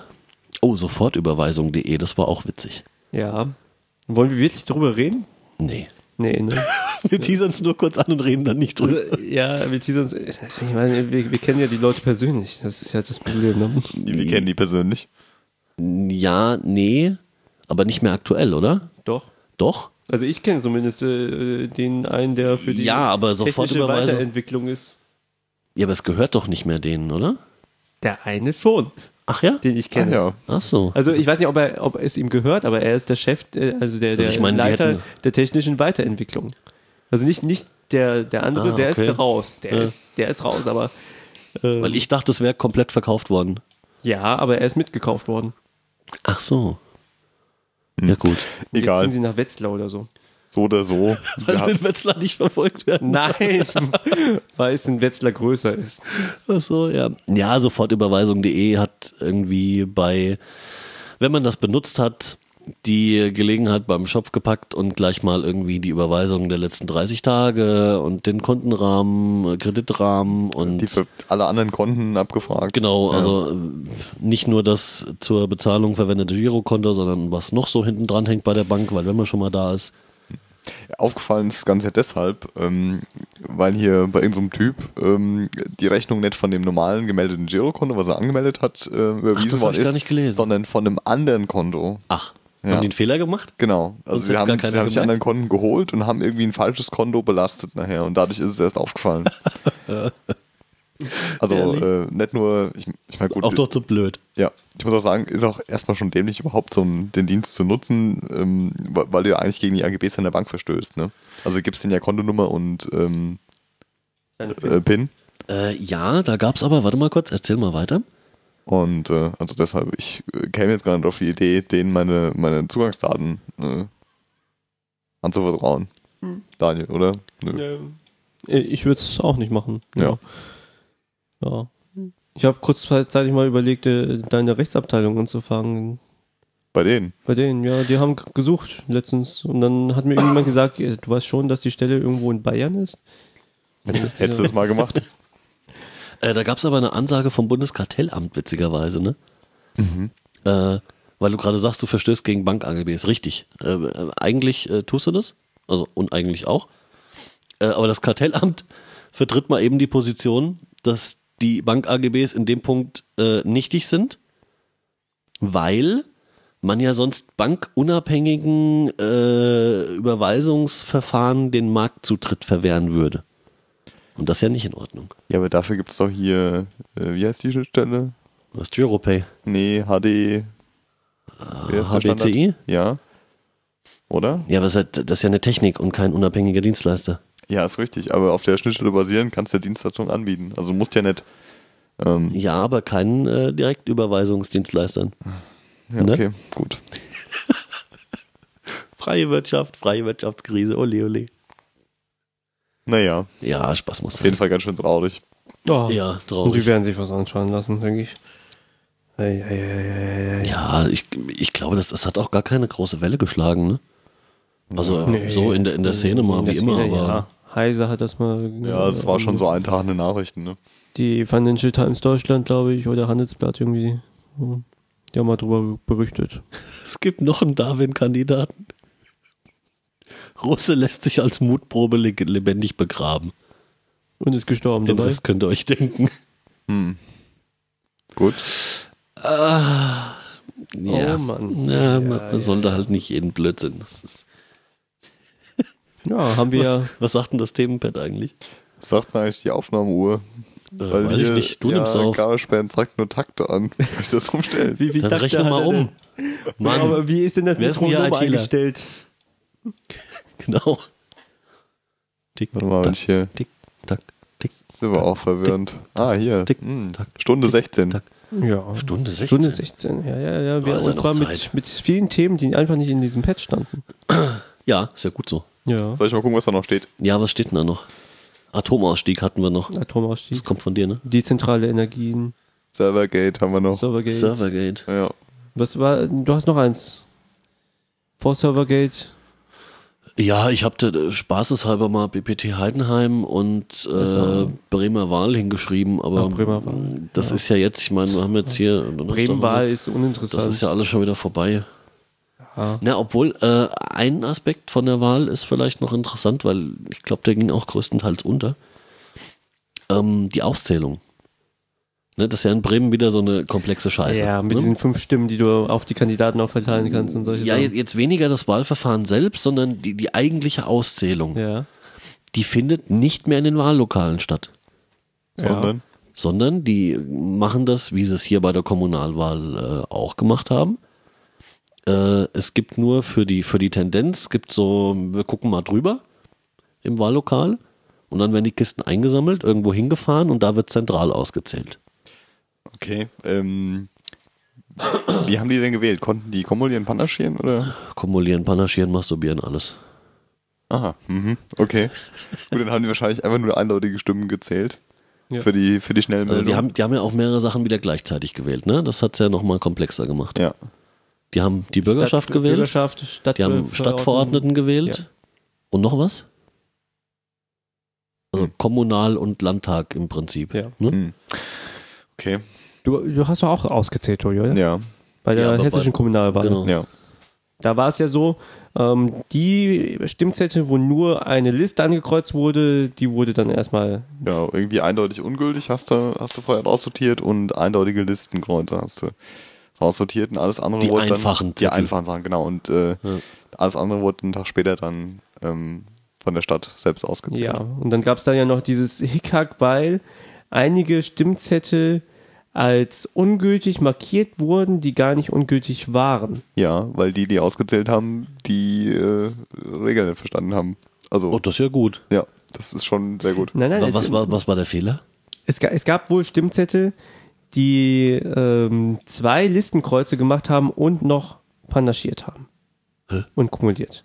Speaker 1: oh, sofortüberweisung.de, das war auch witzig.
Speaker 3: Ja. Wollen wir wirklich drüber reden?
Speaker 1: Nee.
Speaker 3: Nee, ne?
Speaker 1: Wir teasern es nur kurz an und reden dann nicht drüber.
Speaker 3: Also, ja, wir teasern Ich meine, wir, wir kennen ja die Leute persönlich. Das ist ja das Problem. Ne?
Speaker 2: Wir kennen die persönlich.
Speaker 1: Ja, nee, aber nicht mehr aktuell, oder?
Speaker 3: Doch.
Speaker 1: Doch?
Speaker 3: Also ich kenne zumindest äh, den einen, der für die
Speaker 1: Ja, aber
Speaker 3: technische
Speaker 1: Sofortüberweisung-
Speaker 3: Weiterentwicklung ist.
Speaker 1: Ja, aber es gehört doch nicht mehr denen, oder?
Speaker 3: Der eine schon,
Speaker 1: Ach ja?
Speaker 3: den ich
Speaker 2: Ach
Speaker 3: kenne.
Speaker 2: ja.
Speaker 1: Ach so.
Speaker 3: Also ich weiß nicht, ob, er, ob es ihm gehört, aber er ist der Chef, äh, also der, der
Speaker 1: Also ich meine, die
Speaker 3: Leiter
Speaker 1: hätten-
Speaker 3: der technischen Weiterentwicklung. Also nicht, nicht der, der andere,
Speaker 1: Ah,
Speaker 3: der
Speaker 1: okay.
Speaker 3: ist raus. Der, ist, der ist raus, aber ähm,
Speaker 1: Weil ich dachte, es wäre komplett verkauft worden.
Speaker 3: ja, aber er ist mitgekauft worden.
Speaker 1: Ach so.
Speaker 2: Hm.
Speaker 1: Ja, gut.
Speaker 3: Und Jetzt sind
Speaker 2: Egal.
Speaker 3: sie nach Wetzlar oder so.
Speaker 2: So oder so. Sie
Speaker 1: Weil sie
Speaker 2: hat,
Speaker 1: in Wetzlar nicht verfolgt werden.
Speaker 3: Nein, weil es in Wetzlar größer ist.
Speaker 1: Ach so, ja. Ja, sofortüberweisung.de hat irgendwie bei, wenn man das benutzt hat, die Gelegenheit beim Shop gepackt und gleich mal irgendwie die Überweisung der letzten 30 Tage und den Kundenrahmen, äh, Kreditrahmen und
Speaker 2: die für alle anderen Konten abgefragt.
Speaker 1: genau,
Speaker 2: Ja.
Speaker 1: also äh, nicht nur das zur Bezahlung verwendete Girokonto, sondern was noch so hinten dran hängt bei der Bank, weil wenn man schon mal da ist,
Speaker 2: Aufgefallen ist das Ganze ja deshalb, ähm, weil hier bei irgendeinem Typ ähm, die Rechnung nicht von dem normalen gemeldeten Girokonto, was er angemeldet hat, äh, überwiesen
Speaker 1: das hab
Speaker 2: worden
Speaker 1: ich gar
Speaker 2: ist,
Speaker 1: nicht gelesen.
Speaker 2: sondern von einem anderen Konto.
Speaker 1: ach,
Speaker 2: Ja.
Speaker 1: haben die einen Fehler gemacht?
Speaker 2: Genau.
Speaker 1: Sonst
Speaker 2: Also sie
Speaker 1: hätt's
Speaker 2: haben,
Speaker 1: gar
Speaker 2: sie
Speaker 1: keiner
Speaker 2: haben sich
Speaker 1: gemerkt.
Speaker 2: anderen Konten geholt und haben irgendwie ein falsches Konto belastet nachher und dadurch ist es erst aufgefallen. also äh, nicht nur, ich, ich meine gut,
Speaker 1: Auch doch so blöd.
Speaker 2: ja, ich muss auch sagen, ist auch erstmal schon dämlich, überhaupt so einen- den Dienst zu nutzen, ähm, wa- weil du ja eigentlich gegen die AGBs deiner Bank verstößt. Ne? Also du gibst denen ja Kontonummer und ähm, äh, PIN.
Speaker 1: Äh, ja, da gab's aber, warte mal kurz, erzähl mal weiter.
Speaker 2: Und äh, also deshalb, ich äh, käme jetzt gar nicht auf die Idee, denen meine, meine Zugangsdaten äh, anzuvertrauen. Daniel, oder? Nö.
Speaker 3: Äh, Ich würde es auch nicht machen.
Speaker 2: Ja.
Speaker 3: ja. Ich habe kurzzeitig mal überlegt, äh, deine Rechtsabteilung anzufangen.
Speaker 2: Bei denen.
Speaker 3: Bei denen, ja, die haben g- gesucht letztens. Und dann hat mir irgendjemand gesagt, äh, du weißt schon, dass die Stelle irgendwo in Bayern ist.
Speaker 2: Hättest, hättest du es mal gemacht?
Speaker 1: Äh, da gab es aber eine Ansage vom Bundeskartellamt, witzigerweise, ne? Äh, weil du gerade sagst, du verstößt gegen Bank-AGBs. Richtig. Äh, äh, eigentlich äh, tust du das. Also uneigentlich auch. Äh, aber das Kartellamt vertritt mal eben die Position, dass die Bank-AGBs in dem Punkt äh, nichtig sind, weil man ja sonst bankunabhängigen äh, Überweisungsverfahren den Marktzutritt verwehren würde. Und das ist ja nicht in Ordnung.
Speaker 2: Ja, aber dafür gibt es doch hier, äh, wie heißt die Schnittstelle?
Speaker 1: Was ist Europay?
Speaker 2: Nee, HD. Wer ist der Standard?
Speaker 1: HBCI?
Speaker 2: Ja. Oder?
Speaker 1: Ja, aber es ist halt- das ist ja eine Technik und kein unabhängiger Dienstleister.
Speaker 2: Ja, ist richtig. Aber auf der Schnittstelle basieren kannst du ja Dienstleistungen anbieten. Also musst ja nicht. Ähm,
Speaker 1: Ja, aber keinen äh, Direktüberweisungsdienstleistern.
Speaker 2: ja,
Speaker 1: Ne?
Speaker 2: okay, gut.
Speaker 1: Freie Wirtschaft, freie Wirtschaftskrise, ole ole.
Speaker 2: Naja, auf
Speaker 1: Ja, Spaß muss sein.
Speaker 2: jeden Fall ganz schön traurig.
Speaker 3: Ja,
Speaker 1: Ja,
Speaker 3: Und die
Speaker 1: traurig.
Speaker 3: werden sich was anschauen lassen, denke ich. Ei, ei, ei, ei, ei.
Speaker 1: Ja, ich, ich glaube, das, das hat auch gar keine große Welle geschlagen, ne? Also äh,
Speaker 3: Nee.
Speaker 1: so in der, in der Szene mal,
Speaker 3: In
Speaker 1: wie
Speaker 3: der
Speaker 1: immer,
Speaker 3: Szene,
Speaker 1: aber also-
Speaker 3: Ja. Heise hat das mal. genau,
Speaker 2: Ja, es war schon so eintagende Nachrichten, ne?
Speaker 3: Die Financial Times Deutschland, glaube ich, oder Handelsblatt irgendwie. Die haben mal drüber berichtet.
Speaker 1: es gibt noch einen Darwin-Kandidaten. Russe lässt sich als Mutprobe le- lebendig begraben.
Speaker 3: Und ist gestorben
Speaker 1: Den
Speaker 3: dabei.
Speaker 1: Rest könnt ihr euch denken.
Speaker 2: Gut.
Speaker 1: Ja.
Speaker 3: Oh Mann.
Speaker 1: Ja, man sollte halt nicht jeden Blödsinn. Das ist
Speaker 3: Ja, haben wir.
Speaker 1: Was, was sagt denn das Themenpad eigentlich?
Speaker 2: Was sagt denn eigentlich die Aufnahmeuhr?
Speaker 1: Äh, weiß ich nicht, du
Speaker 2: ja,
Speaker 1: nimmst auf.
Speaker 2: GarageBand zeigt nur Takte an. Kann ich das umstellen?
Speaker 3: Wie, wie
Speaker 1: Dann
Speaker 3: dachte
Speaker 1: rechne
Speaker 3: hat
Speaker 1: mal
Speaker 3: er
Speaker 1: um.
Speaker 3: denn-
Speaker 1: Mann,
Speaker 3: Aber wie ist denn das
Speaker 1: Wer ist denn hier
Speaker 3: Mikronom
Speaker 1: ITler?
Speaker 3: eingestellt?
Speaker 1: genau. Tick,
Speaker 2: Warte mal, wenn ich hier.
Speaker 1: tick, tack, tick,
Speaker 2: Sind wir auch verwirrend. Ah, hier.
Speaker 1: tick,
Speaker 2: Hm.
Speaker 1: tack,
Speaker 2: Stunde 16.
Speaker 1: tack.
Speaker 3: Ja.
Speaker 1: Stunde 16.
Speaker 3: Stunde 16. Ja, ja, ja. Wir,
Speaker 1: Ah, ist ja
Speaker 3: und
Speaker 1: noch
Speaker 3: zwar
Speaker 1: Zeit.
Speaker 3: mit, mit vielen Themen, die einfach nicht in diesem Patch standen.
Speaker 1: Ja, ist ja gut so.
Speaker 3: Ja.
Speaker 2: Soll ich mal gucken, was da noch steht?
Speaker 1: Ja, was steht denn da noch? Atomausstieg hatten wir noch. Das
Speaker 3: Atomausstieg.
Speaker 1: kommt von dir, ne?
Speaker 3: Dezentrale Energien.
Speaker 2: Servergate haben wir
Speaker 1: Oh,
Speaker 2: noch.
Speaker 3: Servergate.
Speaker 1: Servergate.
Speaker 2: Ja.
Speaker 3: Was war, du hast noch eins. Vor Servergate.
Speaker 1: Ja, ich habe da äh, spaßeshalber mal BPT Heidenheim und äh,
Speaker 3: Also-
Speaker 1: Bremer Wahl hingeschrieben, aber
Speaker 3: Ah, Bremer Wahl.
Speaker 1: das ist ja jetzt, ich meine, wir haben jetzt hier...
Speaker 3: Bremen-Wahl ist
Speaker 1: Das
Speaker 3: uninteressant.
Speaker 1: ist ja alles schon wieder vorbei.
Speaker 3: Ja.
Speaker 1: Na, obwohl äh, ein Aspekt von der Wahl ist vielleicht noch interessant, weil ich glaube, der ging auch größtenteils unter. Ähm, die Auszählung. Ne, das ist ja in Bremen wieder so eine komplexe Scheiße.
Speaker 3: ja, mit
Speaker 1: ne?
Speaker 3: diesen fünf Stimmen, die du auf die Kandidaten auch verteilen kannst und solche
Speaker 1: ja,
Speaker 3: Sachen.
Speaker 1: jetzt jetzt weniger das Wahlverfahren selbst, sondern die, die eigentliche Auszählung.
Speaker 3: Ja.
Speaker 1: Die findet nicht mehr in den Wahllokalen statt.
Speaker 2: Sondern?
Speaker 1: sondern die machen das, wie sie es hier bei der Kommunalwahl äh, auch gemacht haben. Äh, es gibt nur für die, für die Tendenz, gibt so, wir gucken mal drüber im Wahllokal und dann werden die Kisten eingesammelt, irgendwo hingefahren und da wird zentral ausgezählt.
Speaker 2: Okay. Ähm,
Speaker 1: ähm.
Speaker 2: wie haben die denn gewählt? Konnten die kumulieren, panaschieren oder?
Speaker 1: Kumulieren, panaschieren, masturbieren, alles.
Speaker 2: Aha, mhm, okay. Gut, dann haben die wahrscheinlich einfach nur eindeutige Stimmen gezählt.
Speaker 3: Ja.
Speaker 2: Für die, für die schnellen
Speaker 1: Also die
Speaker 2: Meldungen.
Speaker 1: haben, die haben ja auch mehrere Sachen wieder gleichzeitig gewählt, ne? Das hat's ja ja nochmal komplexer gemacht.
Speaker 2: Ja.
Speaker 1: Die haben die Bürgerschaft
Speaker 3: Stadt-
Speaker 1: gewählt,
Speaker 3: Bürgerschaft, Stadt
Speaker 1: die haben Stadtverordneten gewählt
Speaker 3: Ja.
Speaker 1: und noch was? Also Kommunal und Landtag im Prinzip.
Speaker 3: Ja.
Speaker 1: Ne?
Speaker 2: Hm. Okay.
Speaker 3: Du, du hast doch auch ausgezählt, Tori, oder?
Speaker 2: Ja.
Speaker 3: Bei der
Speaker 1: Ja, aber
Speaker 3: hessischen
Speaker 1: bei-
Speaker 3: Kommunalwahl.
Speaker 1: Genau.
Speaker 2: Ja.
Speaker 3: Da war es ja so, ähm, die Stimmzettel, wo nur eine Liste angekreuzt wurde, die wurde dann erstmal
Speaker 2: Ja, irgendwie eindeutig ungültig hast du, hast du vorher raussortiert und eindeutige Listenkreuze hast du raussortiert und alles andere
Speaker 1: Die
Speaker 2: wurde dann.
Speaker 1: einfachen
Speaker 2: Die
Speaker 1: Zettel.
Speaker 2: einfachen Sachen, genau. Und äh, alles andere wurde einen Tag später dann ähm, von der Stadt selbst ausgezählt.
Speaker 3: Ja, und dann gab es da ja noch dieses Hickhack, weil einige Stimmzettel als ungültig markiert wurden, die gar nicht ungültig waren.
Speaker 2: Ja, weil die, die ausgezählt haben, die äh, Regeln nicht verstanden haben. Also,
Speaker 1: Oh, das ist ja gut.
Speaker 2: ja, das ist schon sehr gut.
Speaker 3: Nein, nein,
Speaker 1: Wa-
Speaker 3: es,
Speaker 1: was, war, was war der Fehler?
Speaker 3: es, ga- es gab wohl Stimmzettel, die ähm, zwei Listenkreuze gemacht haben und noch panaschiert haben. Und kumuliert.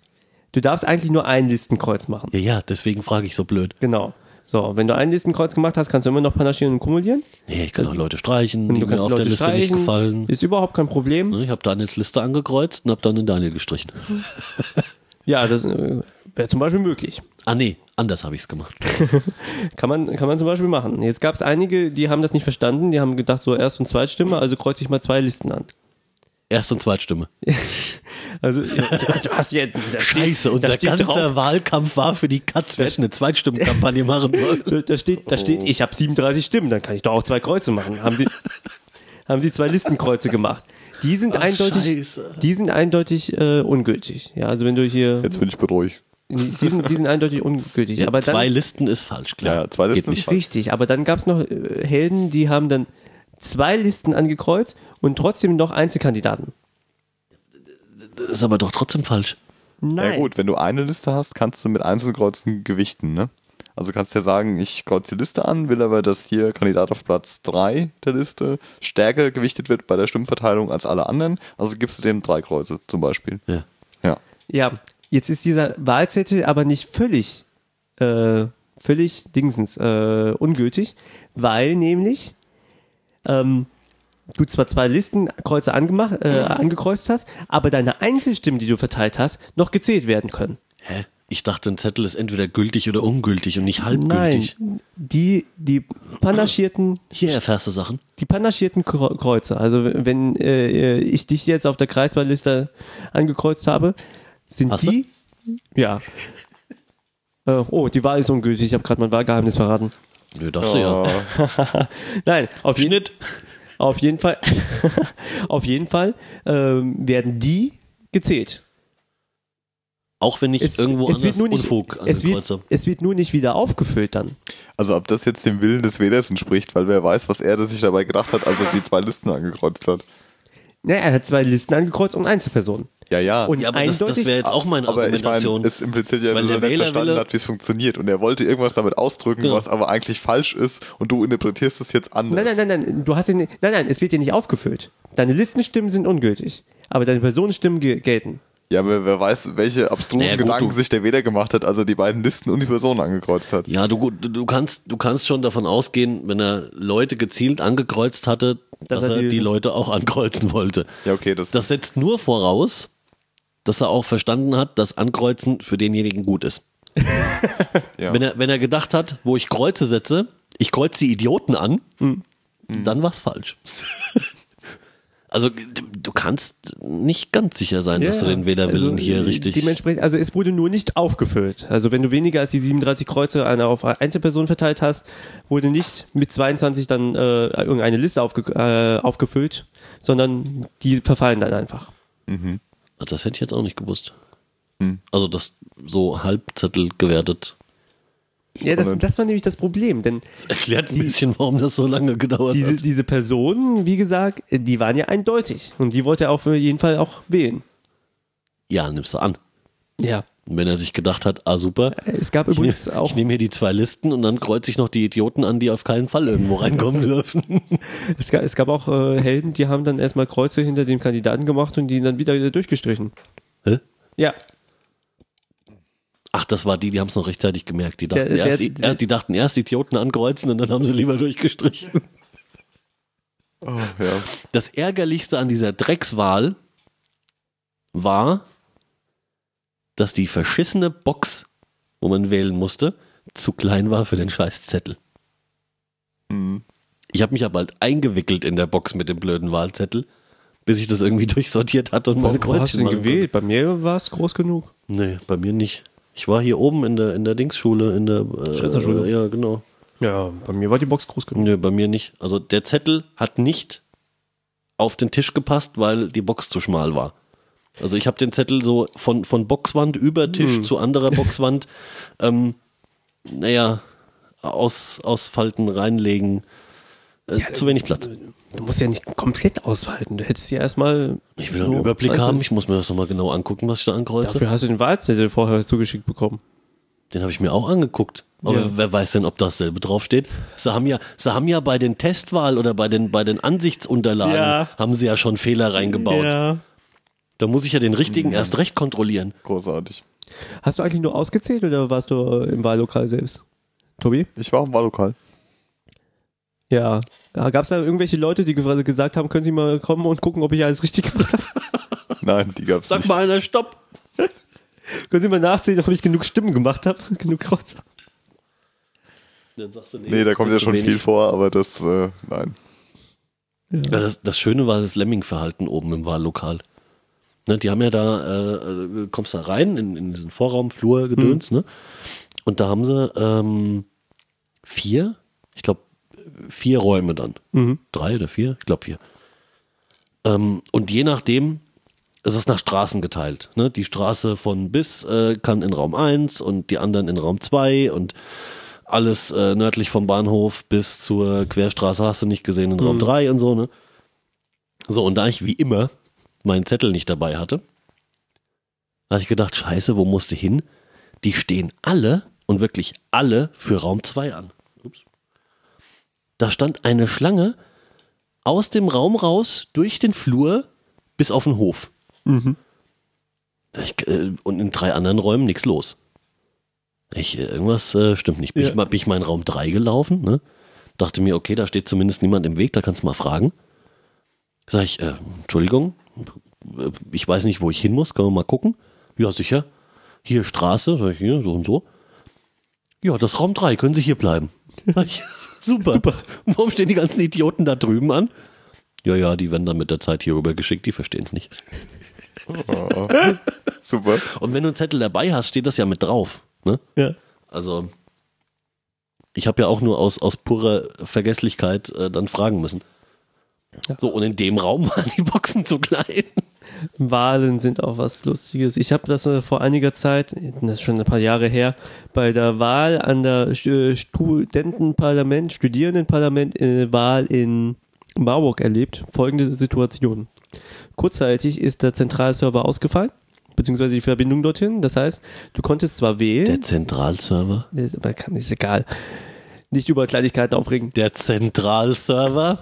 Speaker 3: Du darfst eigentlich nur ein Listenkreuz machen.
Speaker 1: Ja, ja, deswegen frage ich so blöd.
Speaker 3: Genau. So, wenn du ein Listenkreuz gemacht hast, kannst du immer noch panaschieren und kumulieren.
Speaker 1: Nee, ich kann auch Leute streichen,
Speaker 3: Und
Speaker 1: die
Speaker 3: du
Speaker 1: mir
Speaker 3: kannst
Speaker 1: auf
Speaker 3: Leute
Speaker 1: der Liste
Speaker 3: streichen.
Speaker 1: nicht gefallen. Ne,
Speaker 3: Ist überhaupt kein Problem.
Speaker 1: Ich habe Daniels Liste angekreuzt und habe dann den Daniel gestrichen.
Speaker 3: Ja, das äh, wäre zum Beispiel möglich.
Speaker 1: Ah nee, anders habe ich es gemacht.
Speaker 3: Kann man, kann man zum Beispiel machen. Jetzt gab es einige, die haben das nicht verstanden. Die haben gedacht, so Erst- und Zweitstimme, also kreuze ich mal zwei Listen an.
Speaker 1: Erst- und Zweitstimme.
Speaker 3: Also, ja, du hast ja. Das
Speaker 1: Scheiße, unser ganzer
Speaker 3: drauf,
Speaker 1: Wahlkampf war für die Katz, wir hätten eine Zweitstimmenkampagne machen sollen.
Speaker 3: da steht, da
Speaker 1: Oh.
Speaker 3: steht, ich habe 37 Stimmen, dann kann ich doch auch zwei Kreuze machen. Haben sie, haben sie zwei Listenkreuze gemacht. Die sind eindeutig,
Speaker 1: Scheiße.
Speaker 3: die sind eindeutig äh, ungültig. Ja, also wenn du hier,
Speaker 2: Jetzt bin ich beruhigt.
Speaker 3: die sind, die sind eindeutig ungültig.
Speaker 1: Ja,
Speaker 3: aber dann,
Speaker 1: zwei Listen ist falsch, klar.
Speaker 2: Ja, ja, zwei
Speaker 1: Geht
Speaker 2: Listen ist
Speaker 1: nicht.
Speaker 2: falsch.
Speaker 3: Richtig, aber dann gab es noch äh, Helden, die haben dann zwei Listen angekreuzt und trotzdem noch Einzelkandidaten.
Speaker 1: Das ist aber doch trotzdem falsch.
Speaker 3: Nein.
Speaker 2: Ja gut, wenn du eine Liste hast, kannst du mit Einzelkreuzen gewichten, ne? Also kannst du ja sagen, ich kreuze die Liste an, will aber, dass hier Kandidat auf Platz 3 der Liste stärker gewichtet wird bei der Stimmverteilung als alle anderen. Also gibst du dem drei Kreuze zum Beispiel.
Speaker 1: Ja.
Speaker 2: Ja.
Speaker 3: Ja, jetzt ist dieser Wahlzettel aber nicht völlig, äh, völlig dingsens, äh, ungültig, weil nämlich ähm, du zwar zwei Listenkreuze angemacht, äh, angekreuzt hast, aber deine Einzelstimmen, die du verteilt hast, noch gezählt werden können.
Speaker 1: Hä? Ich dachte, ein Zettel ist entweder gültig oder ungültig und nicht
Speaker 3: Nein,
Speaker 1: halbgültig.
Speaker 3: die, die panaschierten
Speaker 1: Hier erfährst du Sachen.
Speaker 3: die panaschierten Kro- Kreuze. Also w- wenn äh, ich dich jetzt auf der Kreiswahlliste angekreuzt habe, sind
Speaker 1: Hast
Speaker 3: die? Ja. äh, oh, die Wahl ist ungültig. Ich habe gerade mein Wahlgeheimnis verraten.
Speaker 1: Nö, darfst du
Speaker 3: Oh.
Speaker 1: ja.
Speaker 3: Nein, auf, jeden-
Speaker 1: Schnitt.
Speaker 3: auf jeden Fall, auf jeden Fall ähm, werden die gezählt.
Speaker 1: Auch wenn ich irgendwo anders
Speaker 3: nicht,
Speaker 1: Unfug
Speaker 3: es,
Speaker 1: angekreuzt
Speaker 3: wird,
Speaker 1: habe.
Speaker 3: es wird nur nicht wieder aufgefüllt dann.
Speaker 2: Also ob das jetzt dem Willen des Wählers entspricht, weil wer weiß, was er sich dabei gedacht hat, als er die zwei Listen angekreuzt hat.
Speaker 3: Naja, er hat zwei Listen angekreuzt und Einzelpersonen.
Speaker 2: Ja, ja.
Speaker 3: Und
Speaker 1: Ja, aber das, das
Speaker 3: eindeutig-
Speaker 1: wäre jetzt auch meine
Speaker 2: aber ich
Speaker 1: Argumentation.
Speaker 2: meine, es impliziert ja,
Speaker 1: Weil
Speaker 2: dass
Speaker 1: der
Speaker 2: er nicht
Speaker 1: Wähler
Speaker 2: verstanden
Speaker 1: will-
Speaker 2: hat, wie es funktioniert. Und er wollte irgendwas damit ausdrücken,
Speaker 1: Genau.
Speaker 2: was aber eigentlich falsch ist und du interpretierst es jetzt anders.
Speaker 3: Nein, nein, nein, nein, du hast ihn, nicht- nein, nein, es wird dir nicht aufgefüllt. Deine Listenstimmen sind ungültig, aber deine Personenstimmen ge- gelten.
Speaker 2: Ja, aber wer weiß, welche abstrusen
Speaker 1: Naja, gut,
Speaker 2: Gedanken
Speaker 1: du-
Speaker 2: sich der Wähler gemacht hat, als er die beiden Listen und die Person angekreuzt hat.
Speaker 1: Ja, du, gut, du- du, kannst, du kannst schon davon ausgehen, wenn er Leute gezielt angekreuzt hatte, dass, er, die, Leute auch ankreuzen wollte.
Speaker 2: Ja, okay, das-
Speaker 1: das setzt nur voraus, dass er auch verstanden hat, dass Ankreuzen für denjenigen gut ist.
Speaker 2: Ja.
Speaker 1: Wenn, er, wenn er gedacht hat, wo ich Kreuze setze, ich kreuze die Idioten an,
Speaker 2: Hm.
Speaker 1: hm. dann war's falsch. also du du kannst nicht ganz sicher sein, dass du den Wählerwillen
Speaker 2: also
Speaker 1: hier richtig...
Speaker 3: Also, Dementsprechend, also es wurde nur nicht aufgefüllt. Also wenn du weniger als die 37 Kreuze einer auf Einzelperson verteilt hast, wurde nicht mit 22 dann äh, irgendeine Liste aufge, äh, aufgefüllt, sondern die verfallen dann einfach.
Speaker 1: Ah, Das hätte ich jetzt auch nicht gewusst.
Speaker 3: Hm.
Speaker 1: Also das so Halbzettel gewertet.
Speaker 3: Ja, das, das war nämlich das Problem, denn
Speaker 1: Das erklärt ein bisschen, warum das so lange gedauert
Speaker 3: diese,
Speaker 1: hat.
Speaker 3: diese Personen, wie gesagt, die waren ja eindeutig und die wollte er auf jeden Fall auch wählen.
Speaker 1: Ja, nimmst du an.
Speaker 3: Ja.
Speaker 1: Und wenn er sich gedacht hat, ah super,
Speaker 3: Es gab
Speaker 1: ich
Speaker 3: übrigens
Speaker 1: nehme
Speaker 3: auch
Speaker 1: nehm hier die zwei Listen und dann kreuze ich noch die Idioten an, die auf keinen Fall irgendwo reinkommen dürfen.
Speaker 3: Es gab, es gab auch äh, Helden, die haben dann erstmal Kreuze hinter dem Kandidaten gemacht und die ihn dann wieder durchgestrichen.
Speaker 1: Hä?
Speaker 3: Ja,
Speaker 1: Ach, das war die, die haben es noch rechtzeitig gemerkt. Die dachten,
Speaker 3: Der- der-
Speaker 1: erst, die, erst, die dachten erst Idioten ankreuzen und dann haben sie lieber durchgestrichen.
Speaker 2: Oh, Ja.
Speaker 1: Das Ärgerlichste an dieser Dreckswahl war, dass die verschissene Box, wo man wählen musste, zu klein war für den Scheißzettel.
Speaker 2: Mhm.
Speaker 1: Ich habe mich aber halt eingewickelt in der Box mit dem blöden Wahlzettel, bis ich das irgendwie durchsortiert hatte und meine
Speaker 3: wo hast
Speaker 1: Kreuzchen
Speaker 3: du denn
Speaker 1: machen
Speaker 3: gewählt? Bei mir war es groß genug.
Speaker 1: Konnte. Nee, bei mir nicht. Ich war hier oben in der, in der Dingsschule, in der äh,
Speaker 3: Schritzerschule.
Speaker 1: Ja, genau.
Speaker 3: Ja, bei mir war die Box groß genug.
Speaker 1: Nö, bei mir nicht. Also der Zettel hat nicht auf den Tisch gepasst, weil die Box zu schmal war. Also ich habe den Zettel so von, von Boxwand über Tisch
Speaker 3: Hm.
Speaker 1: zu anderer Boxwand, ähm, naja, aus, ausfalten, reinlegen. Äh, zu wenig Platz.
Speaker 3: Du musst ja nicht komplett aushalten. Du hättest ja erstmal.
Speaker 1: Ich will einen Überblick haben. Ich muss mir das nochmal genau angucken, was ich da ankreuze.
Speaker 3: also Dafür hast du den Wahlzettel vorher zugeschickt bekommen.
Speaker 1: Den habe ich mir auch angeguckt. Aber
Speaker 3: Ja.
Speaker 1: wer weiß denn, ob dasselbe draufsteht? Sie haben ja, sie haben ja bei den Testwahl oder bei den, bei den Ansichtsunterlagen
Speaker 3: Ja.
Speaker 1: haben sie ja schon Fehler reingebaut.
Speaker 4: Ja.
Speaker 2: Hm.
Speaker 1: Da muss ich ja den richtigen erst recht kontrollieren.
Speaker 2: Großartig.
Speaker 3: Hast du eigentlich nur ausgezählt oder warst du äh, im Wahllokal selbst? Tobi?
Speaker 2: Ich war auch im Wahllokal.
Speaker 3: Ja. Gab es da irgendwelche Leute, die ge- gesagt haben, können Sie mal kommen und gucken, ob ich alles richtig gemacht habe?
Speaker 2: Nein, die gab's
Speaker 1: Sag
Speaker 2: nicht.
Speaker 1: mal einer, stopp!
Speaker 3: können Sie mal nachsehen, ob ich genug Stimmen gemacht habe? Genug Kreuzer?
Speaker 1: Dann sagst du,
Speaker 2: Nee, da kommt ja
Speaker 1: sind zu
Speaker 2: schon
Speaker 1: wenig.
Speaker 2: viel vor, aber das, äh, nein.
Speaker 1: Ja, das, das Schöne war das Lemming-Verhalten oben im Wahllokal. Ne, die haben ja da, äh, äh, kommst da rein in, in diesen Vorraum, Flur, Gedöns, ne? Und da haben sie ähm, vier, ich glaube, vier Räume dann. Drei oder vier? Ich glaube vier. Ähm, und je nachdem, es ist nach Straßen geteilt. Ne? Die Straße von bis äh, kann in Raum 1 und die anderen in Raum 2 und alles äh, nördlich vom Bahnhof bis zur Querstraße hast du nicht gesehen in Raum 3 und so, ne? So, und da ich wie immer meinen Zettel nicht dabei hatte, habe ich gedacht, scheiße, wo musst du hin? Die stehen alle und wirklich alle für Raum 2 an. Ups. Da stand eine Schlange aus dem Raum raus, durch den Flur bis auf den Hof.
Speaker 3: Mhm.
Speaker 1: Da Ich, äh, und in drei anderen Räumen nichts los. Ich, äh, irgendwas äh, stimmt nicht. Bin,
Speaker 3: Ja.
Speaker 1: ich mal, bin ich mal in Raum 3 gelaufen, ne? Dachte mir, okay, da steht zumindest niemand im Weg, da kannst du mal fragen. Sag ich, äh, Entschuldigung, äh, ich weiß nicht, wo ich hin muss, können wir mal gucken? Ja, sicher. Hier Straße, sag ich, hier, so und so. Ja, das ist Raum 3, können Sie hier bleiben. Sag ich, Super. Super. Warum stehen die ganzen Idioten da drüben an? Ja, ja, die werden dann mit der Zeit hier rüber geschickt, die verstehen es nicht.
Speaker 2: Super.
Speaker 1: Und wenn du einen Zettel dabei hast, steht das ja mit drauf. Ne?
Speaker 3: Ja.
Speaker 1: Also, ich habe ja auch nur aus, aus purer Vergesslichkeit äh, dann fragen müssen. So, und in dem Raum waren die Boxen zu klein.
Speaker 3: Wahlen sind auch was Lustiges. Ich habe das äh, vor einiger Zeit, das ist schon ein paar Jahre her, bei der Wahl an der Stu- Studentenparlament, Studierendenparlament, äh, Wahl in Marburg erlebt. Folgende Situation. Kurzzeitig ist der Zentralserver ausgefallen, beziehungsweise die Verbindung dorthin. Das heißt, du konntest zwar
Speaker 1: Der
Speaker 3: wählen,
Speaker 1: Zentralserver.
Speaker 3: das- aber kann- ist egal, nicht über Kleinigkeiten aufregen.
Speaker 1: Der Zentralserver.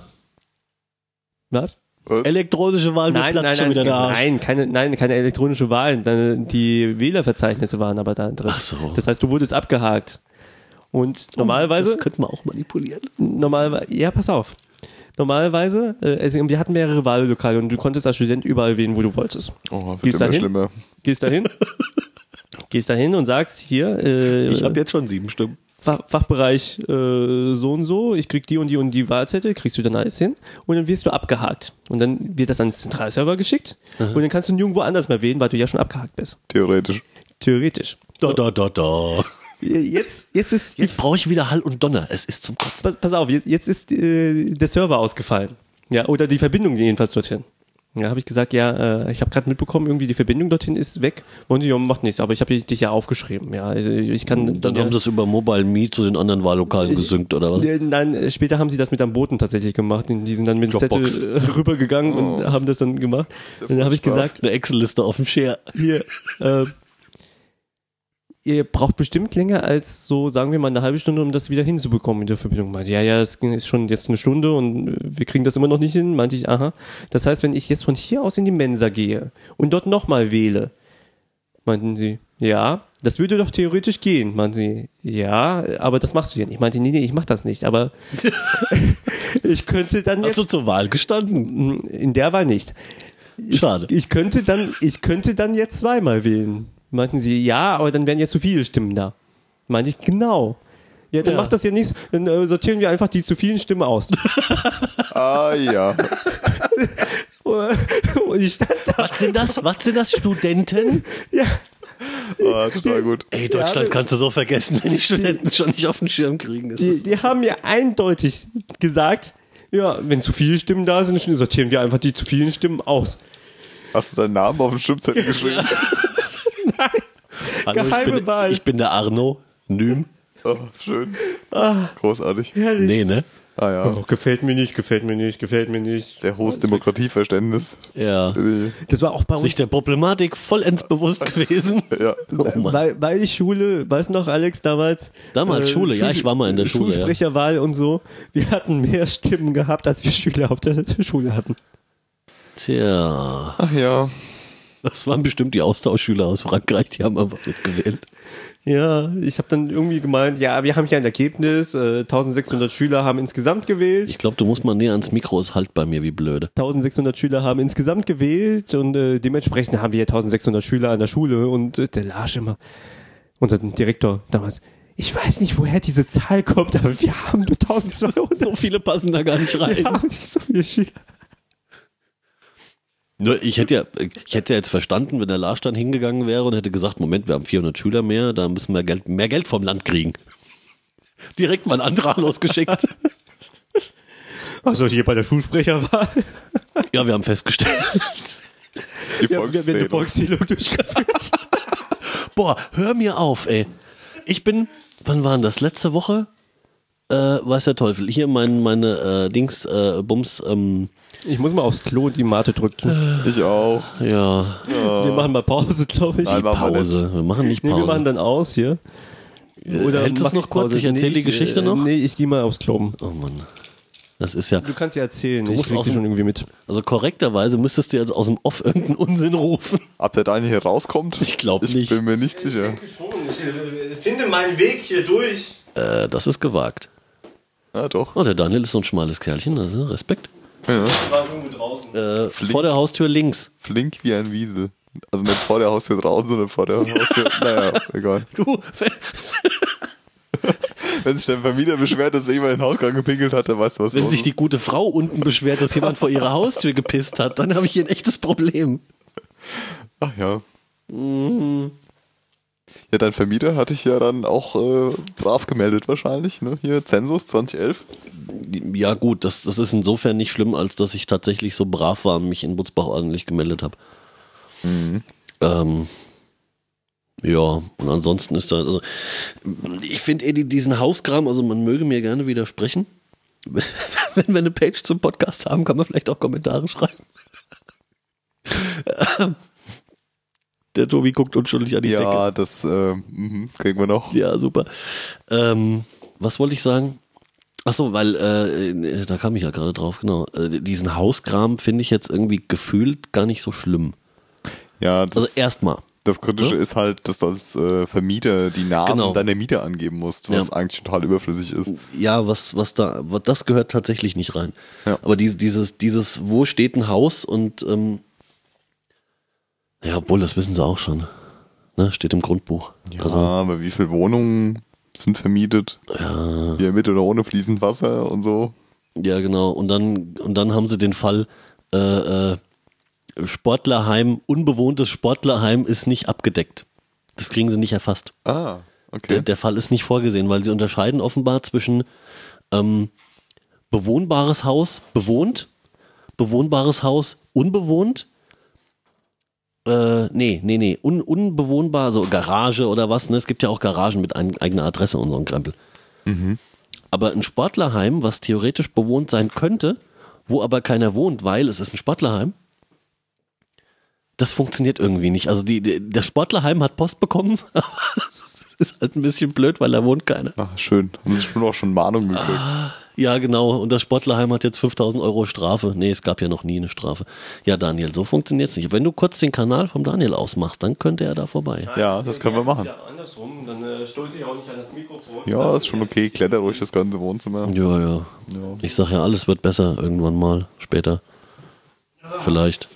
Speaker 3: Was?
Speaker 1: Elektronische Wahl mit
Speaker 3: Nein,
Speaker 1: Platz
Speaker 3: nein,
Speaker 1: schon
Speaker 3: nein,
Speaker 1: wieder da.
Speaker 3: nein, keine, nein, keine elektronische Wahlen. Deine- Die Wählerverzeichnisse waren aber da drin.
Speaker 1: Ach so. Oh,
Speaker 3: Das heißt, du wurdest abgehakt. Und normalerweise,
Speaker 1: Das könnte man auch manipulieren.
Speaker 3: normalerweise, ja, pass auf. Normalerweise, äh, also wir hatten mehrere Wahllokale und du konntest als Student überall wählen, wo du wolltest.
Speaker 2: Oh, wird
Speaker 3: Gehst
Speaker 2: immer
Speaker 3: dahin?
Speaker 2: schlimmer.
Speaker 3: Gehst dahin, gehst dahin und sagst hier, äh,
Speaker 1: Ich habe jetzt schon sieben Stimmen.
Speaker 3: Fach, Fachbereich äh, so und so, ich krieg die und die und die Wahlzettel, kriegst du dann alles hin und dann wirst du abgehakt. Und dann wird das an den Zentralserver geschickt und dann kannst du nirgendwo anders mehr wählen, weil du ja schon abgehakt bist.
Speaker 2: Theoretisch.
Speaker 3: Theoretisch. Äh,
Speaker 1: Da, da, da, da.
Speaker 3: Jetzt, jetzt ist
Speaker 1: Jetzt brauche ich wieder Hall und Donner. Es ist zum Kotzen.
Speaker 3: pass, pass auf, jetzt, jetzt ist äh, der Server ausgefallen. Ja, oder die Verbindung jedenfalls dorthin. Ja, habe ich gesagt, ja, äh, ich habe gerade mitbekommen, irgendwie die Verbindung dorthin ist weg. Und sie, ja, macht nichts, aber ich habe dich ja aufgeschrieben. Ja, also ich kann
Speaker 1: Dann Oh, haben sie es über Mobile Me zu den anderen Wahllokalen gesynkt oder was?
Speaker 3: Ja, Nein, äh, später haben sie das mit einem Boten tatsächlich gemacht. Und Die sind dann mit dem Zettel
Speaker 1: Dropbox.
Speaker 3: äh, rübergegangen und haben das dann gemacht. Und dann habe ich
Speaker 2: furchtbar.
Speaker 3: gesagt,
Speaker 1: Eine Excel-Liste auf dem ähm, Share.
Speaker 3: hier, äh, ihr braucht bestimmt länger als so, sagen wir mal, eine halbe Stunde, um das wieder hinzubekommen mit der Verbindung. Meinte, ja, ja, es ging- ist schon jetzt eine Stunde und äh, wir kriegen das immer noch nicht hin. Meinte ich, aha. Das heißt, wenn ich jetzt von hier aus in die Mensa gehe und dort nochmal wähle, meinten sie, ja, das würde doch theoretisch gehen. Meinten sie, ja, aber das machst du ja nicht. Meinte, nee, nee, ich mach das nicht, aber ich könnte dann jetzt...
Speaker 1: Hast du zur Wahl gestanden?
Speaker 3: Hm, In der war nicht.
Speaker 1: Schade.
Speaker 3: Ich könnte dann, ich könnte dann jetzt zweimal wählen. Meinten sie, ja, aber dann wären ja zu viele Stimmen da. Meinte ich, genau. Ja, dann
Speaker 1: Ja.
Speaker 3: macht das ja nichts. Dann äh, sortieren wir einfach die zu vielen Stimmen aus.
Speaker 2: Ah ja.
Speaker 3: Und ich stand da.
Speaker 1: Was sind das? Was sind das? Studenten?
Speaker 3: Ja,
Speaker 2: Ah, total gut.
Speaker 1: Ey, Deutschland
Speaker 3: Ja,
Speaker 1: kannst du so vergessen, wenn ne. die Studenten schon nicht auf den Schirm kriegen. Es
Speaker 3: die,
Speaker 1: ist
Speaker 3: die haben mir eindeutig gesagt, ja, wenn zu viele Stimmen da sind, sortieren wir einfach die zu vielen Stimmen aus.
Speaker 2: Hast du deinen Namen auf den Stimmzettel geschrieben?
Speaker 1: Hallo, ich,
Speaker 3: geheime
Speaker 1: bin,
Speaker 3: Wahl.
Speaker 1: ich bin der Arno. Nym.
Speaker 2: Oh, schön.
Speaker 1: Ah.
Speaker 2: Großartig.
Speaker 1: Nee, ne?
Speaker 2: Ah ja.
Speaker 3: Oh, gefällt mir nicht, gefällt mir nicht, gefällt mir nicht.
Speaker 2: Sehr hohes Demokratieverständnis.
Speaker 1: Ja.
Speaker 2: Äh,
Speaker 3: Das war auch bei uns.
Speaker 1: Sich der Problematik vollends bewusst gewesen.
Speaker 2: Ja.
Speaker 1: Oh Mann.
Speaker 3: weil, weil ich Schule, weißt du noch, Alex, damals? äh,
Speaker 1: Damals Schule, ja, ich war mal in der Schule, ja.
Speaker 3: Schulsprecherwahl und so. Wir hatten mehr Stimmen gehabt, als wir Schüler auf der Schule hatten.
Speaker 1: Tja.
Speaker 2: Ach ja.
Speaker 1: Das waren bestimmt die Austauschschüler aus Frankreich, die haben einfach mitgewählt.
Speaker 3: Ja, ich habe dann irgendwie gemeint, ja, wir haben hier ein Ergebnis, äh, 1600 Schüler haben insgesamt gewählt.
Speaker 1: Ich glaube, du musst mal näher ans Mikro, es halt bei mir wie blöde.
Speaker 3: 1600 Schüler haben insgesamt gewählt und äh, dementsprechend haben wir 1600 Schüler an der Schule und äh, der Larsch immer, unser Direktor damals, ich weiß nicht, woher diese Zahl kommt, aber wir haben nur 1200.
Speaker 1: So viele passen da gar nicht rein.
Speaker 3: Wir haben nicht so viele Schüler.
Speaker 1: Nur ich hätte ja, ich hätte ja jetzt verstanden, wenn der Lars dann hingegangen wäre und hätte gesagt, Moment, wir haben 400 Schüler mehr, da müssen wir Geld, mehr Geld vom Land kriegen. Direkt mal einen Antrag losgeschickt.
Speaker 3: Also hier bei der Schulsprecherwahl.
Speaker 1: Ja, wir haben festgestellt.
Speaker 2: Die
Speaker 3: Wir haben wir haben eine
Speaker 2: Volkszählung.
Speaker 3: Volkszählung durchgeführt.
Speaker 1: Boah, hör mir auf, ey. Ich bin, wann waren das? Letzte Woche? Äh, weiß der Teufel. Hier mein, meine äh, Dings, äh, Bums, ähm,
Speaker 3: Ich muss mal aufs Klo die Mate drücken.
Speaker 2: ich auch.
Speaker 1: ja,
Speaker 3: Wir machen mal Pause, glaube ich.
Speaker 2: Nein, machen wir nicht.
Speaker 1: Pause. Wir machen nicht
Speaker 3: Nee,
Speaker 1: Pause.
Speaker 3: wir machen dann aus hier. Oder
Speaker 1: Hältst du's
Speaker 3: mach
Speaker 1: noch
Speaker 3: ich
Speaker 1: kurz?
Speaker 3: Pause?
Speaker 1: Ich erzähl die
Speaker 3: ich, äh,
Speaker 1: Geschichte noch.
Speaker 3: Nee, ich gehe mal aufs Klo.
Speaker 1: oh Mann. Das ist ja.
Speaker 3: Du kannst ja erzählen,
Speaker 1: musst
Speaker 3: ich krieg
Speaker 1: aus
Speaker 3: sie
Speaker 1: dem-
Speaker 3: schon irgendwie mit.
Speaker 1: Also korrekterweise müsstest du jetzt aus dem Off irgendeinen Unsinn rufen.
Speaker 2: Ab der Daniel hier rauskommt?
Speaker 1: Ich glaub nicht.
Speaker 2: Ich bin mir nicht sicher.
Speaker 3: Ich äh, finde meinen Weg hier durch.
Speaker 1: Äh, das ist gewagt.
Speaker 2: Ja, Ah, doch.
Speaker 1: Oh, der Daniel ist so ein schmales Kerlchen, also Respekt.
Speaker 2: Ja.
Speaker 3: Ich war irgendwo draußen.
Speaker 1: Äh, vor der Haustür links.
Speaker 2: Flink wie ein Wiesel. Also nicht vor der Haustür draußen, sondern vor der Haustür. naja, egal.
Speaker 1: Du,
Speaker 2: Wenn sich dein Vermieter beschwert, dass jemand in den Hausgang gepinkelt hat, dann weißt du, was
Speaker 1: wenn
Speaker 2: los
Speaker 1: sich
Speaker 2: ist.
Speaker 1: die gute Frau unten beschwert, dass jemand vor ihrer Haustür gepisst hat, dann habe ich hier ein echtes Problem.
Speaker 2: Ach ja.
Speaker 1: Mhm.
Speaker 2: Ja, dein Vermieter hatte ich ja dann auch äh, brav gemeldet wahrscheinlich, ne? Hier, Zensus 2011.
Speaker 1: Ja gut, das, das ist insofern nicht schlimm, als dass ich tatsächlich so brav war und mich in Butzbach ordentlich gemeldet habe. Ähm, ja, und ansonsten ist da, also, ich finde eh die- diesen Hauskram, also man möge mir gerne widersprechen. Wenn wir eine Page zum Podcast haben, kann man vielleicht auch Kommentare schreiben. Der Tobi guckt unschuldig an die Decke.
Speaker 2: Ja, das äh, mhm, kriegen wir noch.
Speaker 1: Ja, super. Ähm, was wollte ich sagen? Ach so, weil äh, da kam ich ja gerade drauf, genau. Äh, diesen Hauskram finde ich jetzt irgendwie gefühlt gar nicht so schlimm.
Speaker 2: Ja,
Speaker 1: Also
Speaker 2: das,
Speaker 1: erstmal.
Speaker 2: das Kritische
Speaker 1: Ja?
Speaker 2: ist halt, dass du als äh, Vermieter die Namen
Speaker 1: Genau.
Speaker 2: deiner Mieter angeben musst, was
Speaker 1: Ja. Oh.
Speaker 2: eigentlich total überflüssig ist.
Speaker 1: Ja, was, was da, was, das gehört tatsächlich nicht rein.
Speaker 2: Ja.
Speaker 1: Aber diese, dieses, dieses, wo steht ein Haus und ähm, ja, obwohl, das wissen sie auch schon. Ne? Steht im Grundbuch.
Speaker 2: Ja,
Speaker 1: Also,
Speaker 2: aber wie viele Wohnungen sind vermietet?
Speaker 1: ja,
Speaker 2: Hier mit oder ohne fließend Wasser und so.
Speaker 1: Ja, genau. Und dann, und dann haben sie den Fall, äh, äh, Sportlerheim, unbewohntes Sportlerheim ist nicht abgedeckt. Das kriegen sie nicht erfasst.
Speaker 2: Ah, okay.
Speaker 1: Der, der Fall ist nicht vorgesehen, weil sie unterscheiden offenbar zwischen ähm, bewohnbares Haus bewohnt, bewohnbares Haus unbewohnt. Äh, nee, nee, nee, un, unbewohnbar, so Garage oder was. Ne? Es gibt ja auch Garagen mit ein, eigener Adresse und so ein Krempel. Aber ein Sportlerheim, was theoretisch bewohnt sein könnte, wo aber keiner wohnt, weil es ist ein Sportlerheim, das funktioniert irgendwie nicht. Also die, die, das Sportlerheim hat Post bekommen. Das ist halt ein bisschen blöd, weil da wohnt keiner.
Speaker 2: Ach, Ah, schön. Haben sich schon auch schon Mahnung
Speaker 1: Ah.
Speaker 2: gekriegt.
Speaker 1: Ja, genau. Und das Sportlerheim hat jetzt 5000 Euro Strafe. Nee, es gab ja noch nie eine Strafe. Ja, Daniel, so funktioniert's nicht. Wenn du kurz den Kanal vom Daniel ausmachst, dann könnte er da vorbei.
Speaker 2: Ja, das können wir machen.
Speaker 3: Andersrum, dann äh, stoße ich auch nicht an das Mikrofon. äh,
Speaker 2: Ja, ist schon okay. Kletter durch das ganze Wohnzimmer.
Speaker 1: Ja, ja. Ich sag ja, alles wird besser irgendwann mal, später. Vielleicht.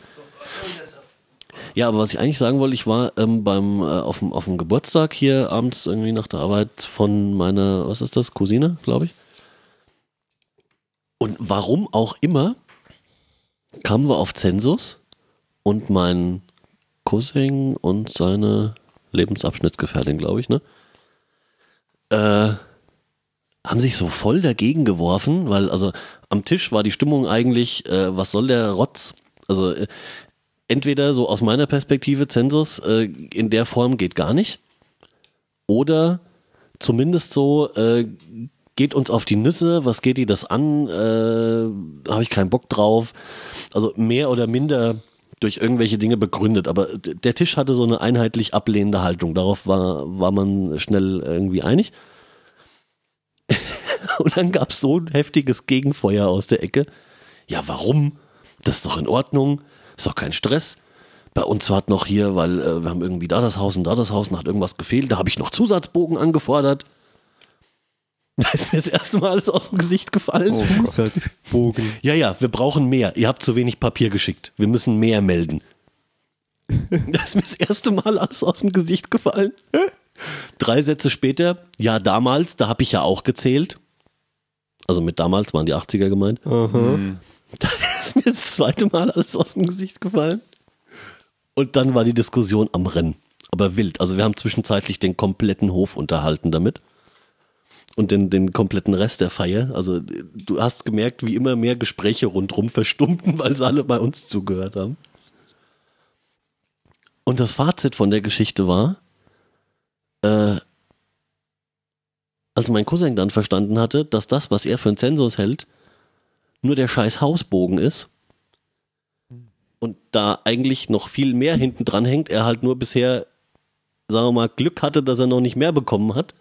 Speaker 1: Ja, aber was ich eigentlich sagen wollte, ich war ähm, beim äh, auf dem auf dem Geburtstag hier abends irgendwie nach der Arbeit von meiner, was ist das, Cousine, glaube ich. Und warum auch immer kamen wir auf Zensus und mein Cousin und seine Lebensabschnittsgefährtin, glaube ich, ne? Äh, haben sich so voll dagegen geworfen, weil also am Tisch war die Stimmung eigentlich, äh, was soll der Rotz? Also äh, entweder so aus meiner Perspektive Zensus äh, in der Form geht gar nicht, oder zumindest so äh, geht uns auf die Nüsse, was geht die das an, äh, habe ich keinen Bock drauf. Also mehr oder minder durch irgendwelche Dinge begründet, aber d- der Tisch hatte so eine einheitlich ablehnende Haltung. Darauf war, war man schnell irgendwie einig. Und dann gab es so ein heftiges Gegenfeuer aus der Ecke. Ja, warum? Das ist doch in Ordnung. Ist doch kein Stress. Bei uns war es noch hier, weil äh, wir haben irgendwie da das Haus und da das Haus und hat irgendwas gefehlt. Da habe ich noch Zusatzbogen angefordert. Da ist mir das erste Mal alles aus dem Gesicht gefallen.
Speaker 3: Zusatzbogen.
Speaker 1: Ja, ja, wir brauchen mehr. Ihr habt zu wenig Papier geschickt. Wir müssen mehr melden. Das ist mir das erste Mal alles aus dem Gesicht gefallen. Drei Sätze später, ja, damals, da habe ich ja auch gezählt. Also mit damals waren die 80er gemeint.
Speaker 2: Hm,
Speaker 1: Da ist mir das zweite Mal alles aus dem Gesicht gefallen. Und dann war die Diskussion am Rennen. Aber wild. Also wir haben zwischenzeitlich den kompletten Hof unterhalten damit und den, den kompletten Rest der Feier. Also du hast gemerkt, wie immer mehr Gespräche rundherum verstummten, weil sie alle bei uns zugehört haben. Und das Fazit von der Geschichte war, äh, als mein Cousin dann verstanden hatte, dass das, was er für einen Zensus hält, nur der scheiß Hausbogen ist und da eigentlich noch viel mehr hinten dran hängt, er halt nur bisher, sagen wir mal, Glück hatte, dass er noch nicht mehr bekommen hat,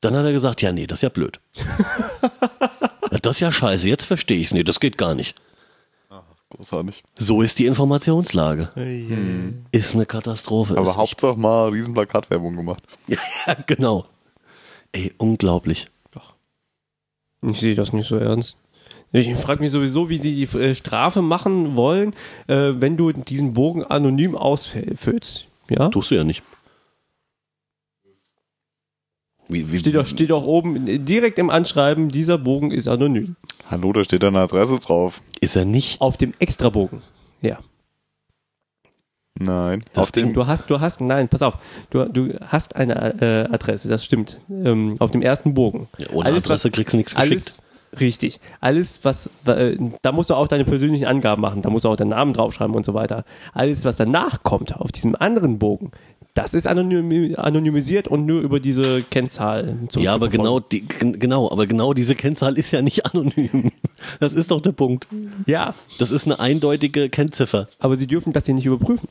Speaker 1: dann hat er gesagt, ja, nee, das ist ja blöd. ja, das ist ja scheiße, jetzt verstehe ich es. Nee, das geht gar nicht.
Speaker 2: Großartig.
Speaker 1: So ist die Informationslage. Mhm.
Speaker 3: Eieiei.
Speaker 1: Ist eine Katastrophe.
Speaker 2: Aber
Speaker 1: ist
Speaker 2: Hauptsache mal Riesenplakatwerbung gemacht.
Speaker 1: ja, ja, genau. Ey, unglaublich.
Speaker 3: Ich sehe das nicht so ernst. Ich frage mich sowieso, wie sie die äh, Strafe machen wollen, äh, wenn du diesen Bogen anonym ausfüllst. Ja?
Speaker 1: Tust du ja nicht. Wie, wie,
Speaker 3: Steht doch, steht doch oben äh, direkt im Anschreiben, dieser Bogen ist anonym.
Speaker 2: Hallo, da steht deine Adresse drauf.
Speaker 1: Ist er nicht?
Speaker 3: Auf dem Extrabogen. Ja.
Speaker 2: Nein.
Speaker 1: Das
Speaker 2: Auf dem,
Speaker 3: Du hast, du hast, nein, pass auf, du, du hast eine äh, Adresse, das stimmt. Ähm, auf dem ersten Bogen.
Speaker 1: Ja, ohne Adresse kriegst du nichts geschickt.
Speaker 3: Alles, richtig. Alles, was, äh, da musst du auch deine persönlichen Angaben machen, da musst du auch deinen Namen draufschreiben und so weiter. Alles, was danach kommt, auf diesem anderen Bogen, das ist anonymi anonymisiert und nur über diese Kennzahl zu
Speaker 1: Ja, aber
Speaker 3: zu verfolgen.
Speaker 1: genau, die, gen- genau, aber genau diese Kennzahl ist ja nicht anonym. Das ist doch der Punkt.
Speaker 3: Ja,
Speaker 1: Das ist eine eindeutige Kennziffer.
Speaker 3: aber sie dürfen das hier nicht überprüfen.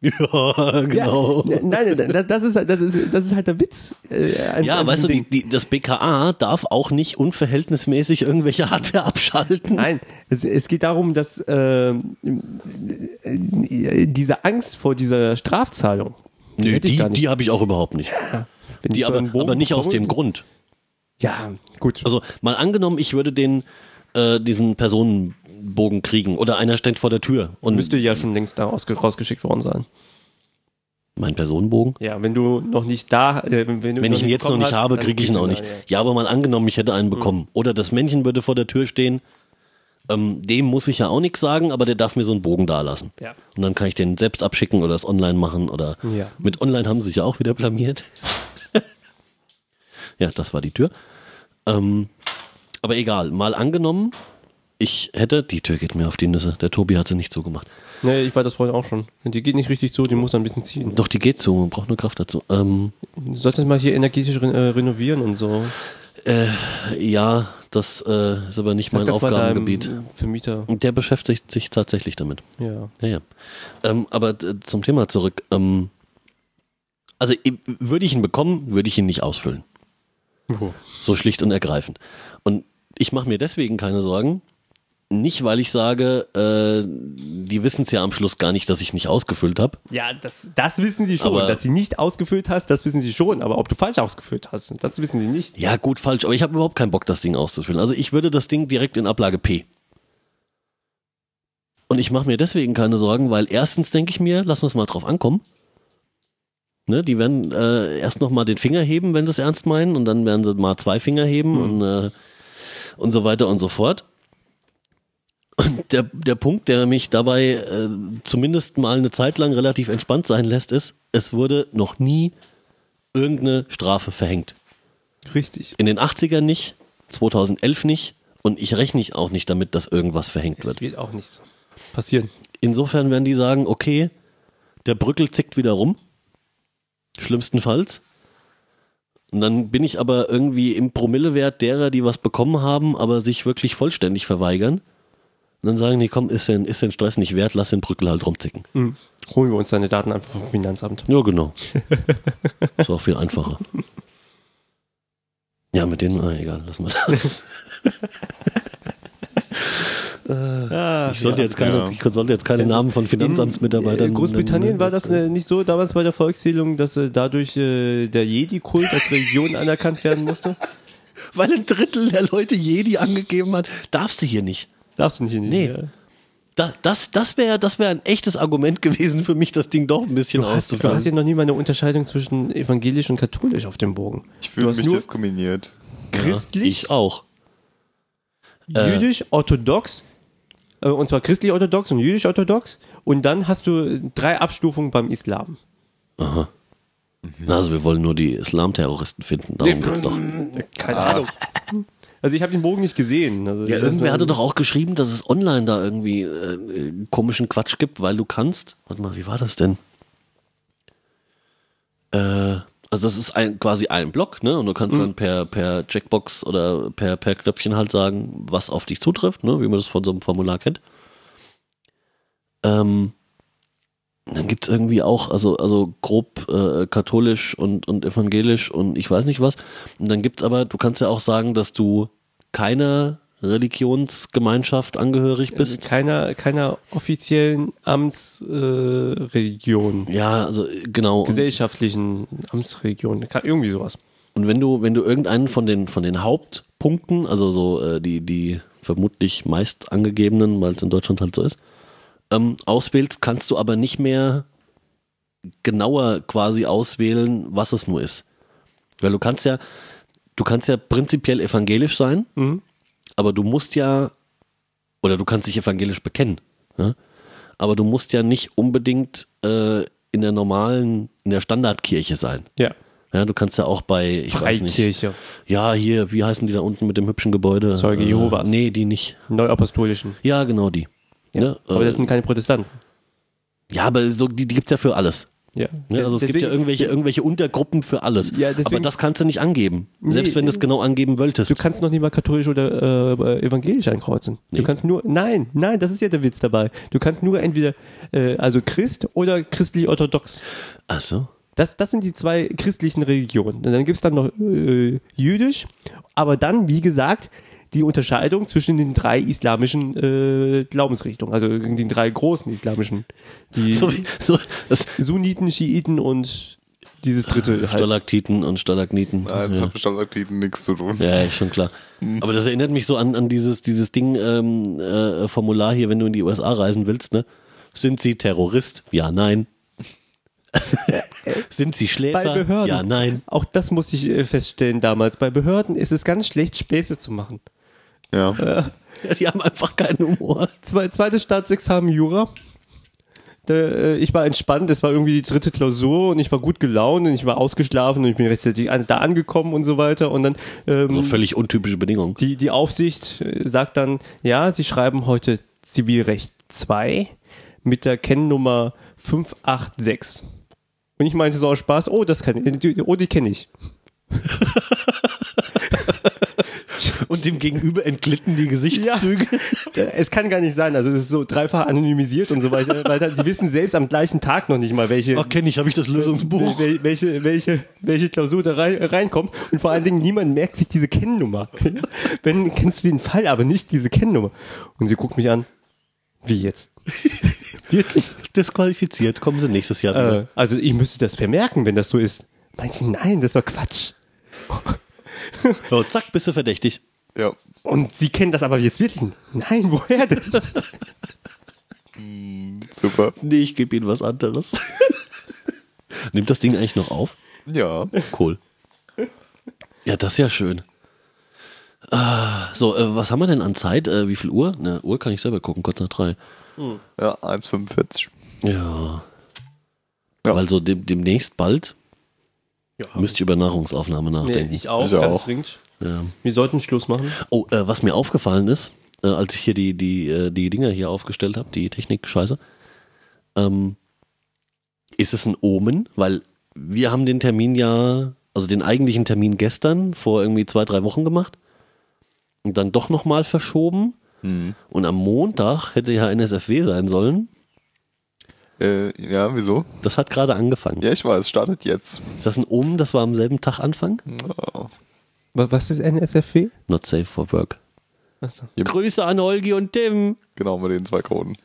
Speaker 1: Ja,
Speaker 3: Ja,
Speaker 1: genau.
Speaker 3: ne- nein, ne, das, das, ist, halt- das, ist, das ist halt der Witz. äh, an-
Speaker 1: Ja,
Speaker 3: an
Speaker 1: weißt du,
Speaker 3: diesem
Speaker 1: die,
Speaker 3: Ding.
Speaker 1: die, das BKA darf auch nicht unverhältnismäßig irgendwelche Hardware abschalten.
Speaker 3: Nein, es, es geht darum, dass ähm, äh, diese Angst vor dieser Strafzahlung.
Speaker 1: Nö,
Speaker 3: hätte ich
Speaker 1: die,
Speaker 3: gar nicht.
Speaker 1: die habe ich auch überhaupt nicht.
Speaker 3: Wenn
Speaker 1: Die
Speaker 3: ich so
Speaker 1: aber,
Speaker 3: einen Bogen
Speaker 1: aber nicht aus
Speaker 3: bekomme-
Speaker 1: dem Grund.
Speaker 3: Ja, gut.
Speaker 1: Also mal angenommen, ich würde den äh, diesen Personenbogen kriegen oder einer steht vor der Tür und
Speaker 3: müsste ja schon längst da rausge rausgeschickt worden sein.
Speaker 1: mein Personenbogen.
Speaker 3: Ja, wenn du noch nicht da, äh, wenn, du
Speaker 1: Wenn ich ihn jetzt noch
Speaker 3: bekommen
Speaker 1: nicht
Speaker 3: hast,
Speaker 1: habe,
Speaker 3: dann
Speaker 1: kriege ich ihn
Speaker 3: kriegst
Speaker 1: auch
Speaker 3: du
Speaker 1: nicht.
Speaker 3: dann,
Speaker 1: Ja, aber mal angenommen, ich hätte
Speaker 3: Mhm.
Speaker 1: einen bekommen. Oder das Männchen würde vor der Tür stehen. Ähm, dem muss ich ja auch nichts sagen, aber der darf mir so einen Bogen dalassen.
Speaker 3: Ja.
Speaker 1: Und dann kann ich den selbst abschicken oder das online machen oder
Speaker 3: Ja.
Speaker 1: mit online haben sie sich ja auch wieder blamiert. ja, das war die Tür. Ähm, aber egal, mal angenommen, ich hätte, die Tür geht mir auf die Nüsse, der Tobi hat sie nicht zugemacht.
Speaker 3: Ja. Nee, ich war das vorhin auch schon. Die geht nicht richtig zu, die muss ein bisschen ziehen.
Speaker 1: Doch, die geht so, man braucht nur Kraft dazu. Ähm,
Speaker 3: Du solltest mal hier energetisch re äh, renovieren und so.
Speaker 1: ja, das äh, ist aber nicht mein
Speaker 3: das mal deinem
Speaker 1: Aufgabengebiet.
Speaker 3: Vermieter.
Speaker 1: Der beschäftigt sich tatsächlich damit.
Speaker 3: Ja.
Speaker 1: Ja, ja. Ähm, aber d- zum Thema zurück. Ähm, also i- würde ich ihn bekommen, würde ich ihn nicht ausfüllen. So schlicht und ergreifend. Und ich mache mir deswegen keine Sorgen. Nicht, weil ich sage, äh, die wissen es ja am Schluss gar nicht, dass ich nicht ausgefüllt habe.
Speaker 3: Ja, das, das wissen sie schon.
Speaker 1: Aber-
Speaker 3: dass sie nicht ausgefüllt hast, das wissen sie schon. Aber ob du falsch ausgefüllt hast, das wissen sie nicht.
Speaker 1: Ja, gut, falsch, aber ich habe überhaupt keinen Bock, das Ding auszufüllen. Also ich würde das Ding direkt in Ablage P. Und ich mache mir deswegen keine Sorgen, weil erstens denke ich mir, lassen wir es mal drauf ankommen. Ne, die werden äh, erst noch mal den Finger heben, wenn sie es ernst meinen, und dann werden sie mal zwei Finger heben und, äh, und so weiter und so fort. Und der, der Punkt, der mich dabei äh, zumindest mal eine Zeit lang relativ entspannt sein lässt, ist, es wurde noch nie irgendeine Strafe verhängt.
Speaker 3: Richtig.
Speaker 1: In den 80ern nicht, 2011 nicht und ich rechne ich auch nicht damit, dass irgendwas verhängt
Speaker 3: Das
Speaker 1: wird.
Speaker 3: wird auch nicht so passieren.
Speaker 1: Insofern werden die sagen, okay, der Brückel zickt wieder rum, schlimmstenfalls. Und dann bin ich aber irgendwie im Promillewert derer, die was bekommen haben, aber sich wirklich vollständig verweigern. Und dann sagen die, komm, ist den, ist den Stress nicht wert, lass den Brückel halt rumzicken.
Speaker 3: Holen wir uns deine Daten einfach vom Finanzamt.
Speaker 1: Ja, genau. Ist auch viel einfacher. Ja, mit denen, ah, egal, lass mal das.
Speaker 3: Ah,
Speaker 1: Ich ich sollte jetzt keine,
Speaker 2: Ja.
Speaker 1: ich sollte jetzt keine Namen von Finanzamtsmitarbeitern. ähm, ne,
Speaker 3: In äh, Großbritannien war das
Speaker 1: eine.
Speaker 3: äh, nicht so damals bei der Volkszählung, dass äh, dadurch äh, der Jedi-Kult als Religion anerkannt werden musste?
Speaker 1: Weil ein Drittel der Leute Jedi angegeben hat, darfst du hier nicht.
Speaker 3: Darfst du nicht in die
Speaker 1: Nee.
Speaker 3: ja.
Speaker 1: Da, das das wäre das wär ein echtes Argument gewesen für mich, das Ding doch ein bisschen
Speaker 3: Du hast
Speaker 1: auszufahren.
Speaker 3: ja noch nie mal eine Unterscheidung zwischen evangelisch und katholisch auf dem Bogen.
Speaker 2: Ich
Speaker 3: Du
Speaker 2: fühle
Speaker 3: hast
Speaker 2: mich
Speaker 3: nur
Speaker 2: diskriminiert.
Speaker 3: christlich,
Speaker 1: Ich auch. Äh.
Speaker 3: jüdisch, orthodox, äh, und zwar christlich-orthodox und jüdisch-orthodox, und dann hast du drei Abstufungen beim Islam.
Speaker 1: Na, Also wir wollen nur die Islamterroristen finden, darum geht's doch.
Speaker 3: Keine Ahnung. Also ich habe den Bogen nicht gesehen. Also
Speaker 1: Ja,
Speaker 3: ich hab's
Speaker 1: irgendwer
Speaker 3: dann-
Speaker 1: hatte doch auch geschrieben, dass es online da irgendwie äh, äh, komischen Quatsch gibt, weil du kannst. Warte mal, wie war das denn? Äh, also das ist ein, quasi ein Block, ne? Und du kannst dann per, per Checkbox oder per, per Knöpfchen halt sagen, was auf dich zutrifft, ne? Wie man das von so einem Formular kennt. Ähm, dann gibt es irgendwie auch, also, also grob äh, katholisch und, und evangelisch und ich weiß nicht was. Und dann gibt es aber, du kannst ja auch sagen, dass du keiner Religionsgemeinschaft angehörig bist.
Speaker 3: keiner, keiner offiziellen Amtsreligion, äh, Religion,
Speaker 1: Ja, also genau. Und,
Speaker 3: gesellschaftlichen Amtsreligion, ka- irgendwie sowas.
Speaker 1: und wenn du, wenn du irgendeinen von den, von den Hauptpunkten, also so äh, die, die vermutlich meist angegebenen, weil es in Deutschland halt so ist, ähm, auswählst, kannst du aber nicht mehr genauer quasi auswählen, was es nur ist. Weil du kannst ja, du kannst ja prinzipiell evangelisch sein, aber du musst ja, oder du kannst dich evangelisch bekennen, ne? aber du musst ja nicht unbedingt äh, in der normalen, in der Standardkirche sein.
Speaker 3: Ja.
Speaker 1: Ja, du kannst ja auch bei, ich weiß nicht.
Speaker 3: Freikirche.
Speaker 1: Ja, hier, wie heißen die da unten mit dem hübschen Gebäude? Äh,
Speaker 3: Zeuge Jehovas.
Speaker 1: Nee, die nicht.
Speaker 3: Neuapostolischen.
Speaker 1: Ja, genau die. Ja, ne?
Speaker 3: Aber
Speaker 1: äh,
Speaker 3: das sind keine Protestanten.
Speaker 1: ja, aber so, die, die gibt's ja für alles.
Speaker 3: Ja.
Speaker 1: Ne? Also es gibt ja irgendwelche, irgendwelche Untergruppen für alles.
Speaker 3: Ja, deswegen-
Speaker 1: aber das kannst du nicht angeben. Selbst wenn du es
Speaker 3: ähm,
Speaker 1: genau angeben wolltest.
Speaker 3: Du kannst noch nicht mal katholisch oder äh, evangelisch ankreuzen. Du kannst nur, nein, nein, das ist ja der Witz dabei. Du kannst nur entweder, äh, also Christ oder christlich-orthodox.
Speaker 1: Ach so.
Speaker 3: Das, das sind die zwei christlichen Religionen. Und dann gibt's dann noch äh, jüdisch, aber dann, wie gesagt, die Unterscheidung zwischen den drei islamischen äh, Glaubensrichtungen, also den drei großen islamischen. Die
Speaker 1: so, wie- so das,
Speaker 3: Sunniten, Schiiten und dieses dritte. Halt.
Speaker 1: Stalaktiten und Stalagniten.
Speaker 2: Nein, das
Speaker 1: ja.
Speaker 2: hat mit Standardaktiven nichts zu tun.
Speaker 1: Ja, ist schon klar.
Speaker 3: Mhm.
Speaker 1: Aber das erinnert mich so an, an dieses, dieses Ding, ähm, äh, Formular hier, wenn du in die USA reisen willst, ne? Sind sie Terrorist? Ja, nein. Sind sie Schläfer?
Speaker 3: Bei Behörden.
Speaker 1: Ja, nein.
Speaker 3: Auch das musste ich äh, feststellen damals. Bei Behörden ist es ganz schlecht, Späße zu machen.
Speaker 2: Ja.
Speaker 1: Ja, die haben einfach keinen Humor.
Speaker 3: Zwe zweites Staatsexamen Jura. Da, äh, ich war entspannt, es war irgendwie die dritte Klausur und ich war gut gelaunt und ich war ausgeschlafen und ich bin rechtzeitig an, da angekommen und so weiter. Und dann ähm,
Speaker 1: So völlig untypische Bedingungen.
Speaker 3: die, die Aufsicht äh, sagt dann, ja, sie schreiben heute Zivilrecht 2 mit der Kennnummer 586. Und ich meinte so aus Spaß, oh, das kann ich, oh, die kenne ich.
Speaker 1: Und dem gegenüber entglitten die Gesichtszüge.
Speaker 3: Äh, Es kann gar nicht sein, also es ist so dreifach anonymisiert und so weiter. weiter. Die wissen selbst am gleichen Tag noch nicht mal, welche,
Speaker 1: Ach, kenne ich, habe Oh, ich das Lösungsbuch.
Speaker 3: Wel- Welche, welche, welche Klausur da rein, reinkommt. Und vor allen Dingen, niemand merkt sich diese Kennnummer. Wenn, kennst du den Fall, aber nicht diese Kennnummer. Und sie guckt mich an. Wie jetzt? Wirklich?
Speaker 1: Disqualifiziert, kommen sie nächstes Jahr wieder.
Speaker 3: Äh, also, ich müsste das vermerken, wenn das so ist. Meint sie, nein, das war Quatsch.
Speaker 1: So, zack, bist du verdächtig.
Speaker 2: ja.
Speaker 3: Und sie kennen das aber jetzt wirklich. nicht. Nein, woher denn?
Speaker 2: Super.
Speaker 1: Nee, ich gebe ihnen was anderes. Nimmt das Ding eigentlich noch auf?
Speaker 2: Ja.
Speaker 1: Cool. Ja, das ist ja schön. Ah, so, äh, was haben wir denn an Zeit? Äh, wie viel Uhr? Eine Uhr kann ich selber gucken, kurz nach drei.
Speaker 2: Ja, 1,45.
Speaker 1: Ja.
Speaker 2: Ja.
Speaker 1: Weil so dem, demnächst bald müsst ihr über Nahrungsaufnahme nachdenken.
Speaker 3: auch,
Speaker 2: Ich ganz auch.
Speaker 3: dringend.
Speaker 1: ja.
Speaker 3: Wir sollten Schluss machen.
Speaker 1: Oh, äh, was mir aufgefallen ist, äh, als ich hier die, die, äh, die Dinger hier aufgestellt habe, die Technik-Scheiße, ähm, ist es ein Omen? Weil wir haben den Termin ja, also den eigentlichen Termin gestern, vor irgendwie zwei, drei Wochen gemacht und dann doch nochmal verschoben. Und am Montag hätte ja NSFW sein sollen.
Speaker 2: Äh, ja, wieso?
Speaker 1: Das hat gerade angefangen.
Speaker 2: Ja, ich weiß, startet jetzt.
Speaker 1: Ist das ein Omen, das
Speaker 2: Mhm. Ah,
Speaker 1: war am selben Tag Anfang?
Speaker 3: Was ist NSFW?
Speaker 1: Not safe for work. Grüße an Holgi und Tim.
Speaker 2: Genau, mit den zwei Kronen.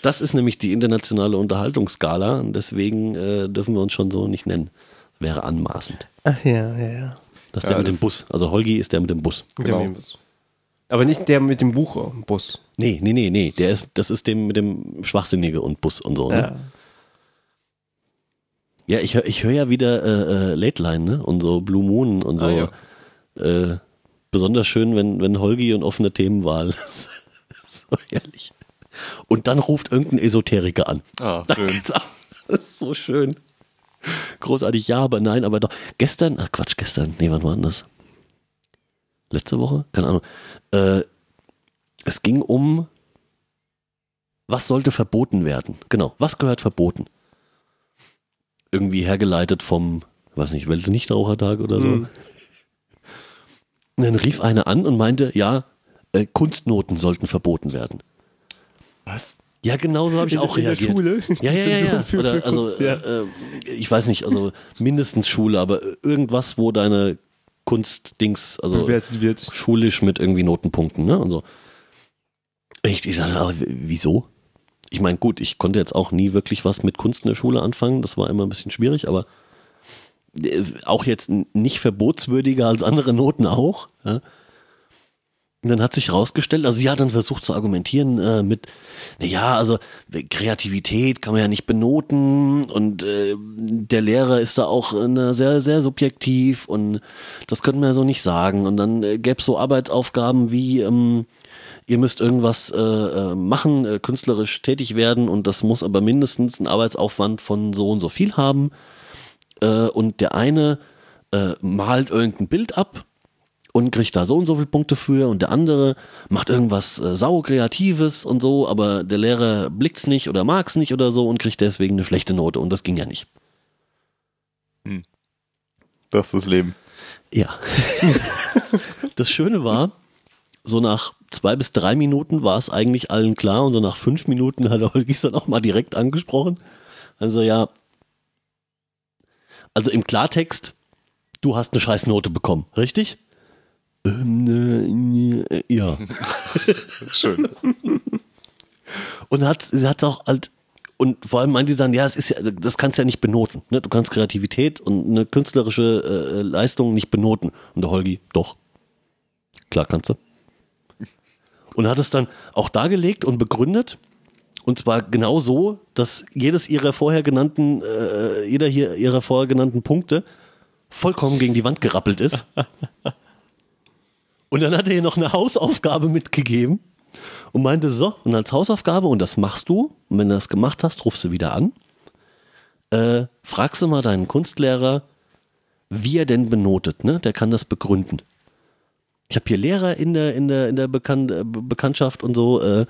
Speaker 1: Das ist nämlich die internationale Unterhaltungsskala und deswegen äh, dürfen wir uns schon so nicht nennen. Wäre anmaßend.
Speaker 3: Ach ja, ja, ja.
Speaker 1: Das ist
Speaker 2: Ja,
Speaker 1: der mit
Speaker 2: das-
Speaker 1: dem Bus. Also Holgi ist der mit dem Bus.
Speaker 2: Genau.
Speaker 3: Genau. Aber nicht der mit dem Buch im Bus.
Speaker 1: Nee, nee, nee, nee. Der ist, das ist dem mit dem Schwachsinnige und Bus und so. Ne?
Speaker 3: Ja.
Speaker 1: Ja, ich, hör- ich höre ja wieder äh, äh, Late Line, ne? Und so Blue Moon und so.
Speaker 2: Ah,
Speaker 1: äh, besonders schön, wenn, wenn Holgi und offene Themenwahl. so herrlich. Und dann ruft irgendein Esoteriker an.
Speaker 2: Ah,
Speaker 1: Da
Speaker 2: schön.
Speaker 1: geht's ab. Das ist so schön. Großartig, ja, aber nein, aber doch. Gestern, ach Quatsch, gestern, nee, wann war denn das? Letzte Woche? Keine Ahnung. Äh, es ging um, was sollte verboten werden? Genau, was gehört verboten? Irgendwie hergeleitet vom, weiß nicht, Weltnichtrauchertag oder so.
Speaker 3: Mhm.
Speaker 1: Und dann rief einer an und meinte, ja, äh, Kunstnoten sollten verboten werden.
Speaker 2: Was?
Speaker 1: Ja, genau so habe ich
Speaker 3: In-
Speaker 1: auch
Speaker 3: in der
Speaker 1: reagiert.
Speaker 3: Schule?
Speaker 1: Ja, ja, ja. ja.
Speaker 3: Für-
Speaker 1: Oder,
Speaker 3: für
Speaker 1: also,
Speaker 3: Kunst, ja.
Speaker 1: äh, äh, ich weiß nicht, also mindestens Schule, aber irgendwas, wo deine Kunstdings, also
Speaker 3: Bewertet wird.
Speaker 1: schulisch mit irgendwie Notenpunkten, ne? Und so. Ich, ich sage, aber w- wieso? Ich meine, gut, ich konnte jetzt auch nie wirklich was mit Kunst in der Schule anfangen. Das war immer ein bisschen schwierig, aber äh, auch jetzt n- nicht verbotswürdiger als andere Noten auch. Ja? Und dann hat sich rausgestellt, also sie hat dann versucht zu argumentieren äh, mit, na ja, also Kreativität kann man ja nicht benoten und äh, der Lehrer ist da auch äh, na, sehr, sehr subjektiv und das könnten wir ja so nicht sagen. Und dann äh, gäbe es so Arbeitsaufgaben wie, ähm, ihr müsst irgendwas äh, äh, machen, äh, künstlerisch tätig werden und das muss aber mindestens einen Arbeitsaufwand von so und so viel haben. Äh, und der eine äh, malt irgendein Bild ab und kriegt da so und so viele Punkte für und der andere macht irgendwas äh, sau kreatives und so, aber der Lehrer blickt's nicht oder mag's nicht oder so und kriegt deswegen eine schlechte Note und das ging ja nicht.
Speaker 2: Das ist das Leben.
Speaker 1: Ja. das Schöne war, so nach zwei bis drei Minuten war es eigentlich allen klar und so nach fünf Minuten hat Holgi es dann auch mal direkt angesprochen. Also ja, also im Klartext, du hast eine scheiß Note bekommen, richtig? Ähm, äh, ja.
Speaker 2: Schön.
Speaker 1: Und hat, sie hat es auch halt, und vor allem meint sie dann, ja, es ist ja, das kannst du ja nicht benoten. Ne? Du kannst Kreativität und eine künstlerische äh, Leistung nicht benoten. Und der Holgi, doch. Klar kannst du. Und hat es dann auch dargelegt und begründet. Und zwar genau so, dass jedes ihrer vorher genannten, äh, jeder hier ihrer vorher genannten Punkte vollkommen gegen die Wand gerappelt ist. Und dann hat er ihr noch eine Hausaufgabe mitgegeben und meinte so, und als Hausaufgabe, und das machst du, und wenn du das gemacht hast, rufst du wieder an, äh, fragst du mal deinen Kunstlehrer, wie er denn benotet, ne? Der kann das begründen. Ich habe hier Lehrer in der, in der, in der Bekan äh, Be- Bekanntschaft und so. Äh,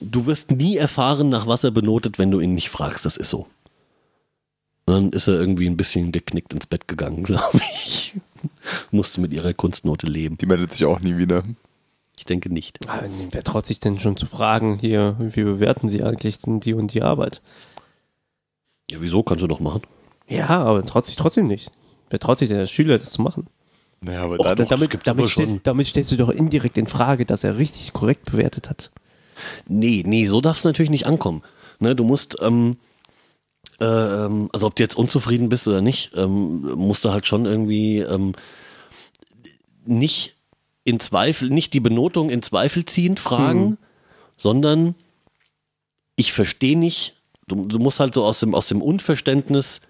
Speaker 1: du wirst nie erfahren, nach was er benotet, wenn du ihn nicht fragst. Das ist so. Und dann ist er irgendwie ein bisschen geknickt ins Bett gegangen, glaube ich. Musste mit ihrer Kunstnote leben.
Speaker 2: Die meldet sich auch nie wieder.
Speaker 1: Ich denke nicht.
Speaker 3: Ah, nee, Wer traut sich denn schon zu fragen, hier, wie bewerten Sie eigentlich denn die und die Arbeit?
Speaker 1: Ja, wieso kannst du doch machen?
Speaker 3: Ja, aber traut sich trotzdem nicht. Wer traut sich denn als Schüler, das zu machen?
Speaker 2: Naja, aber
Speaker 1: Och,
Speaker 2: dann,
Speaker 1: das
Speaker 3: damit,
Speaker 1: gibt's aber
Speaker 3: damit,
Speaker 1: schon.
Speaker 3: stellst, damit stellst du doch indirekt in Frage, dass er richtig korrekt bewertet hat.
Speaker 1: Nee, nee, so darf es natürlich nicht ankommen. Ne, du musst, ähm, äh, ähm, also ob du jetzt unzufrieden bist oder nicht, ähm, musst du halt schon irgendwie ähm, nicht in Zweifel, nicht die Benotung in Zweifel ziehend fragen, sondern ich verstehe nicht, du, du musst halt so aus dem, aus dem Unverständnis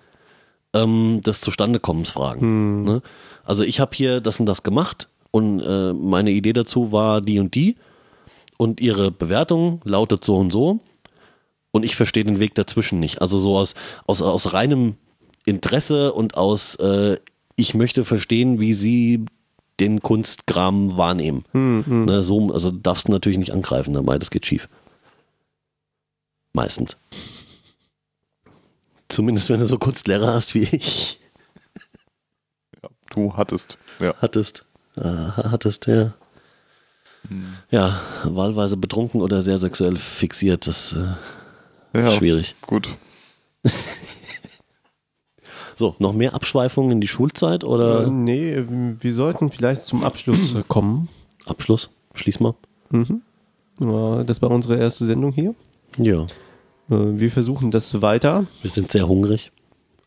Speaker 1: ähm, des Zustandekommens fragen. Ne? Also ich habe hier das und das gemacht und äh, meine Idee dazu war die und die und ihre Bewertung lautet so und so und ich verstehe den Weg dazwischen nicht. Also so aus, aus, aus reinem Interesse und aus, äh, ich möchte verstehen, wie sie den Kunstkram wahrnehmen. Ne, so, also darfst du natürlich nicht angreifen dabei, das geht schief. Meistens. Zumindest wenn du so Kunstlehrer hast wie ich.
Speaker 2: du hattest. Ja.
Speaker 1: Hattest. Äh, hattest, ja. Ja, wahlweise betrunken oder sehr sexuell fixiert, das äh,
Speaker 2: ja.
Speaker 1: Schwierig.
Speaker 2: Gut.
Speaker 1: So, noch mehr
Speaker 3: Äh,
Speaker 1: Abschweifungen in die Schulzeit oder?
Speaker 3: nee, wir sollten vielleicht zum Abschluss kommen.
Speaker 1: Abschluss. Schließ mal.
Speaker 3: Ja, das war unsere erste Sendung hier.
Speaker 1: Ja.
Speaker 3: Äh, Wir versuchen das weiter.
Speaker 1: Wir sind sehr hungrig.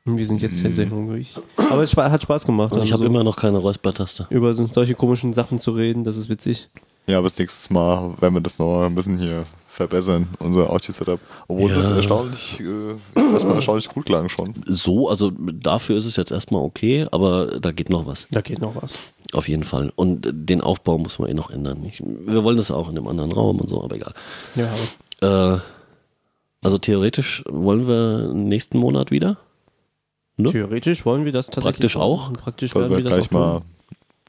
Speaker 3: Wir Hm, sind jetzt sehr, sehr hungrig. Aber es spa- hat Spaß gemacht.
Speaker 1: Mhm. ich
Speaker 3: also
Speaker 1: habe
Speaker 3: so
Speaker 1: immer noch keine Räuspertaste.
Speaker 3: über so- solche komischen Sachen zu reden, das ist witzig.
Speaker 2: Ja, bis nächstes Mal werden wir das noch ein bisschen hier verbessern, unser Audio-Setup. Obwohl
Speaker 1: Ja.
Speaker 2: das erstaunlich, äh, das ist erstmal erstaunlich gut klang schon.
Speaker 1: So, also dafür ist es jetzt erstmal okay, aber da geht noch was.
Speaker 3: Da geht noch was.
Speaker 1: Auf jeden Fall. Und äh, den Aufbau muss man eh noch ändern. Ich, wir wollen das auch in einem anderen Raum und so, aber egal.
Speaker 3: Ja, ne?
Speaker 1: Äh, also theoretisch wollen wir nächsten Monat wieder. Ja.
Speaker 3: theoretisch wollen wir das tatsächlich.
Speaker 1: Praktisch auch.
Speaker 3: Praktisch
Speaker 2: Sollen
Speaker 3: werden
Speaker 2: wir
Speaker 3: wir das auch
Speaker 2: gleich mal
Speaker 3: tun.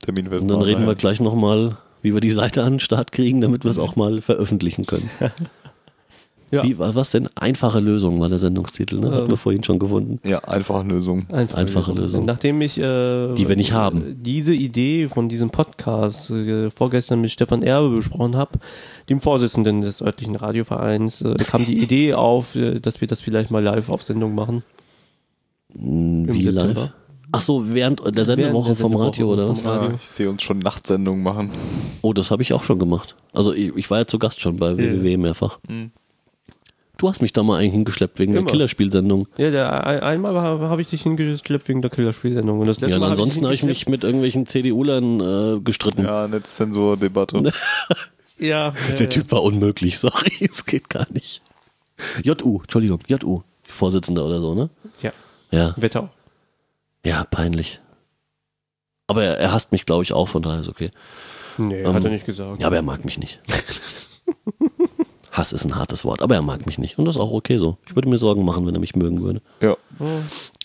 Speaker 2: Termin
Speaker 1: Und dann reden
Speaker 3: halt.
Speaker 1: wir gleich nochmal, wie wir die Seite an den Start kriegen, damit wir es auch mal veröffentlichen können.
Speaker 3: Mhm. Ja.
Speaker 1: Wie, wa- was denn? Einfache Lösung war der Sendungstitel, ne? Hatten
Speaker 3: Ähm.
Speaker 1: wir vorhin schon gefunden.
Speaker 2: Ja, einfache Lösung.
Speaker 3: Einfache,
Speaker 1: Einfache Lösung.
Speaker 3: Nachdem ich äh,
Speaker 1: Die wir nicht haben.
Speaker 3: diese Idee von diesem Podcast äh, vorgestern mit Stefan Erbe besprochen habe, dem Vorsitzenden des örtlichen Radiovereins, äh, kam die Idee auf, äh, dass wir das vielleicht mal live auf Sendung machen.
Speaker 1: Wie
Speaker 3: September.
Speaker 1: live? Ach so, während der Sendewoche
Speaker 3: der
Speaker 1: vom
Speaker 3: Sendewoche
Speaker 1: Radio oder
Speaker 3: vom
Speaker 1: was?
Speaker 2: Ja,
Speaker 3: Radio.
Speaker 2: ich sehe uns schon Nachtsendungen machen.
Speaker 1: Oh, das habe ich auch schon gemacht. Also ich, ich war ja zu Gast schon bei WWW mehrfach. Du hast mich da mal eigentlich hingeschleppt wegen
Speaker 3: Mhm. Immer.
Speaker 1: der Killerspielsendung.
Speaker 3: Ja, der, ein- einmal habe hab ich dich hingeschleppt wegen der Killerspielsendung. Und das letzte
Speaker 1: Ja, und
Speaker 3: Mal
Speaker 1: ansonsten habe ich mich mit irgendwellen CDU-Lern äh, gestritten.
Speaker 2: Ja, Netzzensur-Debatte.
Speaker 3: dich Ja,
Speaker 1: Der Typ war unmöglich, sorry, es geht gar nicht. JU, Entschuldigung, JU, Vorsitzender oder so, ne?
Speaker 3: Ja,
Speaker 1: Ja,
Speaker 3: Wetter.
Speaker 1: ja, peinlich. Aber er, er hasst mich, glaube ich, auch, von daher ist okay.
Speaker 3: Nee,
Speaker 1: Ähm,
Speaker 3: hat er nicht gesagt.
Speaker 1: Ja, aber er mag mich nicht. Hass ist ein hartes Wort, aber er mag mich nicht. Und das ist auch okay so. Ich würde mir Sorgen machen, wenn er mich mögen würde.
Speaker 2: Ja,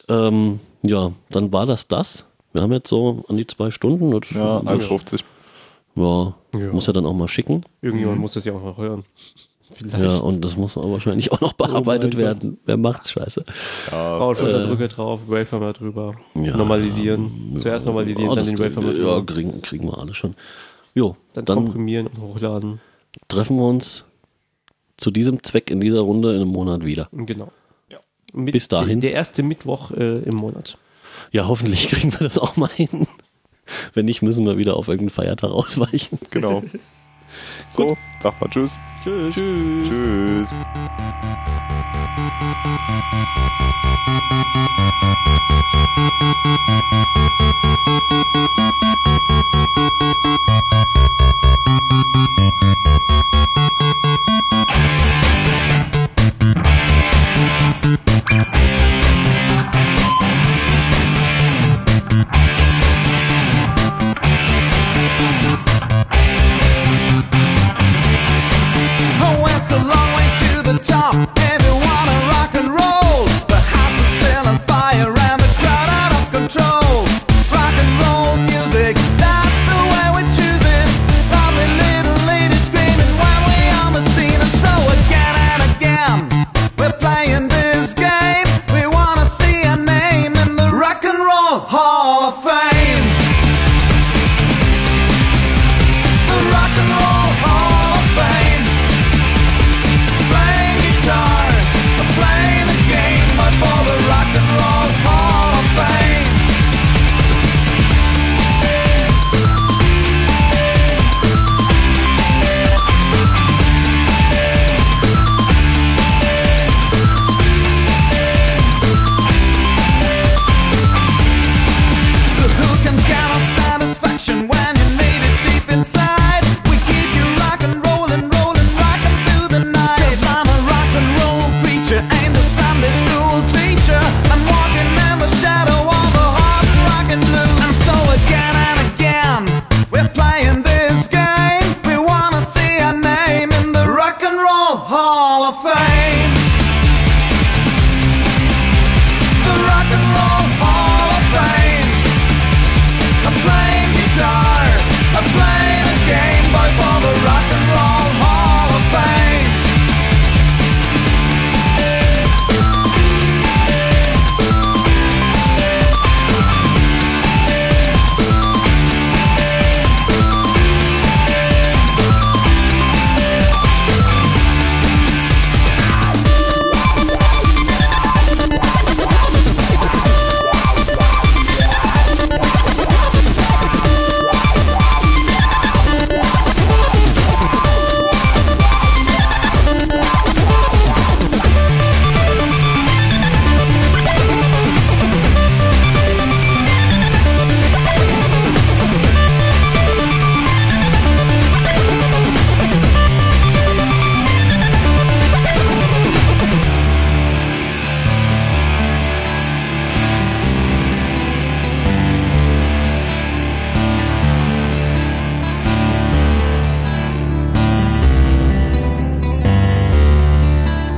Speaker 1: Ähm, ja, dann war das das. Wir haben jetzt so an die zwei Stunden. Das,
Speaker 2: ja,
Speaker 1: das,
Speaker 2: 1,50.
Speaker 1: ja,
Speaker 3: Ja.
Speaker 1: muss er dann auch mal schicken. Mhm.
Speaker 3: Irgendjemand muss das ja auch noch hören. Vielleicht.
Speaker 1: Ja, und das muss auch wahrscheinlich auch noch bearbeitet werden. Wer macht's scheiße?
Speaker 3: Oh, Schulterdrücke drauf, Waveformer drüber.
Speaker 1: äh, Ja.
Speaker 3: normalisieren. Zuerst normalisieren,
Speaker 1: Ah,
Speaker 3: dann
Speaker 1: das-
Speaker 3: den Waveformer drüber.
Speaker 1: Ja, kriegen, kriegen wir alle schon. Jo,
Speaker 3: dann,
Speaker 1: dann,
Speaker 3: komprimieren und hochladen.
Speaker 1: treffen wir uns zu diesem Zweck in dieser Runde in einem Monat wieder.
Speaker 3: Genau. Mit-
Speaker 1: Bis dahin.
Speaker 3: Der erste Mittwoch äh, im Monat.
Speaker 1: Ja, hoffentlich kriegen wir das auch mal hin. Wenn nicht, müssen wir wieder auf irgendeinen Feiertag ausweichen.
Speaker 2: Genau. So, sag mal Tschüss.
Speaker 3: Tschüss. Tschüss.
Speaker 2: Tschüss.
Speaker 6: Oh, it's a long way to the top. Everyone on rock and roll. The house is still on fire and the crowd out of control. Rock and roll music.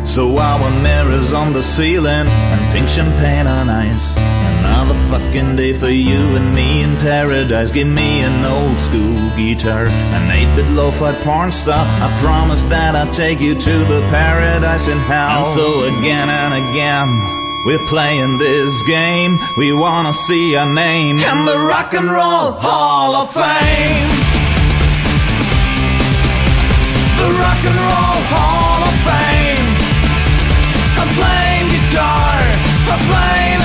Speaker 7: So our mirrors on the ceiling and pink champagne on ice. Another fucking day for you and me in paradise. Give me an old school guitar, an 8 bit lo fi porn star. I promise that I'll take you to the paradise in hell. And so again and again. We're playing this game. We wanna see your name in the Rock and Roll Hall of Fame. The Rock and Roll Hall of Fame. I'm playing guitar. I'm playing